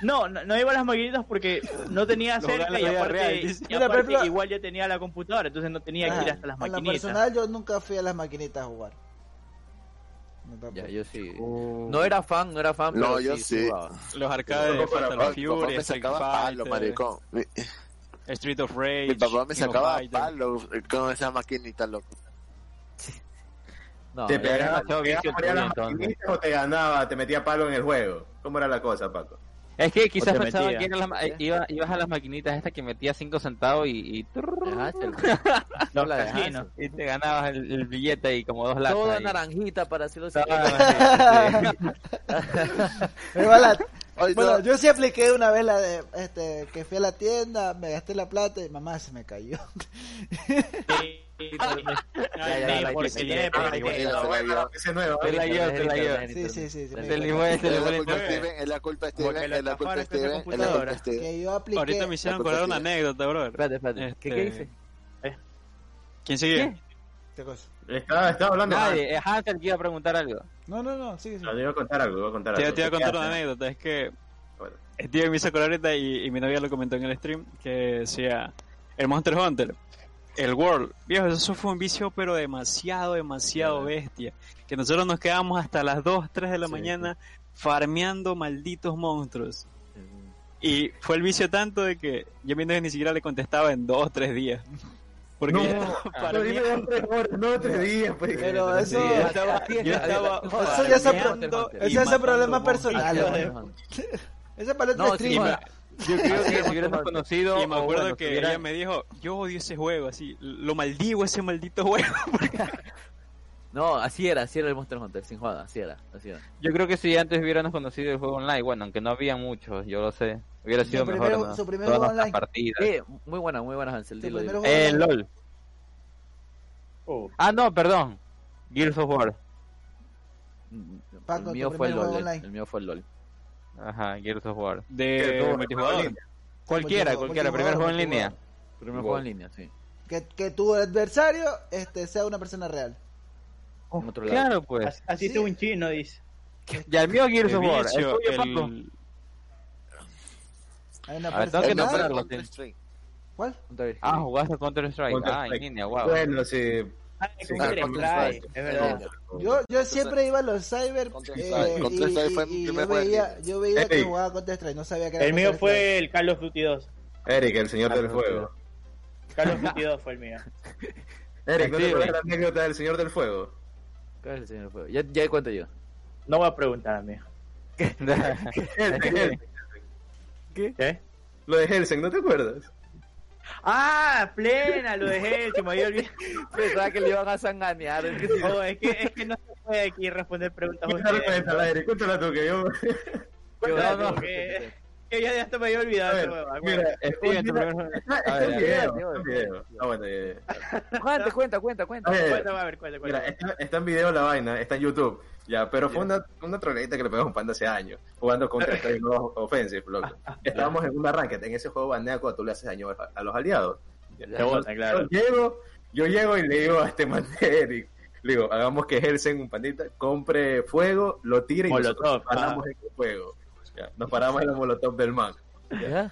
Speaker 6: No, no, no iba a las maquinitas porque no tenía
Speaker 5: Lo jugaba
Speaker 6: cerca
Speaker 5: en
Speaker 6: y
Speaker 5: la vida
Speaker 6: aparte,
Speaker 5: real,
Speaker 6: y
Speaker 5: dice.
Speaker 1: Mira, por
Speaker 6: aparte
Speaker 1: ejemplo-
Speaker 6: igual ya tenía la computadora, entonces no tenía que ir hasta las
Speaker 1: en Ah, la
Speaker 6: maquinitas.
Speaker 1: personal yo nunca fui a las maquinitas a jugar. No, tampoco.
Speaker 4: Ya, yo sí. No era fan, no era fan,
Speaker 7: No,
Speaker 4: pero
Speaker 7: yo sí.
Speaker 4: jugaba.
Speaker 5: Los arcades de
Speaker 2: Papá,
Speaker 5: Fatal
Speaker 7: Papá, mi papá
Speaker 5: Fury,
Speaker 7: me
Speaker 5: Street
Speaker 7: sacaba palo,
Speaker 5: Fighter,
Speaker 7: maricón. Mi,
Speaker 5: Street of Rage.
Speaker 7: mi papá me
Speaker 5: King of
Speaker 7: sacaba
Speaker 5: Fighters.
Speaker 7: palo con esa maquinita, loco.
Speaker 4: No, eh,
Speaker 2: te
Speaker 4: era
Speaker 2: pegaba,
Speaker 4: demasiado
Speaker 2: te
Speaker 4: vicio
Speaker 2: pegaba moría
Speaker 4: tuyo,
Speaker 2: las
Speaker 4: entonces.
Speaker 2: maquinitas o te ganaba, te metía palo en el juego. ¿Cómo era la cosa, Paco?
Speaker 3: Es que quizás
Speaker 6: te
Speaker 3: pensaba
Speaker 6: metía.
Speaker 3: que era la ma- eh, iba- ibas a las maquinitas estas que metías 5 centavos y, y, trrr,
Speaker 4: Dejaste el-
Speaker 6: Los
Speaker 4: la dejaste.
Speaker 6: casinos.
Speaker 3: y te ganabas el, el billete y como dos latas.
Speaker 4: Toda
Speaker 3: ahí.
Speaker 4: naranjita para hacerlo
Speaker 3: Estaba- sí.
Speaker 1: Pero igual la-
Speaker 7: Ay,
Speaker 1: bueno,
Speaker 7: no.
Speaker 1: yo sí apliqué una vez la de, este, que fui a la tienda, me gasté la plata y mamá se me cayó.
Speaker 4: Ya, ya,
Speaker 6: Sí,
Speaker 4: ya,
Speaker 6: por
Speaker 4: ya,
Speaker 6: si
Speaker 4: ya,
Speaker 6: es,
Speaker 4: ya,
Speaker 6: por
Speaker 4: ya,
Speaker 6: si
Speaker 4: ya,
Speaker 6: es.
Speaker 7: ya,
Speaker 2: Ah,
Speaker 7: se la
Speaker 2: bueno,
Speaker 7: dio.
Speaker 2: la PC nueva.
Speaker 3: Te la llevo, te la llevo.
Speaker 1: Sí, sí, sí, sí,
Speaker 3: Es
Speaker 1: me
Speaker 3: el
Speaker 1: acuerdo.
Speaker 3: limón, es
Speaker 7: Es
Speaker 3: el
Speaker 7: la
Speaker 3: limón.
Speaker 7: culpa de Steven, es la culpa de
Speaker 6: Porque
Speaker 7: Steven,
Speaker 6: le
Speaker 7: es la culpa de
Speaker 6: estafaron
Speaker 7: Steven,
Speaker 6: con
Speaker 7: es la culpa de
Speaker 6: computadora.
Speaker 7: Steven.
Speaker 1: Que yo apliqué.
Speaker 5: Ahorita me hicieron
Speaker 7: La culpa
Speaker 5: acordar una
Speaker 7: es mía.
Speaker 5: anécdota, brother.
Speaker 4: Espérate, espérate.
Speaker 5: Este,
Speaker 4: ¿Qué, ¿Qué dice?
Speaker 5: ¿Quién sigue?
Speaker 1: ¿Qué Este cosa?
Speaker 2: Estaba, estaba hablando.
Speaker 3: Nadie, eh, Hansel que iba a preguntar algo.
Speaker 1: No, no, no, sigue, sigue.
Speaker 2: No, te iba a contar algo, iba a contar
Speaker 5: Te,
Speaker 2: algo.
Speaker 5: te iba a
Speaker 2: ¿Qué
Speaker 5: contar una
Speaker 2: haces?
Speaker 5: anécdota. Es que
Speaker 2: Bueno.
Speaker 5: el tío me hizo acordar ahorita y, y mi novia lo comentó en el stream que decía el Monster Hunter, el World, viejo, eso fue un vicio pero demasiado, demasiado bestia. Que nosotros nos quedamos hasta las 2, 3 de la
Speaker 4: Sí,
Speaker 5: mañana farmeando malditos monstruos. Y fue el vicio tanto de que yo a mi novia ni siquiera le contestaba en 2, 3 días. Porque
Speaker 2: No,
Speaker 5: ya estaba
Speaker 2: Pero dime
Speaker 5: farmeando.
Speaker 2: dos, tres horas, No, tres días, pues.
Speaker 1: Pero eso,
Speaker 4: Sí,
Speaker 5: yo estaba, yo
Speaker 4: Adiós,
Speaker 5: estaba
Speaker 4: adiós.
Speaker 1: Eso ya se pro-
Speaker 5: farmeando y
Speaker 1: ese es el
Speaker 5: matando
Speaker 1: problema
Speaker 5: monstruos.
Speaker 1: personal,
Speaker 4: Dale,
Speaker 1: hombre. Ese es para el otro
Speaker 4: Ah, No, sí,
Speaker 1: stream.
Speaker 4: mira,
Speaker 3: Yo creo
Speaker 4: Así
Speaker 3: que
Speaker 4: es,
Speaker 3: si hubiéramos
Speaker 4: Monster
Speaker 3: conocido.
Speaker 5: Y me
Speaker 3: o
Speaker 5: acuerdo
Speaker 3: bueno,
Speaker 5: que
Speaker 3: tuviera-
Speaker 5: ella me dijo, yo odio ese juego, así, lo maldigo ese maldito juego.
Speaker 4: No, así era, así era el Monster Hunter, sin joda, así era, así era.
Speaker 3: Yo creo que si antes hubiéramos conocido el juego online, bueno, aunque no había muchos, yo lo sé, hubiera
Speaker 1: Su
Speaker 3: sido
Speaker 1: primer-
Speaker 3: mejor. ¿no?
Speaker 1: su primer
Speaker 3: Todas
Speaker 1: juego
Speaker 3: nuestras
Speaker 1: online.
Speaker 3: partidas.
Speaker 4: Eh, muy buena, muy buena Hansel,
Speaker 1: Tu
Speaker 4: dilo,
Speaker 1: primero
Speaker 4: dilo.
Speaker 1: juego
Speaker 3: Eh,
Speaker 1: online.
Speaker 3: LOL.
Speaker 6: Oh.
Speaker 3: Ah, no, perdón. Gears of War.
Speaker 1: Paco,
Speaker 4: Mm, el mío
Speaker 1: tu
Speaker 4: fue el
Speaker 1: primer
Speaker 4: LOL,
Speaker 1: juego
Speaker 4: el-
Speaker 1: online.
Speaker 4: el mío fue el LOL.
Speaker 3: Ajá, Gears of War.
Speaker 5: De multijugador.
Speaker 3: Cualquiera,
Speaker 1: Multijugador,
Speaker 3: cualquiera,
Speaker 1: multijugador,
Speaker 3: primer juego en línea.
Speaker 1: multijugador.
Speaker 4: Primer
Speaker 3: Wow.
Speaker 4: juego en línea, sí.
Speaker 1: Que, que tu adversario este, sea una persona real.
Speaker 4: en otro lado.
Speaker 3: Claro, pues.
Speaker 6: Así- Así
Speaker 1: Sí.
Speaker 6: tuvo un chino, dice.
Speaker 3: Ya el mío Gears
Speaker 5: El
Speaker 3: of War. El
Speaker 5: vicio,
Speaker 3: tuyo, Paco.
Speaker 5: el-
Speaker 1: Hay una
Speaker 3: A ver, tengo que
Speaker 7: Es la
Speaker 1: personal.
Speaker 3: nombrar. nombrarlo,
Speaker 7: culpa de
Speaker 3: sí.
Speaker 7: Steven.
Speaker 1: ¿Cuál?
Speaker 4: Entonces,
Speaker 3: Ah, jugaste Counter Strike.
Speaker 2: Counter
Speaker 3: Ah, en
Speaker 2: Strike.
Speaker 3: línea, wow.
Speaker 2: Bueno, sí.
Speaker 6: Ah,
Speaker 2: Sí,
Speaker 6: ¿cómo crees?
Speaker 7: Counter
Speaker 6: Trae,
Speaker 7: Strike.
Speaker 6: es verdad.
Speaker 1: Yo, yo siempre iba a los cyber
Speaker 7: Counter
Speaker 1: eh,
Speaker 7: Strike.
Speaker 1: y,
Speaker 7: Counter Strike fue
Speaker 1: y-
Speaker 7: mi
Speaker 1: y
Speaker 7: primer
Speaker 1: yo
Speaker 7: juego en
Speaker 1: veía,
Speaker 7: línea.
Speaker 1: yo veía que
Speaker 2: Ey.
Speaker 1: jugaba Counter Strike, no sabía que era
Speaker 6: El mío
Speaker 1: Counter Strike.
Speaker 6: fue el Call of Duty 2.
Speaker 2: Eric, el señor
Speaker 4: Ah,
Speaker 2: del
Speaker 4: no,
Speaker 2: fuego.
Speaker 6: Call of Duty 2 fue el mío.
Speaker 2: Eric, ¿no
Speaker 3: Sí,
Speaker 2: te acuerdas
Speaker 3: güey.
Speaker 2: la anécdota del señor del fuego?
Speaker 4: ¿cuál es el señor juego? Ya, ya cuento yo.
Speaker 6: No voy a preguntar, amigo.
Speaker 2: Helsen, Helsen.
Speaker 6: ¿Qué?
Speaker 2: Lo de Helsen, ¿no te acuerdas?
Speaker 6: Ah, plena, lo dejé, se me había olvidado.
Speaker 4: Pensaba que le iban a sanganear. es que si-
Speaker 6: No, es que, es que no se puede aquí responder preguntas.
Speaker 2: Cuéntala,
Speaker 6: ustedes.
Speaker 2: cuéntala, Eric, cuéntala tú que yo.
Speaker 6: Cuéntala
Speaker 4: No,
Speaker 6: tú,
Speaker 4: no.
Speaker 6: que- que ya, ya se me había
Speaker 3: Ah,
Speaker 6: olvidado. esa
Speaker 2: A ver,
Speaker 6: hueva,
Speaker 2: mira, Ah,
Speaker 3: Steven, tu primer juego.
Speaker 2: está
Speaker 3: A
Speaker 2: está
Speaker 3: ver,
Speaker 2: el
Speaker 3: a
Speaker 4: ver,
Speaker 2: video, está el
Speaker 4: Dios.
Speaker 2: video. Ah, bueno, ya, ya, ya.
Speaker 4: Cuenta, cuenta, cuenta, cuenta.
Speaker 2: A ver,
Speaker 6: Cuéntame, a ver, cuéntame,
Speaker 2: Mira,
Speaker 6: cuéntame.
Speaker 2: está, está en video la vaina, está en YouTube. Ya, pero fue una, una troleadita que le pegamos a un panda hace años, jugando contra Strike Global Offensive, loco. Estábamos en un arranque, en ese juego banea cuando tú le haces daño a, a los aliados.
Speaker 4: Ya,
Speaker 6: Te bota, claro.
Speaker 2: Yo llego, yo llego y le digo a este man de Eric, le digo, hagamos que Helsen, un pandita, compre fuego, lo tire y
Speaker 6: Molotov,
Speaker 2: nosotros nos paramos en el fuego. Ya, nos paramos en el molotov del man.
Speaker 4: Ya.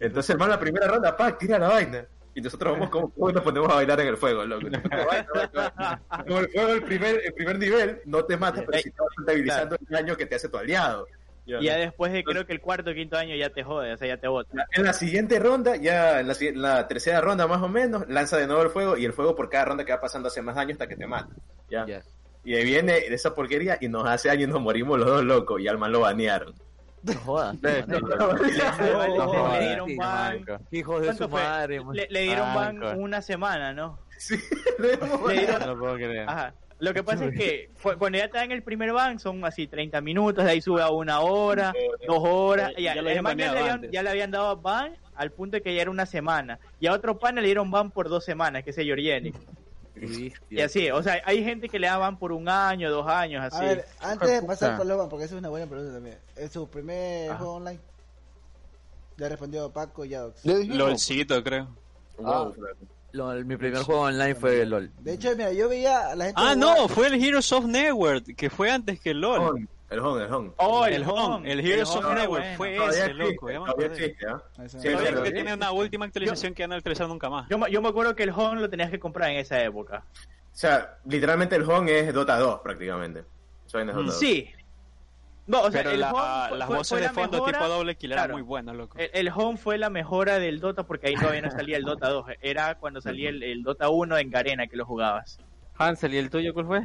Speaker 2: Entonces, hermano, la primera ronda, pa, tira la vaina. Y nosotros vamos como como nos ponemos a bailar en el fuego, loco. Vaina, vaina, vaina. Como el fuego, el primer, el primer nivel, no te mata, pero si estás contabilizando el daño que te hace tu aliado. Ya.
Speaker 6: Y ya después de creo que el cuarto o quinto año ya te jode, o sea, ya te bota.
Speaker 2: En la siguiente ronda, ya en la, si- en la tercera ronda más o menos, lanza de nuevo el fuego y el fuego por cada ronda que va pasando hace más daño hasta que te mata. Ya.
Speaker 4: Ya.
Speaker 2: Y ahí viene esa porquería y nos hace daño y nos morimos los dos locos y al man lo banearon.
Speaker 4: No jodas.
Speaker 2: No, no,
Speaker 6: Le- le-
Speaker 4: no,
Speaker 6: le,
Speaker 4: no,
Speaker 6: dieron
Speaker 4: sí,
Speaker 6: ban.
Speaker 4: Hijos de
Speaker 6: ¿Cuánto
Speaker 4: su
Speaker 6: fue?
Speaker 4: madre, man.
Speaker 6: Le, le dieron
Speaker 3: Ah,
Speaker 6: ban
Speaker 3: claro.
Speaker 6: una semana, ¿no?
Speaker 2: Sí, lo hemos
Speaker 6: Le
Speaker 2: baneado.
Speaker 6: dieron-
Speaker 3: No lo puedo creer.
Speaker 2: Ah.
Speaker 6: Ajá. Lo que pasa es que fue- cuando ya te dan el primer ban son así 30 minutos, de ahí sube a una hora, dos horas.
Speaker 5: Ya-
Speaker 6: y a-
Speaker 5: ya lo habían
Speaker 6: además ya le,
Speaker 5: baneado
Speaker 6: habían,
Speaker 5: antes.
Speaker 6: ya le habían dado ban al punto de que ya era una semana. Y a otro pan le dieron ban por dos semanas, que es Yorgenic. Y así, o sea, hay gente que le da ban por un año, dos años,
Speaker 1: A
Speaker 6: así.
Speaker 1: ver, antes de pasar
Speaker 3: puta.
Speaker 1: por Logan, porque esa es una buena pregunta también. ¿Es su primer
Speaker 4: Ajá.
Speaker 1: juego online? Ya respondió Paco y Yadox.
Speaker 7: Yo dije,
Speaker 5: LOLcito, creo.
Speaker 7: Wow,
Speaker 4: Lo- mi primer juego online fue el LOL.
Speaker 6: Este
Speaker 1: De hecho, mira, yo veía a la gente.
Speaker 5: Ah,
Speaker 1: jugar-
Speaker 5: no, fue el Heroes of Network, que fue antes que el LOL.
Speaker 2: Con- El Hon, el Hon.
Speaker 6: Oh,
Speaker 5: El Home, el Heroes
Speaker 6: Home
Speaker 5: of
Speaker 6: era
Speaker 5: Network,
Speaker 6: bueno.
Speaker 5: fue
Speaker 2: Todavía
Speaker 5: ese, loco, ya
Speaker 2: existe,
Speaker 5: me
Speaker 2: todavía
Speaker 5: acordé.
Speaker 2: existe, ¿ah?
Speaker 1: Eso
Speaker 2: Sí,
Speaker 1: es.
Speaker 5: Todavía
Speaker 2: pero-
Speaker 5: que tiene una última actualización que ya no actualizaron nunca más.
Speaker 6: Yo, me- yo me acuerdo que el Home lo tenías que comprar en esa época.
Speaker 2: O sea, literalmente el Hon es Dota 2, prácticamente. Eso es Dota
Speaker 5: Mm,
Speaker 2: 2.
Speaker 6: Mm, Sí. No, o sea,
Speaker 5: Pero
Speaker 6: el
Speaker 5: la-
Speaker 6: Home fue-
Speaker 5: las
Speaker 6: fue-
Speaker 5: voces
Speaker 6: fue
Speaker 5: de
Speaker 6: la
Speaker 5: fondo
Speaker 6: mejora-
Speaker 5: tipo doble kill eran
Speaker 6: claro. Eh,
Speaker 5: muy buenas, loco.
Speaker 6: El, el Home fue la mejora del Dota porque ahí todavía no salía el Dota 2. Era cuando salía el, el Dota 1 en Garena que lo jugabas.
Speaker 3: Hansel, ¿y el tuyo cuál fue?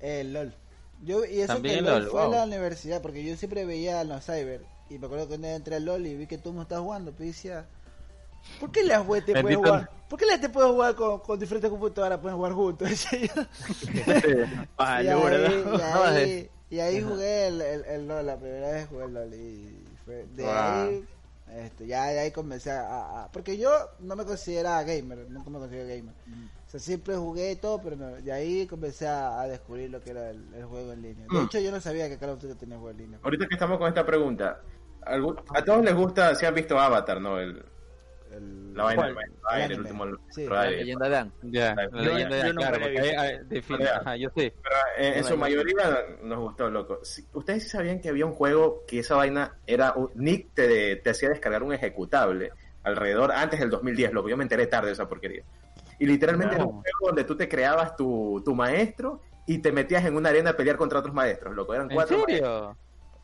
Speaker 1: El LOL. Yo, y eso
Speaker 3: También
Speaker 1: que
Speaker 3: el
Speaker 1: LOL
Speaker 3: LOL,
Speaker 1: fue a la
Speaker 3: wow.
Speaker 1: universidad, porque yo siempre veía a los cyber. Y me acuerdo que una vez entré al LOL y vi que tú no estás jugando. Pues decía, ¿por qué las web te puedes
Speaker 3: Bendito.
Speaker 1: jugar? ¿Por qué las te puedes jugar con, con diferentes computadoras? Pueden jugar juntos. decía yo.
Speaker 6: Ah,
Speaker 1: y,
Speaker 6: Valora.
Speaker 1: ahí, y,
Speaker 4: No,
Speaker 1: ahí, y ahí jugué el, el- el LOL, la primera vez jugué el LOL. Y fue de
Speaker 2: Ah.
Speaker 1: ahí, este, ya de ahí comencé a, a- a- Porque yo no me consideraba gamer, nunca me consideré gamer. O sea, siempre jugué y todo, pero no- de ahí comencé a, a descubrir lo que era el, el juego en línea. De
Speaker 2: Mm.
Speaker 1: hecho, yo no sabía que Call of Duty tenía juego en línea.
Speaker 2: Ahorita que estamos con esta pregunta, ¿algú- a todos les gusta, si han visto Avatar, ¿no? El,
Speaker 1: El-
Speaker 2: la vaina del
Speaker 6: ¿Cuál?
Speaker 2: maestro Aire, el
Speaker 1: El anime.
Speaker 2: último
Speaker 1: Sí.
Speaker 2: maestro
Speaker 4: La
Speaker 2: Aire.
Speaker 4: leyenda Dan.
Speaker 3: Ya,
Speaker 2: La-
Speaker 3: la
Speaker 6: yo-
Speaker 3: leyenda
Speaker 6: yo
Speaker 3: de claro,
Speaker 6: nunca la he
Speaker 3: porque
Speaker 6: visto.
Speaker 3: hay- hay- define.
Speaker 2: Vale.
Speaker 3: Ajá, yo sí.
Speaker 2: Pero, eh, en su mayoría nos gustó, loco. Si- Ustedes sí sabían que había un juego que esa vaina era. un- Nick te, te hacía descargar un ejecutable alrededor antes del 2010, loco. Yo me enteré tarde de esa porquería. Y literalmente era un juego donde tú te creabas tu, tu maestro y te metías en una arena a pelear contra otros maestros, loco. Eran
Speaker 3: ¿En
Speaker 2: cuatro maestros,
Speaker 3: serio?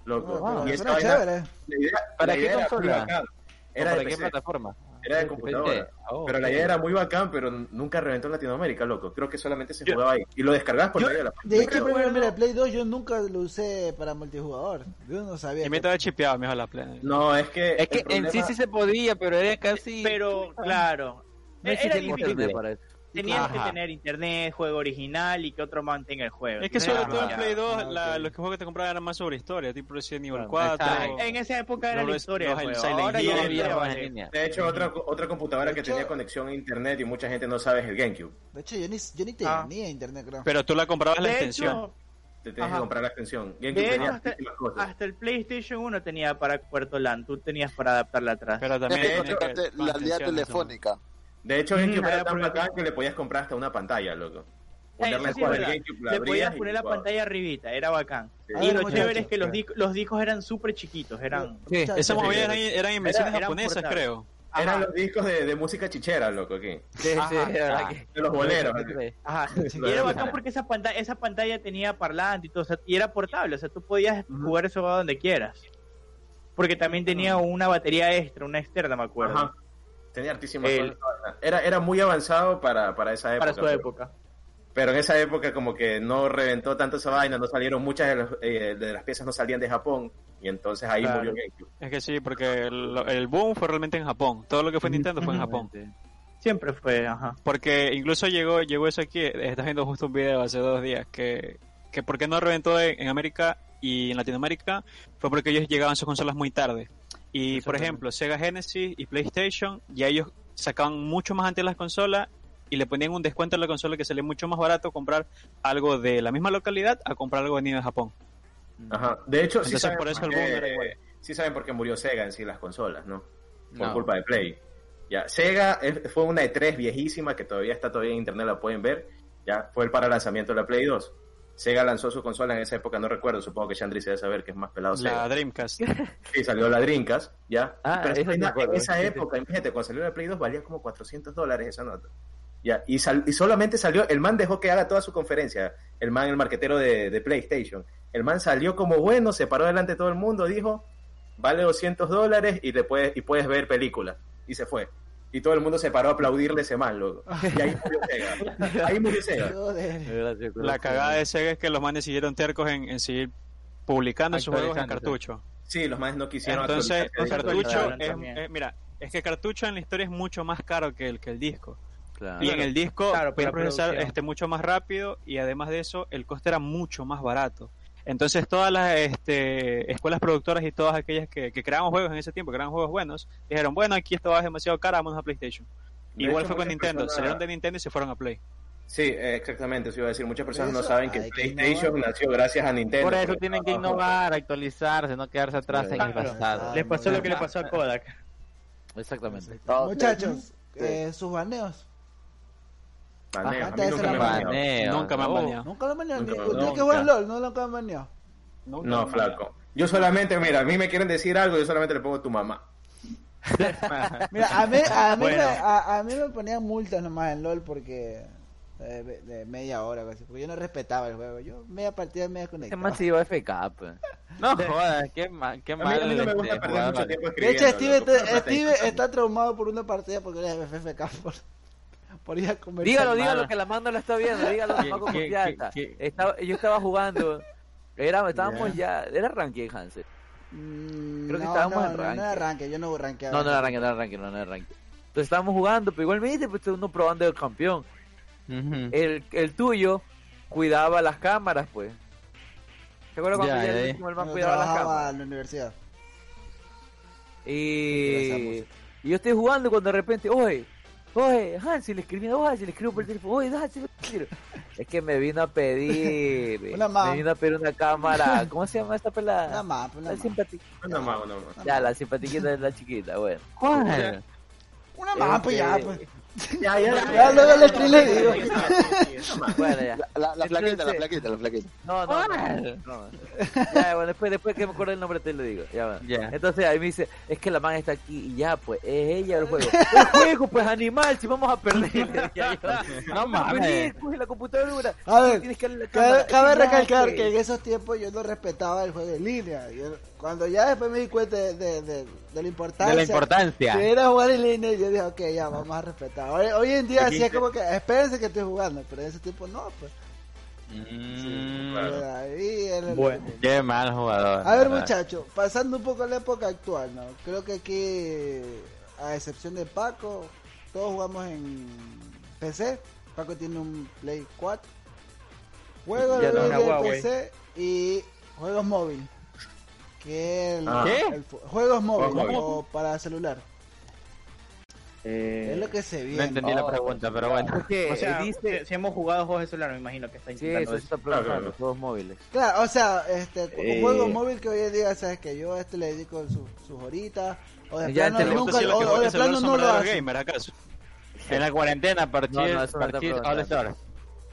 Speaker 2: loco.
Speaker 1: Oh, wow,
Speaker 2: y esa
Speaker 1: suena
Speaker 2: vaina-
Speaker 1: chévere.
Speaker 2: la idea-
Speaker 3: ¿Para
Speaker 2: la
Speaker 3: qué
Speaker 2: idea era
Speaker 3: consola?
Speaker 2: muy bacán. Era
Speaker 3: ¿O
Speaker 2: de
Speaker 3: ¿Para qué
Speaker 2: PC,
Speaker 3: plataforma?
Speaker 2: era de
Speaker 3: Ah,
Speaker 2: computadora.
Speaker 3: PC. Oh,
Speaker 2: Pero la
Speaker 3: ok.
Speaker 2: idea era muy bacán, pero nunca reventó en Latinoamérica, loco. Creo que solamente se jugaba ahí. Y lo descargabas por
Speaker 6: Yo-
Speaker 2: medio de la
Speaker 1: De hecho,
Speaker 2: creo.
Speaker 1: primero, mira, el Play 2 yo nunca lo usé para multijugador. Yo no sabía.
Speaker 5: Y me
Speaker 6: eh,
Speaker 1: que-
Speaker 5: estaba chipeado, mejor la plena.
Speaker 2: No, es que.
Speaker 3: Es
Speaker 2: el
Speaker 3: que en sí
Speaker 2: problema-
Speaker 3: sí se podía, pero era casi...
Speaker 6: Pero, claro.
Speaker 4: No
Speaker 6: era
Speaker 4: existe
Speaker 6: difícil.
Speaker 4: internet para eso.
Speaker 6: Tenías que
Speaker 3: Ajá.
Speaker 6: tener internet, juego original y que otro mantenga el juego.
Speaker 5: Es que sobre
Speaker 6: Ajá.
Speaker 5: todo en
Speaker 6: Ya.
Speaker 5: Play 2,
Speaker 1: Ah,
Speaker 5: la-
Speaker 1: ok.
Speaker 5: los que juegos que te compraban eran más sobre historia, tipo Resident Evil
Speaker 4: Claro,
Speaker 5: 4.
Speaker 3: exacto.
Speaker 6: En esa época era
Speaker 5: No,
Speaker 6: la
Speaker 5: no,
Speaker 6: historia.
Speaker 5: no,
Speaker 6: del
Speaker 5: el
Speaker 6: juego.
Speaker 5: Silent
Speaker 6: Ahora
Speaker 3: Ahora
Speaker 5: Hill,
Speaker 6: ya
Speaker 3: ya
Speaker 5: no
Speaker 6: no
Speaker 5: había
Speaker 6: creo,
Speaker 5: más
Speaker 6: vale.
Speaker 3: en línea.
Speaker 2: De hecho, otra, otra computadora
Speaker 1: De
Speaker 2: que
Speaker 1: hecho-
Speaker 2: tenía conexión a internet y mucha gente no sabe es el GameCube.
Speaker 1: De hecho, yo ni, yo ni
Speaker 6: Ah.
Speaker 1: tenía internet, creo.
Speaker 5: Pero tú la comprabas la
Speaker 6: De
Speaker 5: extensión.
Speaker 6: hecho,
Speaker 2: Te tenías
Speaker 6: Ajá.
Speaker 2: que comprar la extensión. GameCube
Speaker 6: de hecho,
Speaker 2: tenía
Speaker 6: hasta,
Speaker 2: muchísimas cosas.
Speaker 6: hasta el PlayStation 1 tenía para cuarto LAN. Tú tenías para adaptarla atrás.
Speaker 5: Pero
Speaker 7: Es
Speaker 5: también.
Speaker 7: que
Speaker 5: tiene que
Speaker 7: contraste
Speaker 5: ver con
Speaker 7: la línea
Speaker 5: extensiones, ¿no?
Speaker 7: telefónica.
Speaker 2: De hecho,
Speaker 6: Mm,
Speaker 2: GameCube
Speaker 6: había
Speaker 2: era tan
Speaker 6: problemas.
Speaker 2: bacán que le podías comprar hasta una pantalla, loco.
Speaker 6: Ah, eso
Speaker 2: Ponerle el
Speaker 6: sí,
Speaker 2: juego del
Speaker 6: ¿verdad?
Speaker 2: GameCube, la
Speaker 6: Le podías
Speaker 2: abrías y
Speaker 6: poner la
Speaker 2: jugabas.
Speaker 6: pantalla arribita, era bacán.
Speaker 2: Sí.
Speaker 1: Ah,
Speaker 6: Y lo
Speaker 1: muchachos,
Speaker 6: chévere es que los,
Speaker 1: claro.
Speaker 6: discos, los discos eran súper chiquitos, eran...
Speaker 3: Sí,
Speaker 1: Muchachos,
Speaker 5: Esas
Speaker 2: Sí,
Speaker 5: movidas
Speaker 2: sí,
Speaker 5: eran, eran invenciones
Speaker 6: Era- eran
Speaker 5: japonesas,
Speaker 6: portables.
Speaker 5: creo.
Speaker 6: Ajá.
Speaker 2: Eran los discos de, de música chichera, loco, aquí.
Speaker 4: Sí, sí,
Speaker 5: Ajá.
Speaker 4: la verdad que-
Speaker 2: De los boleros.
Speaker 6: Ajá. Y era bacán porque esa pantalla, esa pantalla tenía parlante y todo, o sea, y era portable, o sea, tú podías jugar eso a donde quieras. Porque también tenía una batería extra, una externa, me acuerdo,
Speaker 2: Ajá. Tenía hartísimas
Speaker 6: El-
Speaker 2: cosas. Era, era muy avanzado para, para esa época.
Speaker 6: para su
Speaker 2: pero-
Speaker 6: época.
Speaker 2: Pero en esa época como que no reventó tanto esa vaina, no salieron muchas de, los- eh, de las piezas no salían de Japón y entonces ahí
Speaker 6: Claro.
Speaker 2: murió GameCube.
Speaker 5: Es que sí, porque el, el boom fue realmente en Japón. Todo lo que fue Nintendo fue en Japón.
Speaker 6: Siempre fue, ajá.
Speaker 5: Porque incluso llegó llegó eso aquí. eh, Estás viendo justo un video hace dos días que, que por qué no reventó en, en América y en Latinoamérica fue porque ellos llegaban a sus consolas muy tarde. Y por ejemplo, Sega Genesis y PlayStation, ya ellos sacaban mucho más antes las consolas y le ponían un descuento a la consola que salía mucho más barato comprar algo de la misma localidad a comprar algo venido de Japón.
Speaker 2: Ajá. De hecho, sí
Speaker 5: Entonces,
Speaker 2: saben,
Speaker 5: por eso el
Speaker 2: qué-
Speaker 5: boom era igual.
Speaker 2: sí saben por qué murió Sega en sí las consolas, ¿no? Por
Speaker 4: No.
Speaker 2: culpa de Play. Ya, Sega es- fue una E3 viejísima que todavía está todavía en internet, la pueden ver. Ya, fue el para lanzamiento de la Play 2. Sega lanzó su consola en esa época, no recuerdo, supongo que Chandri se debe saber que es más pelado Sega.
Speaker 5: La Dreamcast.
Speaker 2: Sí, salió la Drinkas, ya.
Speaker 4: Ah,
Speaker 2: Pero
Speaker 4: eso
Speaker 2: esa,
Speaker 4: sí me acuerdo.
Speaker 2: en esa
Speaker 4: Sí, sí.
Speaker 2: época, imagínate, cuando salió la Play 2 valía como 400 dólares esa nota. Ya, y, sal- y solamente salió, el man dejó que haga toda su conferencia, el man, el marquetero de, de PlayStation. El man salió como bueno, se paró delante de todo el mundo, dijo, vale 200 dólares y, te puedes, y puedes ver películas. Y se fue. Y todo el mundo se paró a aplaudirle ese man, loco. Y ahí murió Sega. Ahí murió Sega.
Speaker 1: Joder.
Speaker 4: Gracias,
Speaker 5: La cagada de Sega es que los manes siguieron tercos en, en seguir publicando sus juegos en
Speaker 4: Actualizándose.
Speaker 5: cartucho.
Speaker 2: Sí, los manes no quisieron
Speaker 5: Entonces,
Speaker 2: actualizarse.
Speaker 5: cartucho
Speaker 6: actualizaron
Speaker 5: es,
Speaker 6: también.
Speaker 5: es- mira, es que cartucho en la historia es mucho más caro que el que el disco.
Speaker 2: Ah.
Speaker 4: Claro.
Speaker 5: Y en el disco
Speaker 6: Claro,
Speaker 5: puedes
Speaker 6: para
Speaker 5: procesar
Speaker 6: producción.
Speaker 5: este mucho más rápido y además de eso el coste era mucho más barato. Entonces todas las este, escuelas productoras y todas aquellas que, que creaban juegos en ese tiempo, que eran juegos buenos, dijeron, bueno, aquí esto va demasiado caro, vamos a PlayStation.
Speaker 2: De
Speaker 5: Igual
Speaker 2: hecho,
Speaker 5: fue con
Speaker 2: muchas
Speaker 5: Nintendo,
Speaker 2: personas-
Speaker 5: salieron de Nintendo y se fueron a Play.
Speaker 2: Sí, eh, exactamente, eso iba a decir. Muchas personas no
Speaker 1: Eso
Speaker 2: saben que
Speaker 1: hay que
Speaker 2: PlayStation
Speaker 1: innovar.
Speaker 2: nació gracias a Nintendo.
Speaker 3: Por eso tienen que
Speaker 2: Ajá.
Speaker 3: innovar, actualizarse, no quedarse atrás en el
Speaker 6: Claro.
Speaker 2: Ah,
Speaker 3: pasado.
Speaker 6: Les pasó lo que le pasó a Kodak.
Speaker 4: Exactamente.
Speaker 7: No,
Speaker 1: Muchachos,
Speaker 7: Sí.
Speaker 1: eh, sus baneos.
Speaker 2: Baneo, a mí
Speaker 1: Antes
Speaker 2: nunca
Speaker 1: era
Speaker 2: me
Speaker 1: baneo.
Speaker 2: banearon.
Speaker 3: Baneo.
Speaker 5: Nunca me han
Speaker 3: Oh,
Speaker 5: baneado.
Speaker 1: Nunca lo han baneado.
Speaker 2: Nunca
Speaker 1: ni-
Speaker 2: me-
Speaker 1: Ustedes que
Speaker 5: nunca.
Speaker 1: juegan LOL, no lo han baneado.
Speaker 5: No,
Speaker 2: No, flaco. Yo solamente, mira, a mí me quieren decir algo, yo solamente le pongo tu mamá.
Speaker 1: Mira, a mí, a mí,
Speaker 5: Bueno.
Speaker 1: me, a, a mí me ponían multas nomás en LOL porque. eh, De, de media hora, algo así, porque yo no respetaba el juego. Yo media partida me
Speaker 4: Este
Speaker 1: desconectaba.
Speaker 4: man se iba FK, pues.
Speaker 3: No, jodas, qué, ma qué
Speaker 2: A mí, a
Speaker 3: mal.
Speaker 2: mí no me
Speaker 3: este,
Speaker 2: gusta perder
Speaker 3: jugador.
Speaker 2: mucho tiempo
Speaker 1: De
Speaker 2: escribiendo.
Speaker 1: hecho, Steve,
Speaker 2: loco,
Speaker 1: te-
Speaker 2: pero está
Speaker 1: Steve
Speaker 2: interesante.
Speaker 1: está traumado por una partida porque era de FFK por, por ir a comer.
Speaker 4: Dígalo,
Speaker 1: con-
Speaker 4: dígalo, que la mano la está viendo, dígalo,
Speaker 5: ¿Qué-
Speaker 4: Paco
Speaker 5: qué-
Speaker 4: Confianza.
Speaker 5: qué- qué?
Speaker 4: Estaba- yo estaba jugando, era, estábamos ya, era ranking Hansel.
Speaker 1: Mm,
Speaker 4: Creo que
Speaker 1: no, no,
Speaker 4: estábamos en
Speaker 1: no, no era
Speaker 4: ranking.
Speaker 1: arranque, yo no rankeaba.
Speaker 4: No, no era ranking, no era ranking, no era ranking. Entonces estábamos jugando, pero igualmente pues uno probando el campeón.
Speaker 3: Ujú.
Speaker 4: El, el tuyo cuidaba las cámaras, pues. ¿Te acuerdas cuando
Speaker 3: Ya,
Speaker 4: ya,
Speaker 3: ya,
Speaker 4: el
Speaker 3: ya.
Speaker 4: último el man
Speaker 1: Cuando
Speaker 4: cuidaba las
Speaker 1: trabajaba
Speaker 4: cámaras?
Speaker 1: en la universidad.
Speaker 4: Y...
Speaker 1: Interesamos.
Speaker 4: y yo estoy jugando cuando de repente, oye, oye, Hansel, le escribí, oye, Hansel, le escribo por el teléfono, oye, Hansel, le escribo". Es que me vino a pedir,
Speaker 1: Una ma-
Speaker 4: me vino a pedir una cámara, ¿cómo se llama esta pelada?
Speaker 1: Una mapa, una
Speaker 4: la
Speaker 1: mapa.
Speaker 4: simpatiquita,
Speaker 2: Una más, una más.
Speaker 4: ya, la simpatiquita de la chiquita, bueno.
Speaker 3: ¿Cuál?
Speaker 1: Una mapa,
Speaker 4: Este,
Speaker 1: ya, pues.
Speaker 2: Ya, ya, ya.
Speaker 1: Ya luego el stream le digo.
Speaker 4: Bueno, ya.
Speaker 7: La, la flaquita, la
Speaker 4: Entonces-
Speaker 7: flaquita, la flaquita.
Speaker 4: No, no, no, no. Ya, bueno, después, después que me acuerde el nombre te lo digo. Ya, bueno.
Speaker 3: Ya.
Speaker 4: Entonces ahí me dice, es que la man está aquí y ya, pues, es ella el juego. El juego, pues animal, si vamos a perder. Ya, yo,
Speaker 3: No
Speaker 4: "Vamos a
Speaker 3: mames.
Speaker 4: perder, coge la computadora.
Speaker 1: A ver,
Speaker 4: Tienes que darle la
Speaker 1: Cabe,
Speaker 4: cámara".
Speaker 1: cabe
Speaker 4: Ya,
Speaker 1: recalcar
Speaker 4: pues.
Speaker 1: que en esos tiempos yo no respetaba el juego en línea. Yo- cuando ya después me di cuenta de, de, de- de la
Speaker 3: De
Speaker 1: importancia.
Speaker 3: la importancia.
Speaker 1: Que era jugar en línea, yo dije, ok, ya, vamos a respetar. Hoy, hoy en día sí es como que, espérense que estoy jugando, pero en ese tiempo no, pues.
Speaker 3: Mm,
Speaker 2: Claro.
Speaker 1: Ahí era el-
Speaker 5: Bueno.
Speaker 3: Qué mal jugador.
Speaker 1: A ver,
Speaker 3: ¿verdad?
Speaker 1: muchachos, pasando un poco a la época actual, ¿no? Creo que aquí, a excepción de Paco, todos jugamos en PC. Paco tiene un Play 4. Juegos
Speaker 4: Ya
Speaker 1: de
Speaker 4: no,
Speaker 1: video
Speaker 6: una
Speaker 1: de
Speaker 6: Huawei.
Speaker 1: PC y juegos móvil. Que el-
Speaker 2: Ah.
Speaker 3: ¿Qué?
Speaker 1: el fu- juegos móvil
Speaker 2: móvil.
Speaker 1: o para celular.
Speaker 6: Eh,
Speaker 1: Es lo que se
Speaker 3: No
Speaker 1: viene.
Speaker 3: entendí la pregunta, pero bueno.
Speaker 4: Porque
Speaker 6: o sea,
Speaker 4: dice...
Speaker 6: si, si hemos jugado juegos de celular, me imagino que está
Speaker 4: Sí,
Speaker 6: intentando
Speaker 4: eso se
Speaker 6: decir.
Speaker 4: está preguntando,
Speaker 2: claro.
Speaker 4: todos móviles.
Speaker 1: Claro, o sea, este, un
Speaker 6: Eh.
Speaker 1: juego móvil que hoy en día, sabes que yo a este le dedico su- sus horitas, o de
Speaker 4: Ya
Speaker 1: plano
Speaker 4: entendí.
Speaker 1: nunca,
Speaker 5: Entonces, los que
Speaker 1: o- o
Speaker 5: juegan
Speaker 1: de
Speaker 5: en celular
Speaker 1: plano
Speaker 5: son
Speaker 1: no lo
Speaker 5: verdaderos
Speaker 1: hace.
Speaker 5: gamers, ¿acaso?
Speaker 3: En la cuarentena,
Speaker 4: No,
Speaker 3: parchis,
Speaker 4: no, eso no está
Speaker 3: parchis
Speaker 4: preguntando.
Speaker 3: all stars.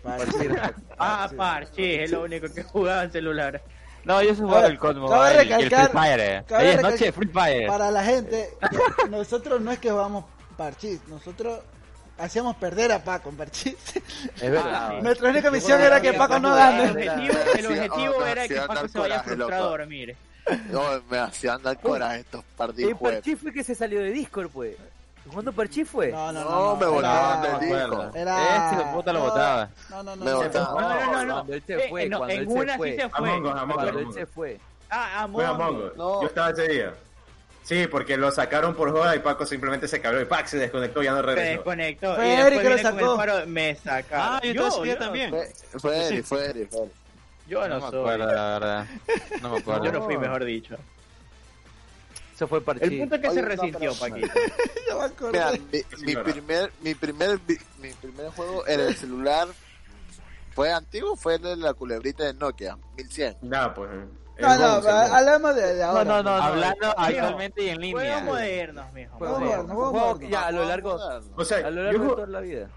Speaker 6: Ah, parche, es lo único que jugaba en celular.
Speaker 3: No, yo soy
Speaker 1: A
Speaker 3: jugador
Speaker 1: ver,
Speaker 3: del COD
Speaker 1: cabe
Speaker 3: Mobile y el Free
Speaker 1: recalcar-
Speaker 3: Fire.
Speaker 1: cabe
Speaker 3: Hoy es
Speaker 1: recalcar-
Speaker 3: noche, Free Fire.
Speaker 1: Para la gente,
Speaker 7: Eh.
Speaker 1: nosotros no es que vamos parchís, nosotros hacíamos perder a Paco en parchís.
Speaker 4: Es verdad.
Speaker 1: Nuestra única misión era que Paco no gane.
Speaker 6: El objetivo, el
Speaker 7: Sí,
Speaker 6: objetivo
Speaker 7: oh,
Speaker 6: era
Speaker 7: sí,
Speaker 6: que
Speaker 7: da
Speaker 6: Paco se vaya
Speaker 7: coraje, loco.
Speaker 6: frustrado a dormir.
Speaker 7: No, me hacían dar coraje estos
Speaker 4: El
Speaker 7: partidos.
Speaker 4: parchí fue que se salió de Discord, pues. ¿Cuándo parchí fue?
Speaker 1: No, no, no,
Speaker 7: No, me
Speaker 1: era-
Speaker 7: botaban
Speaker 3: no,
Speaker 7: del
Speaker 3: me
Speaker 7: disco.
Speaker 3: acuerdo.
Speaker 1: Era...
Speaker 3: Este, puta, lo
Speaker 1: no,
Speaker 3: botaba.
Speaker 1: No, no, no.
Speaker 7: Me
Speaker 1: no.
Speaker 7: botaba.
Speaker 6: No, no, no, no.
Speaker 4: Cuando él se
Speaker 6: Eh,
Speaker 4: fue,
Speaker 6: no,
Speaker 4: cuando
Speaker 6: en
Speaker 4: él
Speaker 6: una
Speaker 4: se fue.
Speaker 6: sí se fue.
Speaker 2: Among Us, Among
Speaker 4: Cuando él
Speaker 2: Us.
Speaker 4: se este fue.
Speaker 6: Ah,
Speaker 2: Fue
Speaker 6: Among
Speaker 2: Among
Speaker 6: Us.
Speaker 2: Us.
Speaker 7: No.
Speaker 2: Yo estaba ese día. Sí, porque lo sacaron por joda y Paco simplemente se cabró y Pac se desconectó y ya no
Speaker 6: Se
Speaker 2: regresó.
Speaker 6: desconectó.
Speaker 1: Fue
Speaker 6: y
Speaker 1: Eric
Speaker 6: después
Speaker 1: que lo
Speaker 6: viene con
Speaker 1: sacó.
Speaker 6: el paro, me sacaron.
Speaker 5: Ah, yo estaba ese día también.
Speaker 7: Fue, fue Eri, fue Eri, fue Eri.
Speaker 3: No
Speaker 6: Yo no,
Speaker 3: me
Speaker 6: soy.
Speaker 3: acuerdo, la verdad. No me acuerdo.
Speaker 6: Yo no fui, mejor dicho.
Speaker 4: Se fue
Speaker 6: El
Speaker 4: parchí.
Speaker 6: punto es que
Speaker 7: Oye,
Speaker 6: se
Speaker 7: no,
Speaker 6: resintió,
Speaker 7: pero-
Speaker 6: Paquito.
Speaker 1: Ya me acordé.
Speaker 7: Mira,
Speaker 2: Sí,
Speaker 7: mi, mi
Speaker 2: verdad.
Speaker 7: primer, mi, primer, vi- mi primer juego en el celular fue antiguo, fue el de la culebrita de Nokia, 1100.
Speaker 2: Nah, pues. el
Speaker 1: No, no,
Speaker 2: Bowser,
Speaker 1: pero hablamos de, de ahora.
Speaker 4: No, no, no, no.
Speaker 3: Hablando actualmente y en
Speaker 6: Juegos
Speaker 3: línea.
Speaker 6: modernos, mijo.
Speaker 4: Juegos
Speaker 1: Vamos,
Speaker 4: modernos.
Speaker 1: vamos,
Speaker 4: Juegos
Speaker 1: vamos.
Speaker 4: ya a lo largo,
Speaker 2: O sea,
Speaker 4: a lo
Speaker 2: yo,
Speaker 4: largo de
Speaker 2: juego-
Speaker 4: toda la vida.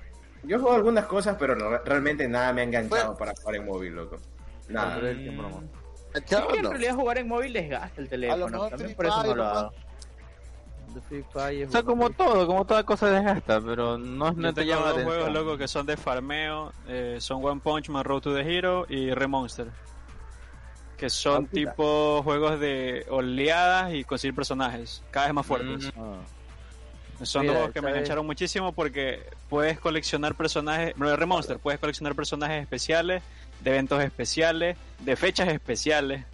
Speaker 2: yo juego algunas cosas, pero no- realmente nada me ha enganchado para jugar en móvil, loco. Nada.
Speaker 4: Control del tiempo, nomás.
Speaker 7: El
Speaker 6: Es
Speaker 7: chavo
Speaker 6: que en
Speaker 7: no.
Speaker 6: realidad jugar en móvil desgasta el
Speaker 7: A lo
Speaker 6: teléfono.
Speaker 7: mejor
Speaker 6: También
Speaker 7: Free
Speaker 6: por eso no
Speaker 7: Fire,
Speaker 6: lo hago.
Speaker 4: The Free Fire.
Speaker 3: O sea, como
Speaker 4: Free
Speaker 3: todo, como toda cosa desgasta, pero no, no
Speaker 5: Yo
Speaker 3: te
Speaker 5: tengo
Speaker 3: llama la
Speaker 5: dos juegos
Speaker 3: atención.
Speaker 5: locos que son de farmeo, eh, son One Punch Man, Road to the Hero y Remonster. Que son tipo juegos de oleadas y conseguir personajes, cada vez más fuertes.
Speaker 3: Mm.
Speaker 4: Fire.
Speaker 5: Son
Speaker 4: Mira,
Speaker 5: dos juegos que me
Speaker 4: ¿sabes?
Speaker 5: engancharon muchísimo porque puedes coleccionar personajes, bueno, de Remonster, puedes coleccionar personajes especiales, de eventos especiales, de fechas especiales.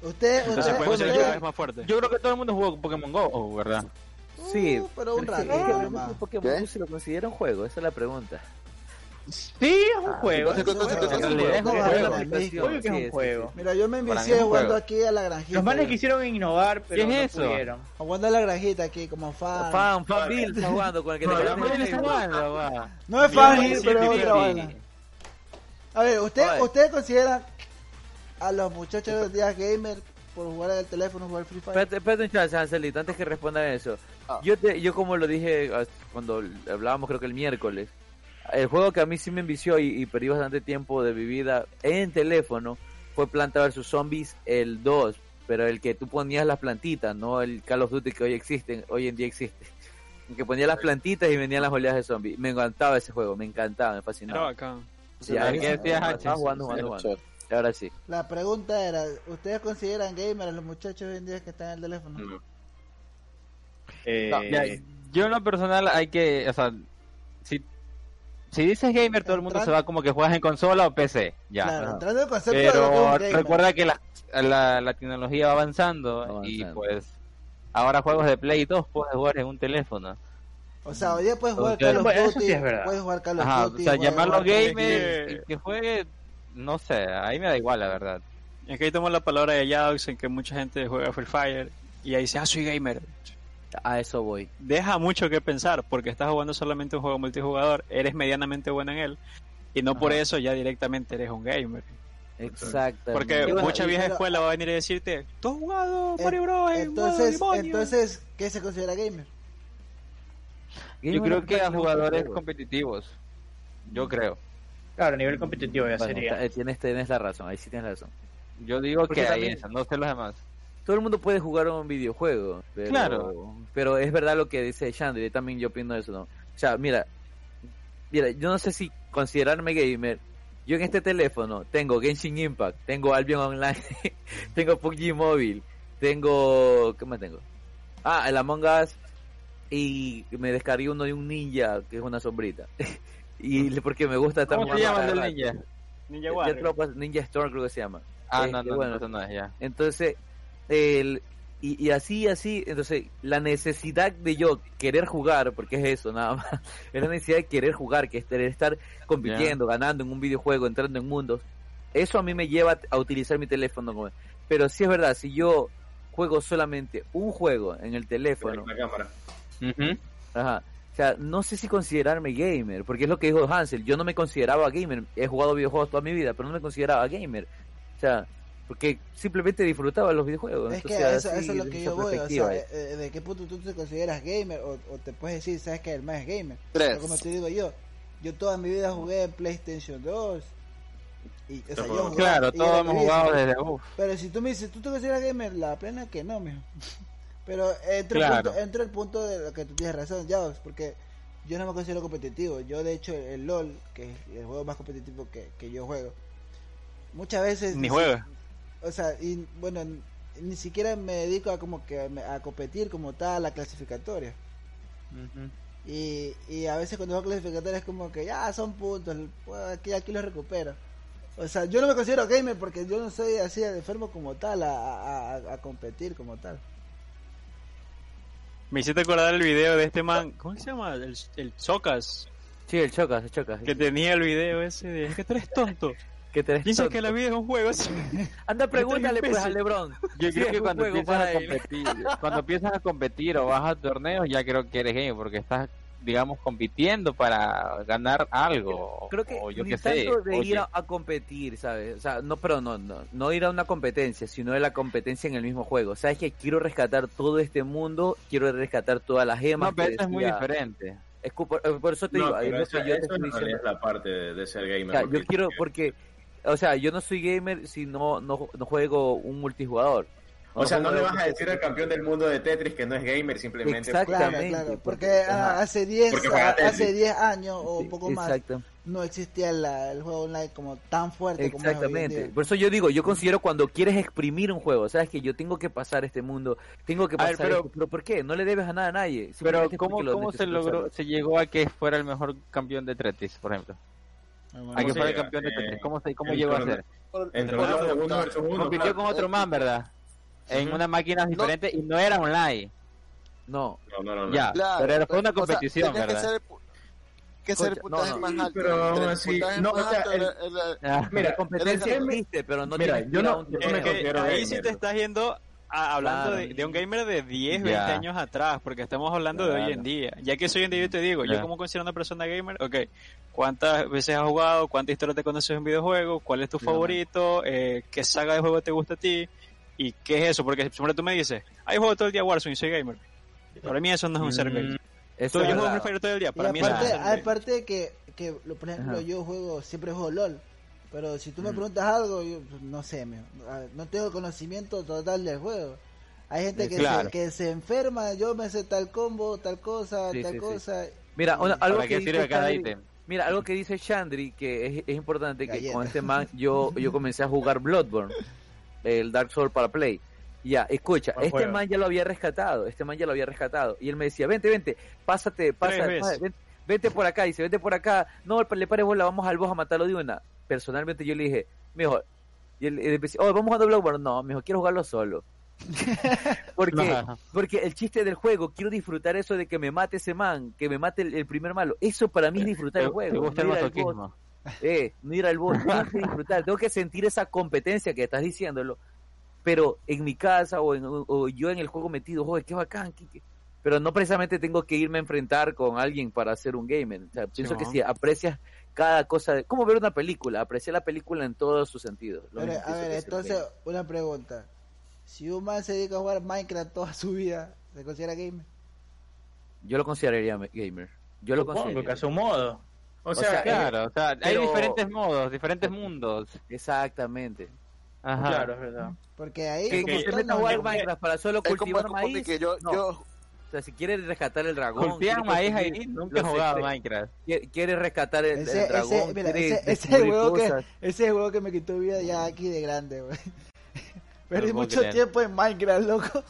Speaker 1: Usted,
Speaker 5: Entonces
Speaker 1: usted,
Speaker 5: puedes
Speaker 1: usted-
Speaker 5: conseguir cada vez más fuerte.
Speaker 3: Yo creo que todo el mundo jugó Pokémon Go, oh, ¿verdad?
Speaker 1: Uh,
Speaker 4: Sí,
Speaker 1: pero un
Speaker 4: Pero es que-
Speaker 1: rato.
Speaker 4: es que
Speaker 1: nomás.
Speaker 4: realmente Pokémon
Speaker 7: ¿Qué?
Speaker 4: Go se lo considera un juego, esa es la pregunta.
Speaker 6: Sí, es un juego.
Speaker 7: cosa, cosa, cosa, cosa,
Speaker 6: Es un
Speaker 3: realidad es
Speaker 6: juego.
Speaker 3: un
Speaker 6: Es
Speaker 1: juego.
Speaker 6: una
Speaker 1: Obvio
Speaker 6: aplicación. Obvio que es
Speaker 4: Sí, sí,
Speaker 6: un juego.
Speaker 4: sí.
Speaker 1: Mira, yo me
Speaker 3: Para mí
Speaker 1: envicié
Speaker 3: es un
Speaker 1: jugando
Speaker 3: juego.
Speaker 1: aquí a la granjita.
Speaker 6: Los manes
Speaker 1: yo.
Speaker 6: quisieron innovar, pero
Speaker 3: ¿Qué
Speaker 6: no
Speaker 3: es eso?
Speaker 6: pudieron.
Speaker 1: Jugando a la granjita aquí como fan.
Speaker 4: Fan, fan Bill está jugando con el que
Speaker 2: No,
Speaker 4: te
Speaker 2: yo
Speaker 4: parece
Speaker 2: no
Speaker 4: que
Speaker 2: sé
Speaker 4: es
Speaker 2: jugar.
Speaker 4: igual, guau.
Speaker 1: No es
Speaker 4: Sí,
Speaker 1: fan,
Speaker 4: sí,
Speaker 1: pero es
Speaker 4: sí,
Speaker 1: otra
Speaker 4: sí.
Speaker 1: vaina. A ver, ¿usted,
Speaker 4: Oye.
Speaker 1: ¿usted considera a los muchachos de los días gamer por jugar al teléfono, jugar Free Fire?
Speaker 4: Espérate, espérate un chance, Ancelito, antes que respondan eso.
Speaker 7: Ah.
Speaker 4: Yo, te, yo como lo dije as- cuando hablábamos creo que el miércoles, el juego que a mí sí me envició y, y perdí bastante tiempo de mi vida en teléfono fue Planta vs Zombies el 2, pero el que tú ponías las plantitas, no el Call of Duty que hoy existen, hoy en día existe. El que ponía las plantitas y venían las oleadas de zombies. Me encantaba ese juego, me encantaba, me
Speaker 5: Era
Speaker 4: fascinaba.
Speaker 5: bacán.
Speaker 4: Sí, ahora
Speaker 3: ¿Qué decías,
Speaker 4: estaba
Speaker 3: Hachi?
Speaker 4: jugando, jugando, jugando. Ahora sí.
Speaker 1: La pregunta era, ¿ustedes consideran gamer a los muchachos hoy en día que están en el teléfono?
Speaker 2: No.
Speaker 6: Eh,
Speaker 7: No,
Speaker 3: Ya, yo en lo personal hay que, o sea, si, si dices gamer todo el mundo se va como que juegas en consola o PC, ya.
Speaker 1: claro,
Speaker 3: Ajá.
Speaker 1: entrando en el concepto de lo que es un
Speaker 3: Pero
Speaker 1: gamer.
Speaker 3: recuerda que la, la, la tecnología va avanzando, y
Speaker 4: Avanzando.
Speaker 3: pues ahora juegos de Play 2 puedes jugar en un teléfono.
Speaker 1: O sea, hoy día puedes jugar
Speaker 3: Entonces,
Speaker 1: Call of
Speaker 6: bueno, eso
Speaker 1: Duty,
Speaker 6: sí es verdad.
Speaker 1: puedes jugar Call of
Speaker 3: Ajá, o
Speaker 1: Duty,
Speaker 3: sea,
Speaker 1: puedes
Speaker 3: llamarlo
Speaker 1: jugar-
Speaker 5: que-
Speaker 3: gamer y que juegue, no sé, ahí me da igual la verdad.
Speaker 5: Es que ahí tomó la palabra de Yadox en que mucha gente juega Free Fire y ahí dice, ah, soy gamer.
Speaker 4: A eso voy.
Speaker 5: Deja mucho que pensar porque estás jugando solamente un juego multijugador, eres medianamente bueno en él y no por
Speaker 4: Ajá.
Speaker 5: eso ya directamente eres un gamer.
Speaker 4: Exactamente.
Speaker 5: Porque
Speaker 1: Y bueno,
Speaker 5: mucha
Speaker 1: y-
Speaker 5: vieja
Speaker 1: pero-
Speaker 5: escuela va a venir a decirte, tú has jugado Mario Bros. en
Speaker 1: Entonces,
Speaker 5: modo demonio?".
Speaker 1: entonces, ¿qué se considera gamer?
Speaker 3: Yo creo que a jugadores
Speaker 4: Bueno,
Speaker 3: competitivos, yo creo.
Speaker 6: claro, a nivel competitivo ya sería.
Speaker 4: eh, tienes, tienes la razón, ahí sí tienes la razón.
Speaker 3: Yo digo
Speaker 4: Porque
Speaker 3: que ahí
Speaker 4: también-
Speaker 3: esa, no sé los demás.
Speaker 4: Todo el mundo puede jugar un videojuego. Pero,
Speaker 3: Claro.
Speaker 4: Pero es verdad lo que dice Shandri, también yo opino eso, ¿no? O sea, mira, mira, yo no sé si considerarme gamer. Yo en este teléfono tengo Genshin Impact, tengo Albion Online, tengo PUBG Mobile, tengo... ¿Qué más tengo? Ah, el Among Us y me descargué uno de un ninja, que es una sombrita. y le- porque me gusta estar
Speaker 3: ¿Cómo se
Speaker 4: jugando cada
Speaker 3: llama el
Speaker 4: rato.
Speaker 3: ninja?
Speaker 5: Ninja
Speaker 4: Ya te
Speaker 5: Warrior.
Speaker 4: lo paso, ninja Storm creo que se llama.
Speaker 3: Ah,
Speaker 4: Este,
Speaker 3: no, no,
Speaker 4: bueno.
Speaker 3: no, eso no es ya.
Speaker 4: Entonces, el, y, y así, así, entonces, la necesidad de yo querer jugar, porque es eso, nada más, es la necesidad de querer jugar, que es querer estar compitiendo, ganando en un videojuego, entrando en mundos, eso a mí me lleva a utilizar mi teléfono. como- Pero sí es verdad, si yo juego solamente un juego en el teléfono,
Speaker 2: La cámara.
Speaker 3: Ujú.
Speaker 4: Ajá. O sea, no sé si considerarme gamer, porque es lo que dijo Hansel. Yo no me consideraba gamer. He jugado videojuegos toda mi vida, pero no me consideraba gamer. O sea, porque simplemente disfrutaba los videojuegos.
Speaker 1: Es que
Speaker 4: Entonces,
Speaker 1: eso,
Speaker 4: así,
Speaker 1: eso es lo
Speaker 4: desde
Speaker 1: que
Speaker 4: esa
Speaker 1: yo voy, o
Speaker 4: perspectiva,
Speaker 1: sea,
Speaker 4: eh.
Speaker 1: eh, eh, ¿de qué punto tú te consideras gamer? O, o te puedes decir, ¿sabes que El más es gamer.
Speaker 7: Tres.
Speaker 1: Pero como te digo yo, yo toda mi vida jugué en PlayStation 2. Y, o sea, yo jugaba-
Speaker 3: Claro,
Speaker 1: y
Speaker 3: todos
Speaker 1: era
Speaker 3: hemos
Speaker 1: mi vida.
Speaker 3: jugado desde... Uf.
Speaker 1: Pero si tú me dices, ¿tú te consideras gamer? La plena que no, mijo. Pero entra,
Speaker 3: Claro.
Speaker 1: el punto, entra el punto de lo que tú tienes razón, ya, porque yo no me considero competitivo. Yo, de hecho, el, el LOL, que es el juego más competitivo que, que yo juego, muchas veces.
Speaker 5: Ni juega.
Speaker 1: O sea, y bueno, n- ni siquiera me dedico a como que me- a competir como tal a la clasificatoria. Y, y a veces cuando va a clasificatoria es como que ya son puntos, puedo aquí, aquí los recupero. O sea, yo no me considero gamer porque yo no soy así de enfermo como tal, a, a- a- a competir como tal.
Speaker 5: Me hiciste acordar el video de este man, ¿cómo se llama? El, el Socas,
Speaker 4: Sí, el chocas, el chocas.
Speaker 5: que
Speaker 4: Que,
Speaker 5: tenía el video ese de, es que tú eres tonto.
Speaker 4: te
Speaker 5: Piensas que la vida es un juego. sí.
Speaker 4: Anda, pregúntale pues a
Speaker 5: imbécil.
Speaker 4: Lebron.
Speaker 3: Yo
Speaker 4: Sí,
Speaker 3: creo
Speaker 4: es
Speaker 3: que
Speaker 4: un
Speaker 3: cuando
Speaker 4: juego
Speaker 3: empiezas,
Speaker 4: para
Speaker 3: a
Speaker 4: él.
Speaker 3: competir, cuando empiezas a competir o vas a torneos, ya creo que eres gamer porque estás, digamos, compitiendo para ganar algo.
Speaker 4: Creo que
Speaker 3: o yo
Speaker 4: ni
Speaker 3: qué sé.
Speaker 4: tanto de
Speaker 3: o
Speaker 4: ir
Speaker 3: yo-
Speaker 4: a, a competir, ¿sabes? O sea, no, pero no, no, no ir a una competencia, sino de la competencia en el mismo juego. ¿Sabes que Quiero rescatar todo este mundo, quiero rescatar todas las gemas.
Speaker 3: No, pero
Speaker 4: que
Speaker 3: eso es muy
Speaker 4: decía-
Speaker 3: diferente.
Speaker 4: Es cu- por, eh, por eso te
Speaker 2: No,
Speaker 4: digo, ahí
Speaker 2: pero
Speaker 4: lo que
Speaker 2: esa-
Speaker 4: yo te
Speaker 2: eso
Speaker 4: estoy
Speaker 2: en realidad
Speaker 4: diciendo.
Speaker 2: es la parte de, de ser gamer.
Speaker 4: O sea,
Speaker 2: porque-
Speaker 4: yo quiero, porque, o sea, yo no soy gamer si no, no, no juego un multijugador.
Speaker 2: O sea, no
Speaker 4: juego
Speaker 2: le
Speaker 4: un
Speaker 2: vas a decir al campeón del mundo de Tetris que no es gamer, simplemente
Speaker 4: Exacto.
Speaker 2: juega.
Speaker 1: Claro,
Speaker 4: Exactamente,
Speaker 1: claro,
Speaker 4: porque-
Speaker 1: porque ah,
Speaker 4: ajá.
Speaker 1: hace 10
Speaker 2: Porque
Speaker 1: a-
Speaker 2: juega
Speaker 1: hace
Speaker 2: Tetris.
Speaker 1: 10 años o
Speaker 4: multi-
Speaker 1: un poco más
Speaker 4: Exacto,
Speaker 1: no existía la- el juego online como tan fuerte como es hoy en
Speaker 4: exactamente.
Speaker 1: día.
Speaker 4: Por eso yo digo, yo considero cuando quieres exprimir un juego, sabes que yo tengo que pasar este mundo, tengo que
Speaker 3: A ver,
Speaker 4: pasar.
Speaker 3: pero-
Speaker 4: esto, pero ¿por qué? No le debes a nada a nadie.
Speaker 3: Pero
Speaker 4: simplemente
Speaker 3: ¿cómo,
Speaker 4: porque lo
Speaker 3: cómo se
Speaker 4: necesitas
Speaker 3: logró,
Speaker 4: hacer.
Speaker 3: se llegó a que fuera el mejor campeón de Tetris, por ejemplo? A que
Speaker 2: se
Speaker 3: fuera el
Speaker 2: llega?
Speaker 3: campeón de Tetris.
Speaker 2: Eh,
Speaker 3: ¿Cómo, se, cómo
Speaker 2: el
Speaker 3: llegó a
Speaker 2: torneo.
Speaker 3: ser?
Speaker 7: Por-
Speaker 2: En
Speaker 7: por
Speaker 2: torneos
Speaker 7: la
Speaker 2: de uno
Speaker 7: pregunta,
Speaker 2: versus uno.
Speaker 3: Compitió
Speaker 2: claro.
Speaker 3: con otro man, ¿verdad? En
Speaker 2: Ujú.
Speaker 3: una máquina diferente y eh, no era online.
Speaker 4: No,
Speaker 2: No, no, no, Ah, no.
Speaker 3: Ya,
Speaker 7: Claro,
Speaker 3: pero era- fue una
Speaker 7: o sea,
Speaker 3: competición,
Speaker 7: tenía
Speaker 3: ¿verdad?
Speaker 7: Que ser, el pu- que ser el
Speaker 4: Concha,
Speaker 7: puntaje
Speaker 4: no, no.
Speaker 7: más
Speaker 2: Sí,
Speaker 7: alto.
Speaker 2: pero aún
Speaker 7: El
Speaker 2: así-
Speaker 7: puntaje
Speaker 2: no, o
Speaker 7: más
Speaker 2: sea,
Speaker 7: alto
Speaker 2: el-
Speaker 7: era- era-
Speaker 3: Ah,
Speaker 2: Mira,
Speaker 4: competencia
Speaker 2: el gamer-
Speaker 4: existe, pero no
Speaker 2: Mira,
Speaker 4: tienes que
Speaker 2: yo
Speaker 4: ir a
Speaker 2: no- eh,
Speaker 4: un
Speaker 2: yo me
Speaker 5: Es
Speaker 4: torneo.
Speaker 5: que
Speaker 2: considero
Speaker 5: ahí
Speaker 2: gamer.
Speaker 5: sí te estás yendo a- hablando
Speaker 4: Claro.
Speaker 5: de, de un gamer de 10, 20
Speaker 3: Ya.
Speaker 5: años atrás, porque estamos hablando de hoy en
Speaker 3: Claro.
Speaker 5: día. Ya que soy hoy en día, yo te digo, yo
Speaker 3: Ya.
Speaker 5: como considero una persona gamer, ok, ¿cuántas veces has jugado? ¿Cuántas historias te conoces en videojuegos? ¿Cuál es tu
Speaker 4: Claro.
Speaker 5: favorito? Eh, ¿Qué saga de juego te gusta a ti? ¿Y qué es eso? Porque siempre tú me dices, ahí juego todo el día Warzone y soy gamer. Para mí eso no es un ser gamer.
Speaker 4: Eso
Speaker 5: Tú,
Speaker 4: es
Speaker 5: yo juego
Speaker 4: verdad.
Speaker 5: Free Fire todo el día, para
Speaker 1: y
Speaker 5: mí eso no es
Speaker 1: aparte,
Speaker 5: ser gamer.
Speaker 1: aparte que, que, lo- por ejemplo,
Speaker 4: Ajá. Mm.
Speaker 1: yo juego, siempre juego LOL. Pero si tú me preguntas algo, yo pues, no sé, me- a- no tengo conocimiento total del juego. Hay gente que,
Speaker 3: Claro.
Speaker 1: se, que se enferma, yo me sé tal combo, tal cosa,
Speaker 4: Sí,
Speaker 1: tal
Speaker 4: sí, sí.
Speaker 1: cosa.
Speaker 4: Mira, una- algo
Speaker 3: ¿Para
Speaker 4: que
Speaker 3: qué
Speaker 4: dice
Speaker 3: sirve cada
Speaker 4: Chandri-
Speaker 3: ítem?
Speaker 4: Mira, algo que dice Chandri, que es, es importante, que
Speaker 1: Galleta.
Speaker 4: con este man yo, yo comencé a jugar Bloodborne, el Dark Souls para Play. Ya, escucha,
Speaker 6: Buen
Speaker 4: este
Speaker 6: juego.
Speaker 4: man ya lo había rescatado, este man ya lo había rescatado. Y él me decía, vente, vente, pásate, pásate,
Speaker 5: veces.
Speaker 4: pásate, vente, vente por acá, dice, vente por acá. No, le pares bola, vamos al boss a matarlo de una. Personalmente yo le dije, mijo, y él, y él decía, oh, vamos jugando Bloodborne. No, mijo, quiero jugarlo solo. porque,
Speaker 3: Ajá.
Speaker 4: porque el chiste del juego, quiero disfrutar eso de que me mate ese man, que me mate el, el primer malo. Eso para mí es disfrutar
Speaker 3: ¿Te,
Speaker 4: el juego.
Speaker 3: te gusta el
Speaker 4: no ir al boss,
Speaker 3: masoquismo?
Speaker 4: eh, no ir al boss, tengo que disfrutar, tengo que sentir esa competencia que estás diciéndolo. Pero en mi casa o, en- o- o yo en el juego metido, joder, qué bacán, qué- qué- pero no precisamente tengo que irme a enfrentar con alguien para ser un gamer. O sea, pienso que
Speaker 5: no.
Speaker 4: si aprecias cada cosa, de- como ver una película, apreciar la película en todos sus sentidos. Lo
Speaker 1: Pero,
Speaker 4: mismo
Speaker 1: a
Speaker 4: pienso
Speaker 1: ver,
Speaker 4: que es el
Speaker 1: entonces,
Speaker 4: gaming.
Speaker 1: una pregunta. Si un man se dedica a jugar Minecraft toda su vida, ¿se considera gamer?
Speaker 4: yo lo consideraría me- gamer. Yo lo
Speaker 6: Supongo que
Speaker 4: considero.
Speaker 6: a su modo.
Speaker 2: O
Speaker 4: sea,
Speaker 2: sea,
Speaker 3: Claro, o sea, hay
Speaker 4: pero-
Speaker 3: diferentes modos, diferentes mundos.
Speaker 4: Exactamente.
Speaker 3: Ajá.
Speaker 6: Claro, es verdad.
Speaker 1: Porque ahí
Speaker 4: Que,
Speaker 1: como
Speaker 4: que se
Speaker 1: tal,
Speaker 4: meta a
Speaker 1: no-
Speaker 4: jugar
Speaker 6: no.
Speaker 4: Minecraft para solo
Speaker 7: Es como,
Speaker 4: cultivar
Speaker 7: es como de
Speaker 4: maíz.
Speaker 7: que yo,
Speaker 4: no.
Speaker 7: yo
Speaker 4: O sea, si quieres rescatar el dragón.
Speaker 3: Cultivan
Speaker 4: quieres
Speaker 3: maíz
Speaker 4: conseguir
Speaker 3: ahí, nunca he
Speaker 4: los
Speaker 3: jugado
Speaker 4: secre-
Speaker 3: Minecraft.
Speaker 4: Quiere, quiere rescatar el, el
Speaker 1: Ese,
Speaker 4: dragón.
Speaker 1: ese, mira,
Speaker 4: quiere
Speaker 1: ese, ese es el
Speaker 4: descubrir
Speaker 1: juego que,
Speaker 4: cosas.
Speaker 1: ese es el juego que me quitó vida ya aquí de grande, güey. Perdí
Speaker 3: puedo
Speaker 1: mucho
Speaker 3: creer.
Speaker 1: tiempo en Minecraft, loco.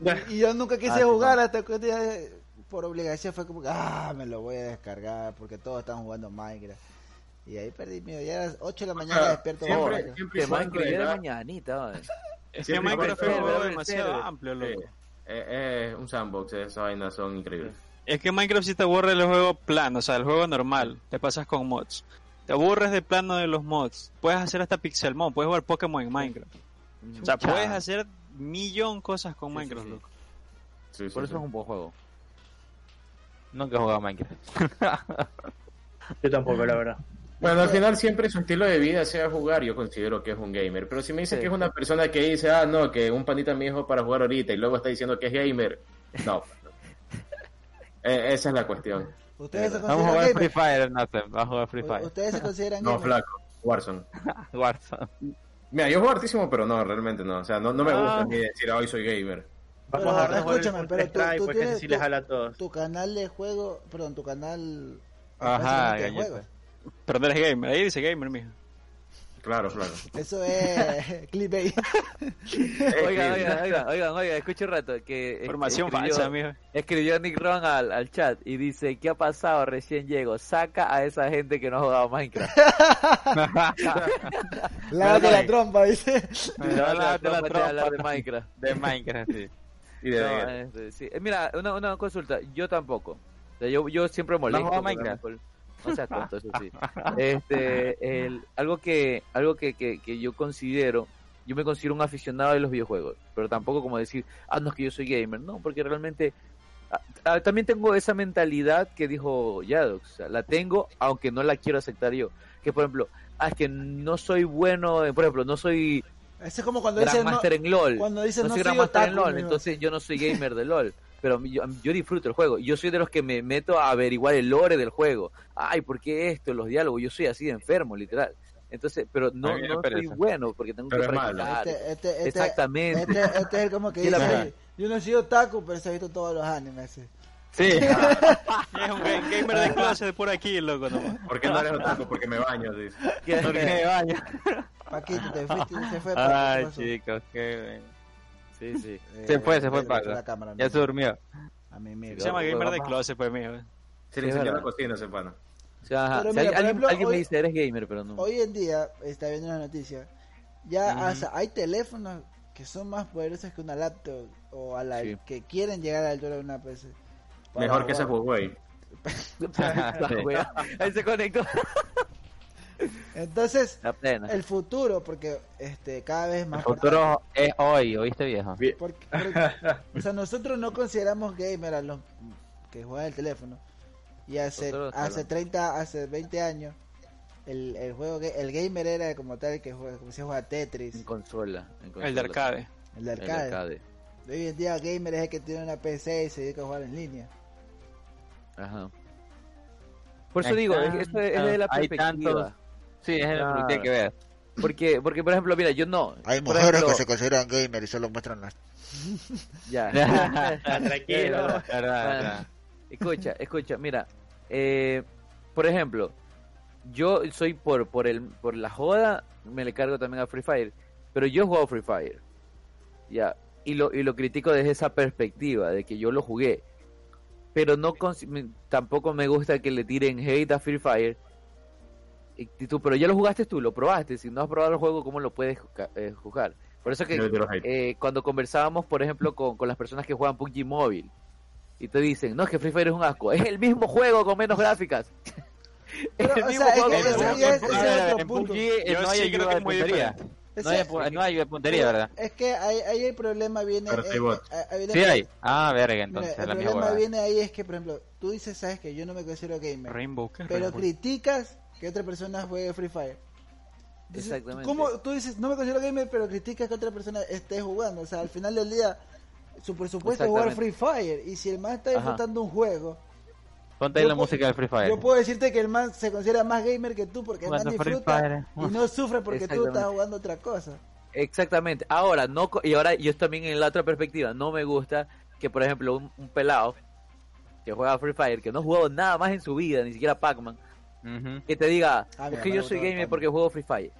Speaker 1: Y, y yo nunca
Speaker 4: Ah,
Speaker 1: quise
Speaker 4: sí,
Speaker 1: jugar
Speaker 4: no.
Speaker 1: hasta que un día, eh, por obligación, fue como que, ah, me lo voy a descargar porque todos están jugando Minecraft. Y ahí perdí miedo. Ya a las 8 de la mañana
Speaker 2: sea,
Speaker 1: despierto con
Speaker 2: siempre-
Speaker 1: Minecraft.
Speaker 2: siempre
Speaker 4: Te
Speaker 2: y
Speaker 4: van a
Speaker 2: cuando
Speaker 4: escribir de
Speaker 2: era-
Speaker 4: mañanita. ¿vale?
Speaker 5: Es que
Speaker 2: Siempre
Speaker 5: Minecraft es
Speaker 2: cuando-
Speaker 5: un juego
Speaker 4: Pero,
Speaker 5: demasiado
Speaker 4: pero-
Speaker 5: amplio,
Speaker 2: Eh,
Speaker 5: loco.
Speaker 2: eh, eh, un sandbox, esas vainas son increíbles.
Speaker 5: Es que Minecraft sí te aburre el juego plano, o sea, el juego normal. Te pasas con mods. Te aburres del plano de los mods. Puedes hacer hasta Pixelmon, puedes jugar Pokémon en Minecraft. O sea, puedes hacer millón cosas con
Speaker 4: Sí,
Speaker 5: Minecraft,
Speaker 4: sí, sí.
Speaker 5: loco.
Speaker 2: Sí, sí,
Speaker 4: Por
Speaker 2: sí.
Speaker 4: eso es un buen juego.
Speaker 3: Nunca he jugado Minecraft.
Speaker 6: Yo tampoco, la verdad.
Speaker 2: Bueno, al final siempre su estilo de vida sea jugar, yo considero que es un gamer. Pero si me dice
Speaker 4: Sí,
Speaker 2: que es una persona que dice, ah, no, que un panita me dijo para jugar ahorita y luego está diciendo que es gamer, no. Eh, esa es la cuestión.
Speaker 1: ¿Ustedes se
Speaker 3: Vamos a jugar
Speaker 1: consideran
Speaker 3: Free
Speaker 1: gamer?
Speaker 3: Fire, Nathan. Vamos a jugar Free Fire.
Speaker 1: ¿Ustedes se consideran
Speaker 2: No,
Speaker 1: gamer?
Speaker 2: flaco, Warzone.
Speaker 3: Warzone.
Speaker 2: Mira, yo juego hartísimo, pero no, realmente no. O sea, no, no me gusta
Speaker 6: Ah.
Speaker 2: ni decir, hoy soy gamer.
Speaker 6: Vamos
Speaker 1: Pero,
Speaker 6: a jugar
Speaker 1: escúchame,
Speaker 6: el
Speaker 1: pero tú-
Speaker 6: Counter-Strike,
Speaker 1: tú
Speaker 6: pues que ese
Speaker 1: tienes-
Speaker 6: sí les
Speaker 1: tú-
Speaker 6: jala a todos.
Speaker 1: Tu canal de juego, perdón, tu canal... es
Speaker 3: Ajá,
Speaker 1: básicamente de
Speaker 3: galleta.
Speaker 1: juegos.
Speaker 5: Pero no eres gamer, ahí dice gamer, mijo.
Speaker 4: Eh,
Speaker 2: Claro, flaco.
Speaker 1: Eso es clickbait.
Speaker 2: Eh,
Speaker 4: Oigan,
Speaker 2: sí.
Speaker 4: oigan, oigan, oigan, oigan, escucha un rato. que
Speaker 5: Formación
Speaker 4: eh, escribió-
Speaker 5: falsa, mijo.
Speaker 4: Escribió Nick Ron al, al chat y dice, ¿qué ha pasado? Recién llego. Saca a esa gente que no ha jugado Minecraft.
Speaker 1: Lávate la trompa, dice.
Speaker 4: No,
Speaker 3: la-
Speaker 4: no,
Speaker 3: la
Speaker 4: no, no,
Speaker 3: trompa.
Speaker 4: hablar de Minecraft.
Speaker 3: De Minecraft, sí.
Speaker 2: Y de-
Speaker 4: No, este, sí. Eh, Mira, una, una consulta, yo tampoco. O sea, yo, yo siempre molesto.
Speaker 3: jugaba
Speaker 4: porque
Speaker 3: Minecraft?
Speaker 4: no- No seas tonto, eso sí. Este, el- algo que, algo que, que- que yo considero, yo me considero un aficionado de los videojuegos, pero tampoco como decir, ah, no es que yo soy gamer, no, porque realmente ah, ah, también tengo esa mentalidad que dijo Yadox, o sea, la tengo aunque no la quiero aceptar yo. Que por ejemplo, ah, es que no soy bueno, en- por ejemplo, no soy
Speaker 1: Eso es como cuando dicen... No,
Speaker 4: Grandmaster en LOL
Speaker 1: cuando dicen
Speaker 4: no,
Speaker 1: no
Speaker 4: soy
Speaker 1: soy
Speaker 4: Grandmaster en
Speaker 1: otaku,
Speaker 4: LOL,
Speaker 1: mijo.
Speaker 4: entonces yo no soy gamer de LOL. Pero yo, yo disfruto el juego. Yo soy de los que me meto a averiguar el lore del juego. Ay, ¿por qué esto? Los diálogos. Yo soy así de enfermo, literal. Entonces, pero
Speaker 3: A
Speaker 4: no,
Speaker 3: mí me
Speaker 4: no soy
Speaker 3: parece.
Speaker 4: bueno porque tengo
Speaker 2: Pero
Speaker 4: que
Speaker 2: es malo.
Speaker 4: practicar.
Speaker 1: Este, este, este,
Speaker 4: Exactamente.
Speaker 1: Este, este es el como que
Speaker 4: Sí, la
Speaker 1: dice,
Speaker 4: verdad.
Speaker 1: yo no he sido otaku, pero se ha visto todos los animes. sí".
Speaker 3: Sí.
Speaker 5: Es un ga- gamer de clase de por aquí, loco, nomás.
Speaker 2: ¿Por qué no eres otaku? Porque me baño, dice.
Speaker 4: Que-
Speaker 3: Porque baño.
Speaker 1: Paquito, te fuiste, se fue. Paco, ¿qué
Speaker 3: Ay,
Speaker 1: pasó?
Speaker 3: chicos, qué...
Speaker 4: Sí, sí.
Speaker 1: Eh,
Speaker 3: Se fue, se fue,
Speaker 1: le quitó
Speaker 3: Paco.
Speaker 1: la cámara,
Speaker 3: Ya
Speaker 1: no,
Speaker 3: se durmió.
Speaker 1: A mí, mira.
Speaker 5: Se llama
Speaker 4: Loco,
Speaker 5: gamer de
Speaker 4: papá.
Speaker 5: clase, pues, mijo.
Speaker 2: Se
Speaker 4: Es
Speaker 2: le enseñó
Speaker 4: verdad.
Speaker 2: la cocina, ese pana.
Speaker 4: O sea, ajá.
Speaker 1: Pero
Speaker 4: Si
Speaker 1: mira,
Speaker 4: alguien
Speaker 1: por ejemplo,
Speaker 4: alguien
Speaker 1: hoy-
Speaker 4: me dice, eres gamer, pero no.
Speaker 1: Hoy en día, está viendo las noticias, ya hasta hay teléfonos que son más poderosos que una laptop o a la
Speaker 4: Sí.
Speaker 1: que quieren llegar a la altura de una PC. para
Speaker 2: Mejor que ese
Speaker 1: jugar.
Speaker 2: Huawei.
Speaker 4: Ahí se conectó.
Speaker 1: Entonces,
Speaker 4: La plena.
Speaker 1: el futuro, porque este cada vez más
Speaker 3: El futuro es hoy, ¿oíste, viejo?
Speaker 1: Porque, porque- o sea, nosotros no consideramos gamer a los que juegan el teléfono. Y hace,
Speaker 4: Nosotros no.
Speaker 1: hace 30, hace 20 años, el, el juego ga- el gamer era como tal el que juega, como se juega Tetris,
Speaker 4: En consola. en consola.
Speaker 5: El de arcade.
Speaker 1: el de
Speaker 4: El
Speaker 1: arcade.
Speaker 4: arcade.
Speaker 1: Hoy en día gamer es el que tiene una PC y se dedica a jugar en línea.
Speaker 4: Ajá. Por eso
Speaker 3: Ahí
Speaker 4: digo,
Speaker 3: está.
Speaker 4: es, eso es de la
Speaker 3: Hay
Speaker 4: perspectiva.
Speaker 3: tantos- Sí, es el
Speaker 4: Claro.
Speaker 3: tiene que ver.
Speaker 4: Porque, porque, por ejemplo, mira, yo no.
Speaker 8: Hay
Speaker 4: Por
Speaker 8: mujeres
Speaker 4: ejemplo,
Speaker 8: que se consideran gamer y solo muestran las.
Speaker 4: Ya.
Speaker 6: Tranquilo.
Speaker 3: Verdad, verdad.
Speaker 4: Escucha, escucha, mira, eh, por ejemplo, yo soy por por el por la joda, me le cargo también a Free Fire, pero yo he jugado Free Fire. Ya, y lo y lo critico desde esa perspectiva de que yo lo jugué. Pero no cons- me- tampoco me gusta que le tiren hate a Free Fire. Y tú, pero ya lo jugaste tú, lo probaste, si no has probado el juego, ¿cómo lo puedes juca- eh, jugar? Por eso que
Speaker 2: Yo le tiro hate.
Speaker 4: eh, cuando conversábamos, por ejemplo, con, con las personas que juegan PUBG Mobile, y te dicen, no, es que Free Fire es un asco. Es el mismo juego con menos gráficas.
Speaker 1: Pero,
Speaker 4: el
Speaker 1: o
Speaker 4: mismo
Speaker 1: sea, es
Speaker 4: juego
Speaker 1: que
Speaker 4: con
Speaker 1: eso
Speaker 4: menos
Speaker 1: ya es- ese
Speaker 4: gráficas.
Speaker 3: A ver, a ver,
Speaker 1: otro
Speaker 3: en
Speaker 1: punto.
Speaker 3: PUBG, eh,
Speaker 5: Yo
Speaker 3: no hay
Speaker 5: sí creo
Speaker 3: ayuda
Speaker 5: que
Speaker 3: de
Speaker 5: es muy
Speaker 3: puntería.
Speaker 5: diferente.
Speaker 1: Ese-
Speaker 3: No hay, apu- no hay ayuda de puntería, ¿verdad?
Speaker 1: Es que ahí, ahí el problema viene.
Speaker 2: Pero
Speaker 1: eh,
Speaker 2: sí, bot.
Speaker 1: eh, ahí viene-
Speaker 3: Sí hay. Ah, verga,
Speaker 1: Mira,
Speaker 3: entonces
Speaker 1: el
Speaker 3: la misma
Speaker 1: problema
Speaker 3: huevada.
Speaker 1: viene ahí es que, por ejemplo, tú dices, sabes que yo no me considero gamer,
Speaker 5: Rainbow, ¿qué es
Speaker 1: pero
Speaker 5: Rainbow?
Speaker 1: criticas que otra persona juegue Free Fire. Entonces,
Speaker 4: Exactamente.
Speaker 1: ¿Cómo tú dices, no me considero gamer, pero criticas que otra persona esté jugando? O sea, al final del día, su presupuesto es jugar Free
Speaker 4: Exactamente.
Speaker 1: Fire. Y si el man está
Speaker 4: Ajá.
Speaker 1: disfrutando un juego,
Speaker 3: Ponte ahí
Speaker 1: Yo
Speaker 3: la
Speaker 1: puedo-
Speaker 3: música del Free Fire.
Speaker 1: yo puedo decirte que el man se considera más gamer que tú porque el man
Speaker 3: Jugando Free
Speaker 1: disfruta
Speaker 3: Fire.
Speaker 1: y no sufre porque tú
Speaker 4: Exactamente.
Speaker 1: estás jugando otra cosa.
Speaker 4: Exactamente. Ahora, no co- y ahora yo también en la otra perspectiva, no me gusta que, por ejemplo, un, un pelado que juega Free Fire, que no ha jugado nada más en su vida, ni siquiera Pac-Man,
Speaker 3: Ujú.
Speaker 4: que te diga,
Speaker 1: Ah,
Speaker 4: es
Speaker 1: mira,
Speaker 4: que
Speaker 1: me
Speaker 4: yo
Speaker 1: ha
Speaker 4: soy
Speaker 1: gustado
Speaker 4: gamer
Speaker 1: Pac-Man.
Speaker 4: porque juego Free Fire.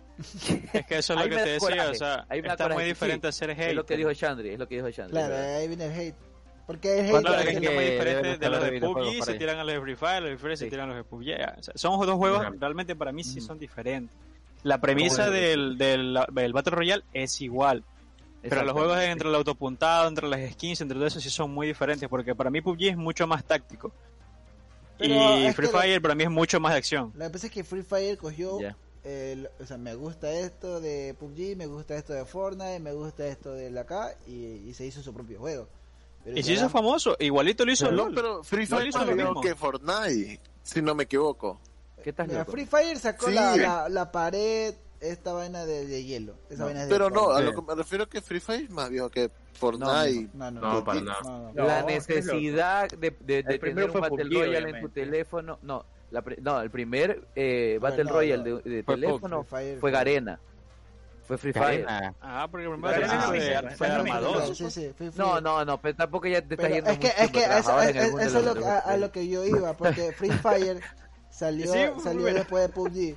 Speaker 5: Es que eso es lo
Speaker 4: Ahí
Speaker 5: que
Speaker 4: me
Speaker 5: te
Speaker 4: da
Speaker 5: decía,
Speaker 4: coraje,
Speaker 5: o sea,
Speaker 4: ahí me da
Speaker 5: está muy
Speaker 4: coraje,
Speaker 5: diferente
Speaker 4: sí.
Speaker 5: a ser
Speaker 4: Es lo que
Speaker 5: hater.
Speaker 4: dijo Chandri, es lo que dijo Chandri.
Speaker 1: Claro, eh.
Speaker 4: ¿verdad?
Speaker 1: ahí viene el hate. Porque el hate
Speaker 5: Cuando
Speaker 3: Claro,
Speaker 5: es
Speaker 3: es
Speaker 5: que
Speaker 1: también-
Speaker 5: es muy
Speaker 3: que
Speaker 5: diferente
Speaker 3: debemos
Speaker 5: de los
Speaker 3: hablar
Speaker 5: de
Speaker 3: de videojuegos
Speaker 5: PUBG,
Speaker 3: para
Speaker 5: se
Speaker 3: eso.
Speaker 5: tiran a los de Free Fire, los de Free Fire se
Speaker 4: Sí.
Speaker 5: tiran a los de PUBG. ya. O sea, son dos juegos
Speaker 2: Ajá.
Speaker 5: realmente para mí sí son diferentes. La premisa
Speaker 4: Bueno.
Speaker 5: del, del, del Battle Royale es igual, pero los juegos
Speaker 4: Exactamente.
Speaker 5: entre el autopuntado, entre las skins, entre todo eso sí son muy diferentes, porque para mí PUBG es mucho más táctico.
Speaker 1: Pero
Speaker 5: y
Speaker 1: es
Speaker 5: Free
Speaker 1: que lo-
Speaker 5: Fire para mí es mucho más de acción.
Speaker 1: Lo que pasa es que Free Fire cogió,
Speaker 4: Ya.
Speaker 1: el- o sea, me gusta esto de PUBG, me gusta esto de Fortnite, me gusta esto de la K y, y se hizo su propio juego. Pero
Speaker 5: Y
Speaker 1: si
Speaker 5: se hizo
Speaker 1: ahora-
Speaker 5: famoso, igualito lo hizo
Speaker 8: No,
Speaker 5: LOL.
Speaker 8: pero Free
Speaker 5: No,
Speaker 8: Fire
Speaker 5: hizo
Speaker 8: es
Speaker 5: lo
Speaker 8: lo mismo
Speaker 5: mismo.
Speaker 8: que
Speaker 7: Fortnite, si no me equivoco.
Speaker 4: ¿Qué estás
Speaker 1: Mira,
Speaker 4: loco?
Speaker 1: Free Fire sacó
Speaker 7: Sí.
Speaker 1: la, la, la pared, esta vaina de, de hielo. Esa vaina es de
Speaker 7: Pero no, a
Speaker 1: Fortnite.
Speaker 7: lo que me refiero que Free Fire es más viejo que Fortnite.
Speaker 1: no, no,
Speaker 2: No, para nada.
Speaker 1: no, no.
Speaker 6: No,
Speaker 4: la
Speaker 6: qué
Speaker 4: necesidad de, de, de
Speaker 6: El primero
Speaker 4: tener un
Speaker 6: fue
Speaker 4: Battle
Speaker 6: PUBG,
Speaker 4: Royale en tu
Speaker 6: obviamente.
Speaker 4: teléfono. No, la pri- no el primer eh,
Speaker 1: Bueno,
Speaker 4: Battle
Speaker 1: no,
Speaker 4: Royale
Speaker 1: no.
Speaker 4: de, de
Speaker 3: Fue
Speaker 4: teléfono
Speaker 1: Free Fire,
Speaker 4: fue
Speaker 1: fue-
Speaker 4: Garena. Fue Free Fire.
Speaker 3: Arena.
Speaker 5: Ah, porque
Speaker 6: Ah,
Speaker 5: primero
Speaker 6: sí,
Speaker 5: fue,
Speaker 6: sí,
Speaker 5: fue
Speaker 6: sí,
Speaker 5: armador.
Speaker 6: sí,
Speaker 1: Sí, sí, Free Fire.
Speaker 4: No, no, no, pero tampoco ya te
Speaker 1: Pero
Speaker 4: está yendo
Speaker 1: es que,
Speaker 4: mucho
Speaker 1: es que
Speaker 4: para
Speaker 1: eso,
Speaker 4: ahora
Speaker 1: es,
Speaker 4: en el
Speaker 1: es-
Speaker 4: mundo
Speaker 1: eso es
Speaker 4: de
Speaker 1: lo
Speaker 4: los
Speaker 1: que- a, a lo que yo iba, porque Free Fire salió,
Speaker 5: Sí,
Speaker 1: salió
Speaker 5: bueno.
Speaker 1: después de PUBG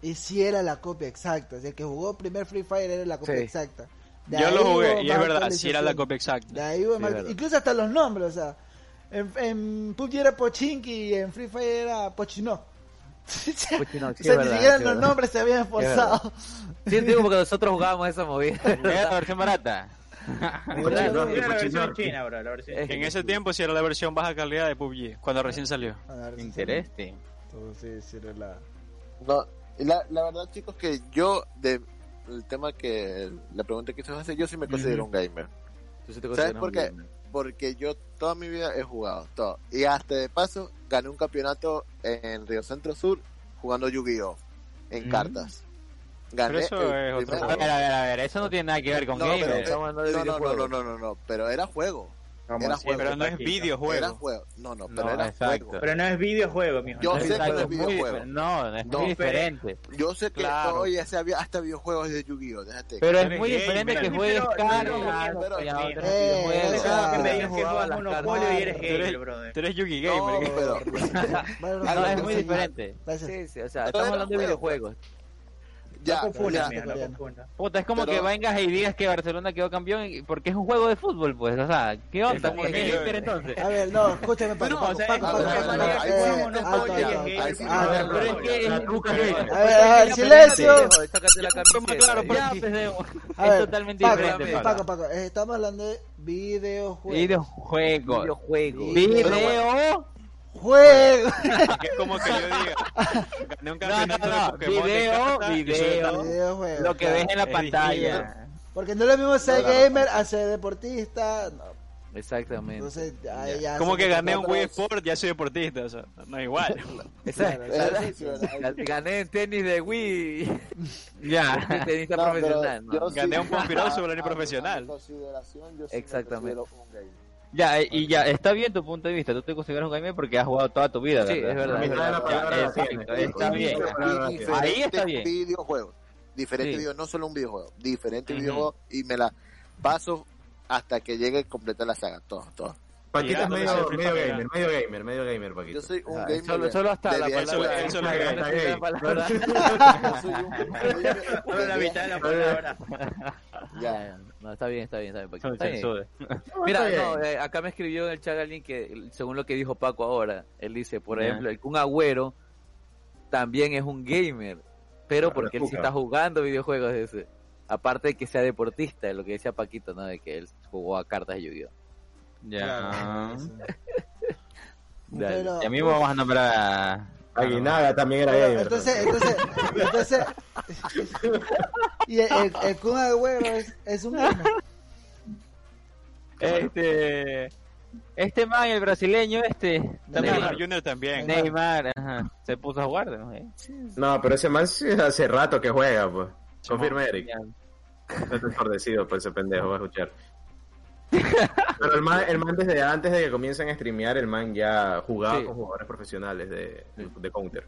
Speaker 1: y si era la copia exacta. O sea, el que jugó primer Free Fire era la copia
Speaker 4: Sí.
Speaker 1: exacta. De
Speaker 5: Yo
Speaker 1: ahí
Speaker 5: lo
Speaker 1: hubo
Speaker 5: jugué, y es
Speaker 1: más
Speaker 5: verdad, sí era la
Speaker 1: actualización. De
Speaker 5: copia exacta.
Speaker 1: ahí hubo
Speaker 4: Sí,
Speaker 1: más-
Speaker 4: verdad.
Speaker 1: incluso hasta los nombres, o sea, en, en PUBG era Pochinki y en Free Fire era Pochino.
Speaker 4: Pochino,
Speaker 1: o sea, ni
Speaker 4: sí, es verdad,
Speaker 1: siquiera
Speaker 4: sí, es
Speaker 1: los
Speaker 4: verdad.
Speaker 1: nombres se habían esforzado.
Speaker 4: Sí, digo, porque nosotros jugábamos esa movida.
Speaker 3: Era la versión barata.
Speaker 1: Pochino,
Speaker 6: Era
Speaker 1: Pochino.
Speaker 6: la versión china, bro. La versión
Speaker 4: Es
Speaker 6: china.
Speaker 5: En ese tiempo sí era la versión baja calidad de PUBG, cuando recién salió.
Speaker 1: A ver,
Speaker 3: Interesting.
Speaker 1: Entonces, sí era la-
Speaker 7: No, y la, la verdad, chicos, que yo, de el tema que la pregunta que se me hace, yo sí me considero un gamer.
Speaker 4: Tú sí te
Speaker 7: ¿Sabes
Speaker 4: consideras
Speaker 7: por
Speaker 4: un
Speaker 7: qué?
Speaker 4: gamer.
Speaker 7: Porque yo toda mi vida he jugado, todo. Y hasta de paso, gané un campeonato en Río Centro Sur jugando Yu-Gi-Oh! en
Speaker 3: Mm.
Speaker 7: cartas. Gané
Speaker 5: Pero eso
Speaker 7: el
Speaker 5: es otro
Speaker 7: primer
Speaker 3: A ver, a ver, a ver, eso no tiene nada que ver con
Speaker 7: No,
Speaker 3: gamer.
Speaker 7: pero-
Speaker 4: Estamos hablando de
Speaker 7: no, no, no, no,
Speaker 4: videojuegos.
Speaker 7: no, no, no, pero era juego.
Speaker 6: Vamos,
Speaker 7: Era
Speaker 6: sí,
Speaker 7: juego.
Speaker 5: Pero no es
Speaker 6: tranquilo.
Speaker 7: Era
Speaker 5: videojuego.
Speaker 7: juego. No, no,
Speaker 3: No,
Speaker 7: pero era
Speaker 3: exacto.
Speaker 7: juego.
Speaker 6: Pero no es videojuego, mijo.
Speaker 7: Yo sé que
Speaker 3: Exacto,
Speaker 7: no es
Speaker 3: muy
Speaker 7: videojuego.
Speaker 3: difer- No, es
Speaker 7: No,
Speaker 3: muy
Speaker 7: pero-
Speaker 3: diferente.
Speaker 7: Yo sé que
Speaker 5: Claro.
Speaker 7: oye, se había hasta videojuegos de Yu-Gi-Oh! Déjate.
Speaker 3: Pero es
Speaker 5: Pero
Speaker 3: muy
Speaker 5: es
Speaker 3: diferente
Speaker 5: gamer.
Speaker 3: que juegues
Speaker 6: Pero-
Speaker 3: cartas
Speaker 6: pero-
Speaker 7: pero-
Speaker 3: y a
Speaker 6: sí.
Speaker 3: otros
Speaker 1: Eh,
Speaker 3: videojuegos.
Speaker 6: Es como que me digas que
Speaker 4: jugaba
Speaker 6: juegas
Speaker 4: las
Speaker 6: Monopolio
Speaker 4: cartas.
Speaker 6: y eres
Speaker 5: Tú eres-
Speaker 6: gamer, brother.
Speaker 5: Tú eres Yugi
Speaker 7: no,
Speaker 5: Gamer. ¿qué?
Speaker 7: pero-
Speaker 1: Bueno,
Speaker 3: Ah, no, es muy
Speaker 1: señor.
Speaker 3: diferente.
Speaker 1: Gracias.
Speaker 4: Sí, sí, o sea,
Speaker 7: Pero
Speaker 4: estamos
Speaker 7: era
Speaker 4: hablando de
Speaker 7: juego.
Speaker 4: videojuegos.
Speaker 7: ya,
Speaker 6: no confundas,
Speaker 7: ya.
Speaker 6: mijo, no confundas.
Speaker 3: Puta, es como
Speaker 7: Pero-
Speaker 3: que vengas y digas que Barcelona quedó campeón y- porque es un juego de fútbol, pues. O sea, ¿qué onda?
Speaker 4: como
Speaker 3: ¿Qué
Speaker 4: que-
Speaker 3: gamer, entonces?
Speaker 1: A ver, no, escúchame, Paco,
Speaker 6: No,
Speaker 1: Paco,
Speaker 6: o sea,
Speaker 1: Paco,
Speaker 6: es
Speaker 1: Paco,
Speaker 7: como
Speaker 1: Paco,
Speaker 7: que
Speaker 1: Paco,
Speaker 7: ahí
Speaker 1: eh, alto,
Speaker 7: jugamos Monopoly,
Speaker 1: alto,
Speaker 7: ahí
Speaker 1: alto.
Speaker 7: sí
Speaker 1: A ver,
Speaker 3: Pero es que
Speaker 2: La
Speaker 3: es
Speaker 2: truca
Speaker 3: pero-
Speaker 2: gamer.
Speaker 1: a ver, a ver, silencio.
Speaker 4: Pendejo, sácate la camiseta.
Speaker 5: claro,
Speaker 4: Ya,
Speaker 3: Ya, pues, eh,
Speaker 1: A
Speaker 3: es
Speaker 1: ver,
Speaker 3: totalmente
Speaker 1: Paco,
Speaker 3: diferente.
Speaker 1: Paco,
Speaker 3: Paco.
Speaker 1: Paco, Paco, eh, estamos hablando de videojuegos.
Speaker 3: Videojuegos.
Speaker 4: videojuegos.
Speaker 3: Video.
Speaker 1: Juego.
Speaker 5: Que es como que yo diga, gané un
Speaker 3: No, no,
Speaker 5: campeonato de
Speaker 3: no.
Speaker 5: Pokémon de
Speaker 3: Video,
Speaker 5: cartas y soy
Speaker 3: video.
Speaker 5: tal.
Speaker 1: Videojuegos,
Speaker 3: Lo que
Speaker 1: claro.
Speaker 3: ves en la
Speaker 5: Es
Speaker 3: pantalla.
Speaker 1: Porque no es lo mismo ser
Speaker 7: No, no, no.
Speaker 1: gamer a ser deportista. No,
Speaker 4: Exactamente.
Speaker 1: entonces, ahí ya
Speaker 5: Como
Speaker 1: se
Speaker 5: que
Speaker 1: mete
Speaker 5: gané un
Speaker 1: otros-
Speaker 5: Wii Sport, ya soy deportista, o sea, no es igual.
Speaker 4: Exacto.
Speaker 7: Claro, sí, sí, verdad.
Speaker 4: Gané en tenis de Wii.
Speaker 3: Ya.
Speaker 4: Soy tenista
Speaker 7: No, pero
Speaker 4: profesional. ¿no?
Speaker 7: yo
Speaker 5: Gané un Pompiroso, pero ni
Speaker 7: a- a-
Speaker 5: profesional.
Speaker 7: a mi consideración, yo sí me
Speaker 4: Exactamente.
Speaker 7: considero un gamer.
Speaker 3: Ya, eh, y ya, está bien tu punto de vista. Tú te consideras un gamer porque has jugado toda tu vida,
Speaker 4: Sí, es
Speaker 2: La
Speaker 4: verdad.
Speaker 2: mitad de la palabra
Speaker 3: Ya,
Speaker 2: la tiene.
Speaker 3: exacto, está bien.
Speaker 2: La mitad de la palabra la tiene.
Speaker 3: Ahí está bien.
Speaker 7: videojuegos. Diferente
Speaker 3: Sí.
Speaker 7: video, no solo un videojuego, diferente
Speaker 3: Ujú.
Speaker 7: videojuego y me la paso hasta que llegue completa la saga, todo, todo.
Speaker 2: Paquito es medio,
Speaker 5: Tirándose
Speaker 2: medio
Speaker 5: free fire.
Speaker 2: gamer, medio gamer, medio gamer, Paquito.
Speaker 7: Yo soy un
Speaker 2: Ajá,
Speaker 7: gamer.
Speaker 4: Solo, solo hasta
Speaker 7: de
Speaker 4: la
Speaker 7: vieja
Speaker 4: palabra.
Speaker 2: Él solo está
Speaker 4: No
Speaker 2: gay.
Speaker 4: necesito la palabra.
Speaker 7: Yo soy un gamer
Speaker 6: Solo la
Speaker 7: de
Speaker 6: mitad de la palabra.
Speaker 7: Ya.
Speaker 4: Ya, no, está bien, está bien, está bien. Paquito,
Speaker 3: Son
Speaker 4: está bien.
Speaker 3: censura.
Speaker 4: Mira,
Speaker 2: Está
Speaker 4: no,
Speaker 2: bien.
Speaker 4: eh, acá me escribió en el chat alguien que, según lo que dijo Paco ahora, él dice, por
Speaker 3: Ya.
Speaker 4: ejemplo, el Kun Agüero también es un gamer,
Speaker 3: Ah,
Speaker 4: pero
Speaker 2: Claro,
Speaker 4: porque él sí
Speaker 2: puca.
Speaker 4: está jugando videojuegos ese. Aparte de que sea deportista, lo que decía Paquito, ¿no? De que él jugó a cartas de Yu-Gi-Oh.
Speaker 3: Ya. ajá.
Speaker 4: Dale.
Speaker 1: Pero-
Speaker 3: Ya mismo vamos Ah, a nombrar a...
Speaker 2: Aguinaga también era
Speaker 1: Pero,
Speaker 2: gamer.
Speaker 1: entonces, entonces, entonces. Y el, el, el Kun Agüero es, es un gamer.
Speaker 3: Este... Este man, el brasileño este...
Speaker 1: Neymar.
Speaker 5: Neymar Junior también.
Speaker 3: Neymar, ajá. Se puso a jugar, ¿no? Eh,
Speaker 2: No, pero ese man sí hace rato que juega, pues. Confirma, Eric.
Speaker 3: ya.
Speaker 2: No te ensordecido por ese pendejo, va a escuchar. Pero el man, el man desde antes de que comiencen a streamear, el man ya jugaba
Speaker 4: Sí.
Speaker 2: con jugadores profesionales de, de Counter.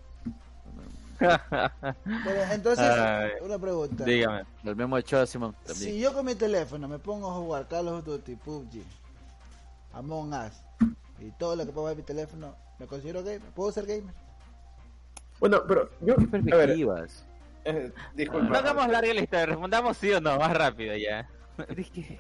Speaker 1: Pero entonces,
Speaker 3: Ay.
Speaker 1: una pregunta.
Speaker 3: Dígame.
Speaker 4: El mismo Ochoa Simón también.
Speaker 1: Si yo con mi teléfono me pongo a jugar Call of Duty, PUBG, Among Us y todo lo que pongo en mi teléfono, ¿me considero gamer? ¿Puedo ser gamer?
Speaker 2: Bueno, pero yo.
Speaker 4: ¿Qué
Speaker 2: A ver,
Speaker 4: perspectivas?
Speaker 2: eh, disculpa.
Speaker 3: No hagamos larga la historia, respondamos sí o no, más rápido ya.
Speaker 4: Es que-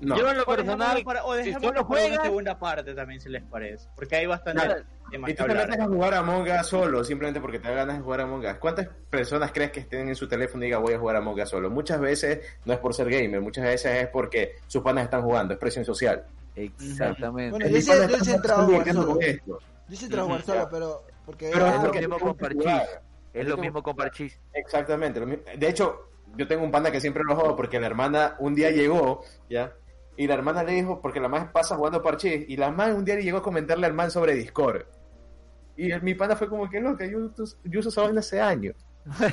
Speaker 2: No.
Speaker 3: Yo en lo
Speaker 6: O
Speaker 3: personal,
Speaker 6: dejémoslo para- o
Speaker 3: si
Speaker 6: dejémoslo
Speaker 3: solo
Speaker 6: para una
Speaker 3: juegas,
Speaker 6: segunda parte también, si les parece. Porque hay bastante
Speaker 2: Claro.
Speaker 6: temas
Speaker 2: Y
Speaker 6: que
Speaker 2: tú te
Speaker 6: hablar.
Speaker 2: metes a jugar a Among Us solo, simplemente porque te da ganas de jugar a Among Us. ¿Cuántas personas crees que estén en su teléfono y digan voy a jugar a Among Us solo? Muchas veces no es por ser gamer, muchas veces es porque sus panas están jugando, es presión social.
Speaker 4: Exactamente.
Speaker 1: Bueno,
Speaker 2: El
Speaker 1: yo
Speaker 2: mi
Speaker 1: sí-
Speaker 2: pana
Speaker 1: yo
Speaker 2: está
Speaker 1: sí he
Speaker 2: pasando
Speaker 1: entrado a jugar
Speaker 2: el tiempo
Speaker 1: solo.
Speaker 2: con esto.
Speaker 1: Yo sí trabajo
Speaker 2: Ujú.
Speaker 1: solo, pero. Porque
Speaker 2: Pero
Speaker 4: es
Speaker 2: es
Speaker 4: lo
Speaker 2: lo
Speaker 1: ah,
Speaker 2: que
Speaker 4: mismo
Speaker 2: tú
Speaker 4: con
Speaker 2: quieres
Speaker 4: Parchís.
Speaker 2: jugar.
Speaker 4: Es lo mismo con Parchís.
Speaker 2: Exactamente. lo mismo. De hecho, yo tengo un pana que siempre lo juego porque la hermana un día llegó, ¿ya? Y la hermana le dijo, porque la madre pasa jugando parchís, y la madre un día le llegó a comentarle al man sobre Discord. Y el- mi pana fue como que loca, yo, yo uso esa vaina hace años.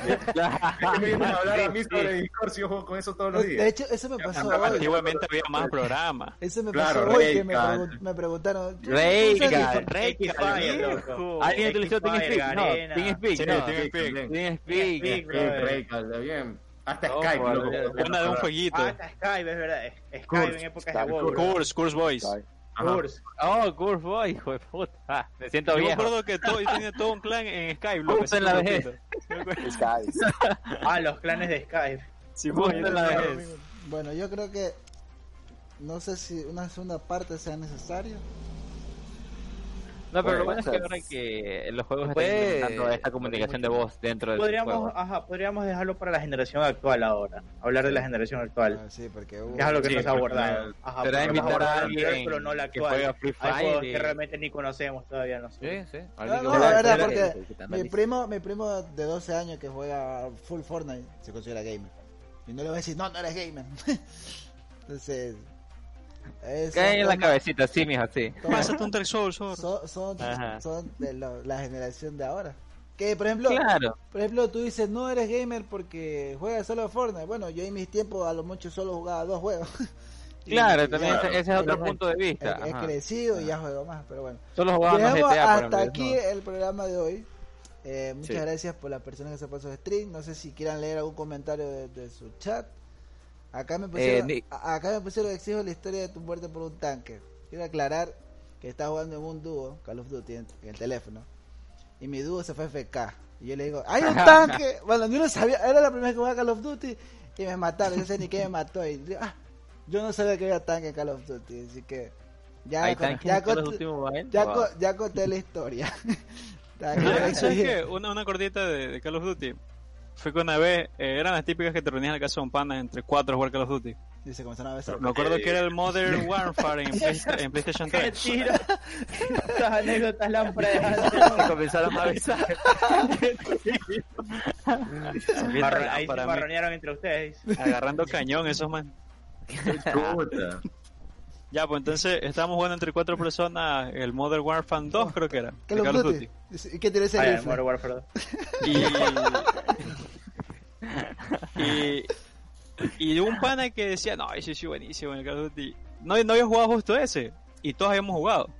Speaker 2: Es que me vienen a hablar a mí sobre Discord si yo juego con eso todos los
Speaker 1: De
Speaker 2: días.
Speaker 1: hecho, eso me pasó hoy.
Speaker 5: Antiguamente había más programas.
Speaker 1: Eso me
Speaker 2: Claro,
Speaker 1: pasó hoy
Speaker 2: Rey
Speaker 1: que me,
Speaker 2: Gun.
Speaker 1: pregun- me preguntaron. ¿tú- tú
Speaker 3: Rey
Speaker 1: usas
Speaker 3: Gun.
Speaker 1: Discord?
Speaker 6: Rey que fire, loco.
Speaker 3: ¿Alguien utilizó
Speaker 6: X-Fire,
Speaker 3: TeamSpeak? No,
Speaker 6: Garena.
Speaker 3: TeamSpeak,
Speaker 5: Sí,
Speaker 3: no.
Speaker 5: TeamSpeak.
Speaker 2: también.
Speaker 3: TeamSpeak.
Speaker 6: TeamSpeak.
Speaker 2: Sí, Rey, calda, bien. Hasta Skype,
Speaker 3: por
Speaker 2: loco.
Speaker 3: Dios.
Speaker 5: Una de un jueguito.
Speaker 6: Ah, está Skype, es verdad. es- Skype
Speaker 2: Curse.
Speaker 6: en épocas de
Speaker 7: Skype,
Speaker 6: WoW.
Speaker 5: Curse, Curse Boys.
Speaker 7: Skype.
Speaker 2: Ajá.
Speaker 6: Curse.
Speaker 3: Oh, Curve Boy, hijo de puta. Me siento
Speaker 5: Yo me
Speaker 3: viejo.
Speaker 5: acuerdo que todo, yo tenía todo un clan en Skype, loco.
Speaker 3: Justo en la
Speaker 5: así
Speaker 3: vejez.
Speaker 5: como poquito.
Speaker 7: Sky.
Speaker 6: Ah, los clanes de Skype.
Speaker 5: Sí, vos, yo
Speaker 3: Justo en la
Speaker 5: tenía-
Speaker 3: vejez.
Speaker 1: Bueno, yo creo que. No sé si una segunda parte sea necesaria.
Speaker 3: No, pero lo bueno
Speaker 7: Bueno,
Speaker 3: es que
Speaker 7: o sea,
Speaker 3: ahora que los juegos
Speaker 4: pues,
Speaker 3: están implementando esta comunicación de voz dentro del
Speaker 6: Podríamos,
Speaker 3: juego.
Speaker 6: ajá, podríamos dejarlo para la generación actual ahora. Hablar de la generación actual.
Speaker 1: Ah, sí, porque.
Speaker 6: Que
Speaker 1: hubo-
Speaker 6: es algo que
Speaker 2: Sí,
Speaker 6: no se ha
Speaker 2: porque
Speaker 6: abordado.
Speaker 3: Será
Speaker 6: Ajá, podemos
Speaker 3: invitar a
Speaker 6: abordar el
Speaker 3: alguien
Speaker 6: anterior, pero Ah, no la
Speaker 3: que juega
Speaker 6: actual.
Speaker 3: Free
Speaker 6: Hay juegos
Speaker 3: Fire.
Speaker 6: que realmente ni conocemos todavía nosotros.
Speaker 4: Sí, sí.
Speaker 1: No,
Speaker 4: Alguien
Speaker 1: no,
Speaker 4: que-
Speaker 1: la verdad,
Speaker 4: que-
Speaker 1: porque
Speaker 4: que- que
Speaker 1: mi
Speaker 4: analice.
Speaker 1: primo, mi primo de 12 años que juega full Fortnite se considera gamer. Y no le voy a decir, no, no eres gamer. Entonces, es-
Speaker 3: Cae en
Speaker 1: son
Speaker 3: la
Speaker 1: temas-
Speaker 3: cabecita, sí, mija, sí.
Speaker 5: Pásate un Dark Souls, zorro.
Speaker 1: Son, son,
Speaker 3: Ajá.
Speaker 1: son de lo- la generación de ahora. Que, por ejemplo,
Speaker 3: Claro.
Speaker 1: por ejemplo, tú dices, no eres gamer porque juegas solo Fortnite. Bueno, yo en mis tiempos a lo mucho solo jugaba dos juegos. Y-
Speaker 3: Claro,
Speaker 1: y
Speaker 3: también
Speaker 1: ya-
Speaker 3: ese, ese es otro
Speaker 1: he-
Speaker 3: punto de
Speaker 1: He,
Speaker 3: vista.
Speaker 1: he
Speaker 3: ajá.
Speaker 1: crecido y ya juego más, pero bueno.
Speaker 3: Solo jugábamos
Speaker 1: Llegamos
Speaker 3: GTA, por
Speaker 1: hasta
Speaker 3: ejemplo,
Speaker 1: aquí
Speaker 3: ¿no?
Speaker 1: el programa de hoy. Eh, muchas
Speaker 4: Sí.
Speaker 1: gracias por las personas que se pasó de stream. No sé si quieran leer algún comentario de, de su chat. Acá me pusieron,
Speaker 4: Eh, Nick.
Speaker 1: a- acá me pusieron exijo la historia de tu muerte por un tanque. Quiero aclarar que estaba jugando en un dúo, Call of Duty, en, en el teléfono. Y mi dúo se fue FK. Y yo le digo, ¡hay un tanque! bueno, yo no sabía, era la primera vez que jugaba Call of Duty. Y me mataron, yo no sé ni qué me mató. Y digo, ah, yo no sabía que había tanque en Call of Duty. Así que ya,
Speaker 3: Hay
Speaker 1: con-
Speaker 3: tanques
Speaker 1: ya
Speaker 3: en todos
Speaker 1: con-
Speaker 3: los últimos momentos.
Speaker 1: ya,
Speaker 3: Wow.
Speaker 1: co- ya conté la historia. Está bien,
Speaker 5: Ah,
Speaker 1: está
Speaker 5: ¿Sabes
Speaker 1: bien.
Speaker 5: qué? Una, una cortita de, de Call of Duty. Fue que una vez, eh, eran las típicas que te reunías en la casa de un pana entre cuatro a jugar Call of Duty.
Speaker 1: Y se comenzaron a besar.
Speaker 5: Me acuerdo que era el Modern Warfare en, Play- en PlayStation
Speaker 6: ¡Qué
Speaker 5: 3.
Speaker 6: tiro! Estas anécdotas lámparas
Speaker 4: Se comenzaron a besar.
Speaker 6: Ahí se marronearon entre ustedes.
Speaker 5: Agarrando cañón esos man.
Speaker 2: Puta.
Speaker 5: Ya, pues entonces estábamos jugando entre cuatro personas el Modern Warfare 2, creo que era. de
Speaker 1: Call of
Speaker 5: Call of
Speaker 1: Duty. ¿Y qué tiene ese
Speaker 6: Ay,
Speaker 1: rifle?
Speaker 6: Modern Warfare 2.
Speaker 5: Y, y, y un pana que decía, no, ese sí buenísimo en el Call of Duty. No, no había jugado justo ese. y todos habíamos jugado.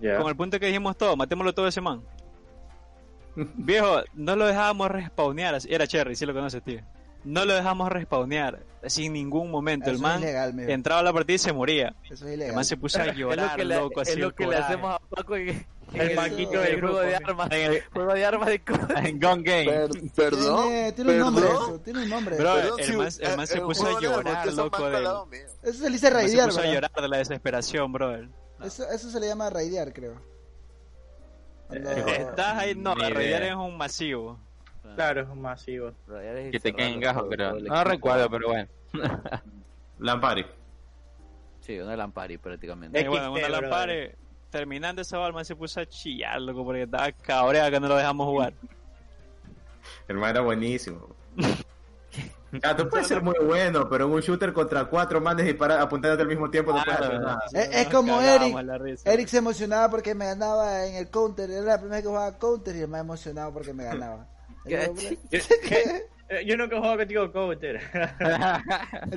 Speaker 6: Ya.
Speaker 5: Con el punto que dijimos todo, matémoslo todo a ese man. Viejo, no lo dejábamos respawnear. así- Era Cherry, si lo conoces, tío. No lo dejamos respawnear sin ningún momento. el
Speaker 1: Eso
Speaker 5: man
Speaker 1: es ilegal, mijo.
Speaker 5: entraba a la partida y se moría.
Speaker 1: Eso es
Speaker 5: El
Speaker 1: ilegal.
Speaker 5: man se puso a
Speaker 4: Es lo
Speaker 5: llorar,
Speaker 4: que le,
Speaker 5: loco,
Speaker 4: es
Speaker 5: así
Speaker 4: lo
Speaker 5: el
Speaker 4: que le
Speaker 5: coraje.
Speaker 4: hacemos a Paco en, en
Speaker 6: El banquito
Speaker 4: juego
Speaker 6: del grupo,
Speaker 4: de
Speaker 6: sí.
Speaker 4: armas.
Speaker 5: En el-
Speaker 4: Juego de armas de co-
Speaker 3: En Gun Game.
Speaker 7: Per- perdón.
Speaker 1: Tiene, tiene un
Speaker 7: perdón.
Speaker 1: nombre eso, tiene un nombre.
Speaker 5: Bro,
Speaker 7: Perdón,
Speaker 5: el
Speaker 7: si-
Speaker 5: man- el man
Speaker 7: eh,
Speaker 5: se
Speaker 7: eh,
Speaker 5: puso a
Speaker 7: juego de armas,
Speaker 5: llorar,
Speaker 7: que son
Speaker 5: loco, del-
Speaker 7: más palado mío.
Speaker 1: Eso se le dice
Speaker 5: el man se
Speaker 1: raidear,
Speaker 5: puso a
Speaker 1: ¿verdad?
Speaker 5: llorar de la desesperación, brother.
Speaker 1: Eso, eso se le llama raidear, creo.
Speaker 5: Eh,
Speaker 1: Cuando-
Speaker 5: Estás ahí, no,
Speaker 3: Ni idea.
Speaker 5: raidear es un masivo.
Speaker 6: Claro, es un masivo.
Speaker 3: Que te caen en gajo, creo. No recuerdo, pero bueno.
Speaker 2: Lampari.
Speaker 4: Sí, una lampari prácticamente.
Speaker 5: Y
Speaker 1: Eh,
Speaker 5: bueno,
Speaker 6: XT,
Speaker 5: una
Speaker 6: brother.
Speaker 5: lampare, terminando esa balma se puso a chillar, loco, porque estaba cabreado que no lo dejamos jugar.
Speaker 2: El man era buenísimo. Chato puede ser muy bueno, pero en un shooter contra cuatro manes dispara- apuntándote al mismo tiempo no puedes hacer nada.
Speaker 1: Es, Eh, es
Speaker 5: Nos
Speaker 1: como
Speaker 5: cagábamos
Speaker 1: Eric.
Speaker 5: la risa.
Speaker 1: Eric se emocionaba porque me ganaba en el counter. Era la primera vez que jugaba counter y el más emocionado porque me ganaba.
Speaker 4: ¿Qué?
Speaker 6: Yo, eh, yo nunca he jugado contigo, Counter.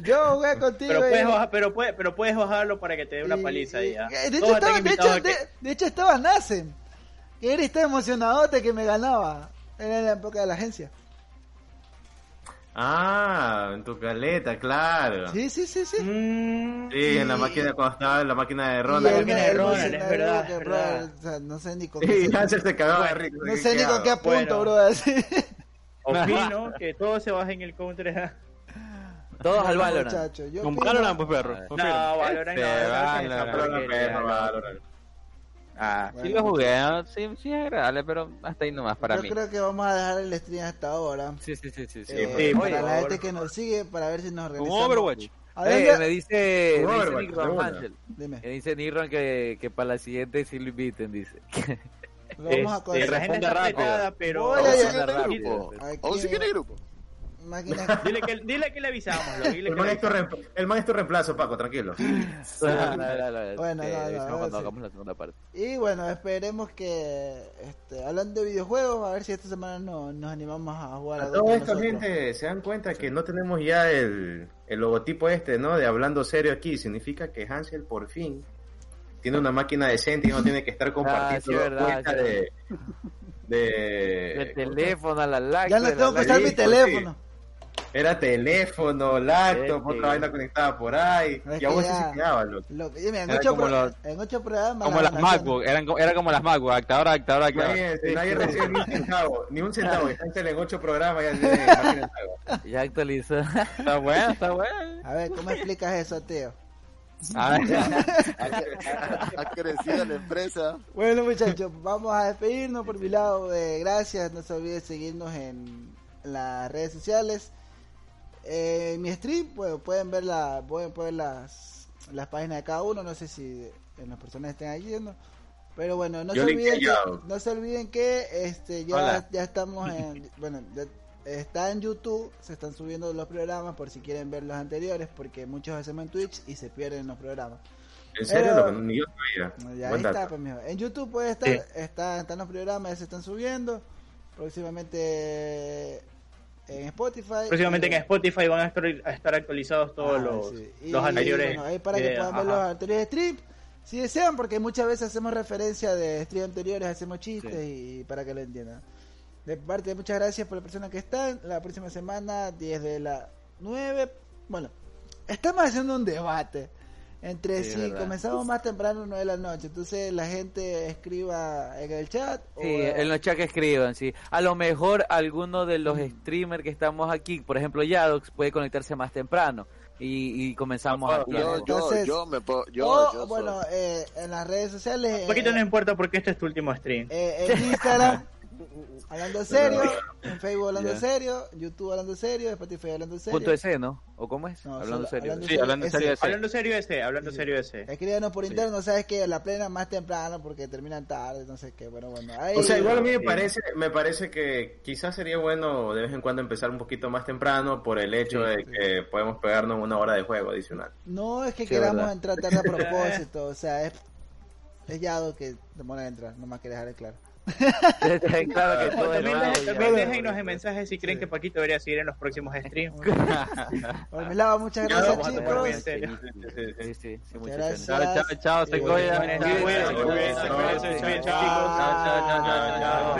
Speaker 1: Yo jugué contigo.
Speaker 6: pero, puedes
Speaker 1: y-
Speaker 6: bajar, pero, puedes, pero puedes bajarlo para que te dé una
Speaker 1: y-
Speaker 6: paliza.
Speaker 1: y-
Speaker 6: ahí, ¿ah?
Speaker 1: De hecho,
Speaker 6: Todos están
Speaker 1: estaba, de, hecho,
Speaker 6: invitados a que-
Speaker 1: de- de hecho estaba Nacen. Que Eric estaba emocionadote que me ganaba. Era en la época de la agencia.
Speaker 2: Ah, en tu caleta, claro. Sí,
Speaker 1: Sí, sí, sí, sí.
Speaker 6: Mm,
Speaker 2: en la máquina cuando estaba en la máquina de
Speaker 1: Y
Speaker 2: Ronald.
Speaker 1: él
Speaker 6: máquina
Speaker 1: me-
Speaker 6: de
Speaker 1: él me
Speaker 6: Ronald, es
Speaker 1: emocionaba,
Speaker 6: verdad,
Speaker 1: que,
Speaker 6: es
Speaker 1: bro,
Speaker 6: verdad.
Speaker 1: o sea, no sé ni con qué
Speaker 2: Y
Speaker 1: se-
Speaker 2: Hanser se cagaba de risa.
Speaker 1: No sé ni con qué apunto,
Speaker 6: Bueno.
Speaker 1: bro. así.
Speaker 6: opino que todo se baja en el Counter. ¿ah?
Speaker 4: Todos al
Speaker 1: No,
Speaker 4: Valorant.
Speaker 1: muchacho, yo
Speaker 5: Con
Speaker 1: opino-
Speaker 5: Valorant, pues perro.
Speaker 4: No,
Speaker 6: No, Valorant no,
Speaker 3: Este,
Speaker 6: Valorant es esa
Speaker 3: Valorant,
Speaker 6: porquería.
Speaker 3: Ah, sí
Speaker 1: Bueno.
Speaker 3: lo jugué, ¿no? sí, sí es agradable, pero hasta ahí nomás para
Speaker 1: Yo
Speaker 3: mí.
Speaker 1: creo que vamos a dejar el stream hasta ahora.
Speaker 4: Sí, sí, sí, sí. sí.
Speaker 1: Eh,
Speaker 6: sí, por
Speaker 1: para la
Speaker 6: favor.
Speaker 1: gente que nos sigue, para ver si nos
Speaker 5: Un
Speaker 1: organizamos.
Speaker 5: Overwatch.
Speaker 1: A ver,
Speaker 4: Eh,
Speaker 1: ya-
Speaker 4: me dice, me dice
Speaker 2: Overwatch,
Speaker 4: Nick Ron
Speaker 2: de una.
Speaker 4: Hansel.
Speaker 1: Dime,
Speaker 4: Me dice Nick Ron que, que para la siguiente sí lo inviten, dice.
Speaker 1: lo vamos a
Speaker 6: Este,
Speaker 1: coger.
Speaker 6: la gente
Speaker 4: Responda
Speaker 6: está
Speaker 4: rápido.
Speaker 6: apretada, pero...
Speaker 1: Hola,
Speaker 7: ¿Aún
Speaker 1: ya-
Speaker 7: sigue en el
Speaker 4: rápido.
Speaker 7: grupo?
Speaker 1: Aquí-
Speaker 7: ¿Aún sigue en el grupo?
Speaker 1: Máquina-
Speaker 6: Dile que, dile que le avisamos, loco, dile
Speaker 2: El
Speaker 6: que
Speaker 2: man,
Speaker 6: le
Speaker 2: es tu
Speaker 6: avisamos.
Speaker 2: reemplazo, el man es tu reemplazo, Paco, tranquilo.
Speaker 4: No, no, no, no,
Speaker 1: Bueno,
Speaker 4: este,
Speaker 1: no, no,
Speaker 4: avisamos
Speaker 1: ahora
Speaker 4: cuando
Speaker 1: sí.
Speaker 4: hagamos la segunda parte.
Speaker 1: Y bueno, esperemos que este, hablando de videojuegos, a ver si esta semana no, nos animamos a jugar
Speaker 2: A
Speaker 1: algo
Speaker 2: todo
Speaker 1: con
Speaker 2: esto,
Speaker 1: nosotros.
Speaker 2: gente, se dan cuenta que no tenemos ya el, el logotipo este, ¿no? De hablando serio aquí. Significa que Hansel por fin tiene una máquina decente y no tiene que
Speaker 1: Ah,
Speaker 2: estar compartiendo
Speaker 4: sí, verdad,
Speaker 2: cuenta
Speaker 4: sí,
Speaker 2: de,
Speaker 4: El
Speaker 2: de-
Speaker 4: teléfono, a la lámpara.
Speaker 1: Ya no tengo que
Speaker 2: la-
Speaker 1: usar
Speaker 2: sí,
Speaker 1: mi
Speaker 2: sí.
Speaker 1: teléfono.
Speaker 2: Era teléfono, laptop,
Speaker 4: Este.
Speaker 2: otra vaina conectada por ahí.
Speaker 1: Es
Speaker 2: Y aún
Speaker 1: que
Speaker 2: así
Speaker 1: ya-
Speaker 2: se quedaba, loco.
Speaker 1: Lo que- mira, en,
Speaker 3: Era
Speaker 1: ocho
Speaker 3: como
Speaker 1: pro-
Speaker 3: los-
Speaker 1: en ocho programas.
Speaker 3: Como
Speaker 1: las
Speaker 3: las
Speaker 1: donaciones-
Speaker 3: MacBook, eran, co- era como las MacBook, actadora, actavora, actavora.
Speaker 2: Imagínense, nadie recibe ni un centavo, ni un centavo. y Hansel en ocho programas ya tiene máquina de pago.
Speaker 4: Ya actualizó.
Speaker 3: Está bueno, está bueno.
Speaker 1: A ver, ¿cómo explicas eso, tío?
Speaker 3: Ah,
Speaker 7: Ha, ha- ha crecido la empresa.
Speaker 1: Bueno, muchachos, vamos a despedirnos por mi lado. eh, gracias, no se olviden seguirnos en las redes sociales. Eh, mi stream, pues, pueden ver, la, pueden ver las, las páginas de cada uno. No sé si eh, las personas estén allí ¿no? Pero bueno, no se,
Speaker 2: Yo linké
Speaker 1: olviden que,
Speaker 2: ya.
Speaker 1: no se olviden que este ya,
Speaker 3: Hola.
Speaker 1: ya estamos en. Bueno, ya está en YouTube, se están subiendo los programas por si quieren ver los anteriores, porque muchos hacemos en Twitch y se pierden los programas.
Speaker 2: En serio,
Speaker 1: Pero-
Speaker 2: loco, ni yo sabía.
Speaker 1: Ya ahí
Speaker 2: Buen
Speaker 1: está,
Speaker 2: dato.
Speaker 1: pues, mijo. En YouTube puede estar,
Speaker 6: Sí.
Speaker 1: está- están los programas, ya se están subiendo. Próximamente en Spotify.
Speaker 6: Próximamente en
Speaker 1: Y-
Speaker 6: Spotify van a estar, a estar actualizados todos
Speaker 1: Ah,
Speaker 6: los,
Speaker 1: sí. Y,
Speaker 6: los anteriores.
Speaker 1: bueno, ahí para que
Speaker 6: videos,
Speaker 1: puedan ver los
Speaker 6: ajá.
Speaker 1: anteriores strips. Si desean, porque muchas veces hacemos referencia de strips anteriores, hacemos chistes y para que lo entiendan. De parte, muchas gracias por la persona que están. La próxima semana, 10 de la 9. Bueno, estamos haciendo un debate entre
Speaker 4: Sí, es
Speaker 1: si
Speaker 4: verdad.
Speaker 1: comenzamos más temprano o no de la noche. Entonces, la gente escriba en el chat. o-
Speaker 4: Sí, en los chats que escriban, sí. A lo mejor alguno de los streamers que estamos aquí, por ejemplo Yadox, puede conectarse más temprano y, y comenzamos a
Speaker 7: Yo,
Speaker 4: tiempo.
Speaker 7: yo,
Speaker 1: Entonces-
Speaker 7: yo me puedo. Yo,
Speaker 1: o,
Speaker 7: yo soy.
Speaker 1: bueno, eh, en las redes sociales.
Speaker 6: Paquito
Speaker 1: eh,
Speaker 6: no importa porque este es tu último stream.
Speaker 1: Eh, en Instagram, hablando serio, en Facebook hablando
Speaker 4: Ya.
Speaker 1: serio, YouTube hablando serio, Spotify hablando serio.
Speaker 4: Punto S, ¿no? ¿O cómo es?
Speaker 1: No, solo-
Speaker 4: hablando serio.
Speaker 1: hablando
Speaker 3: sí, hablando en
Speaker 1: ese-
Speaker 3: serio, sí.
Speaker 6: Hablando serio ese, hablando
Speaker 1: Sí.
Speaker 6: serio ese.
Speaker 1: Escríbanos por interno, sabes que la plena más temprano porque terminan tarde, no sé qué, bueno, bueno. Ahí,
Speaker 2: O sea, igual a mí me
Speaker 6: Sí.
Speaker 2: parece, me parece que quizás sería bueno de vez en cuando empezar un poquito más temprano por el hecho de que podemos pegarnos una hora de juego adicional.
Speaker 1: No es que
Speaker 4: Sí,
Speaker 1: queramos
Speaker 4: verdad.
Speaker 1: entrar tarde a propósito, o sea, es, es yado que demora en entrar, nomás que dejar claro.
Speaker 4: claro que todo es
Speaker 6: También,
Speaker 4: raro
Speaker 6: dejen-
Speaker 4: y
Speaker 6: también
Speaker 4: ya.
Speaker 6: déjennos en mensajes si creen que Paquito debería seguir en los próximos streams.
Speaker 1: Por
Speaker 3: Ah.
Speaker 1: mi lado, muchas
Speaker 2: Ya,
Speaker 1: gracias,
Speaker 6: vamos a tomar
Speaker 1: chicos.
Speaker 6: bien. serio.
Speaker 4: Sí, sí, sí, muchas
Speaker 1: gracias.
Speaker 4: gracias.
Speaker 3: Chao, chao, chao, se
Speaker 1: Eh, bueno,
Speaker 3: cuidan. Chao,
Speaker 6: cuídense,
Speaker 3: chao,
Speaker 6: cuídense,
Speaker 3: chao.
Speaker 6: cuídense,
Speaker 3: Chao, chao,
Speaker 6: chao,
Speaker 3: chao, chao, chao, chao.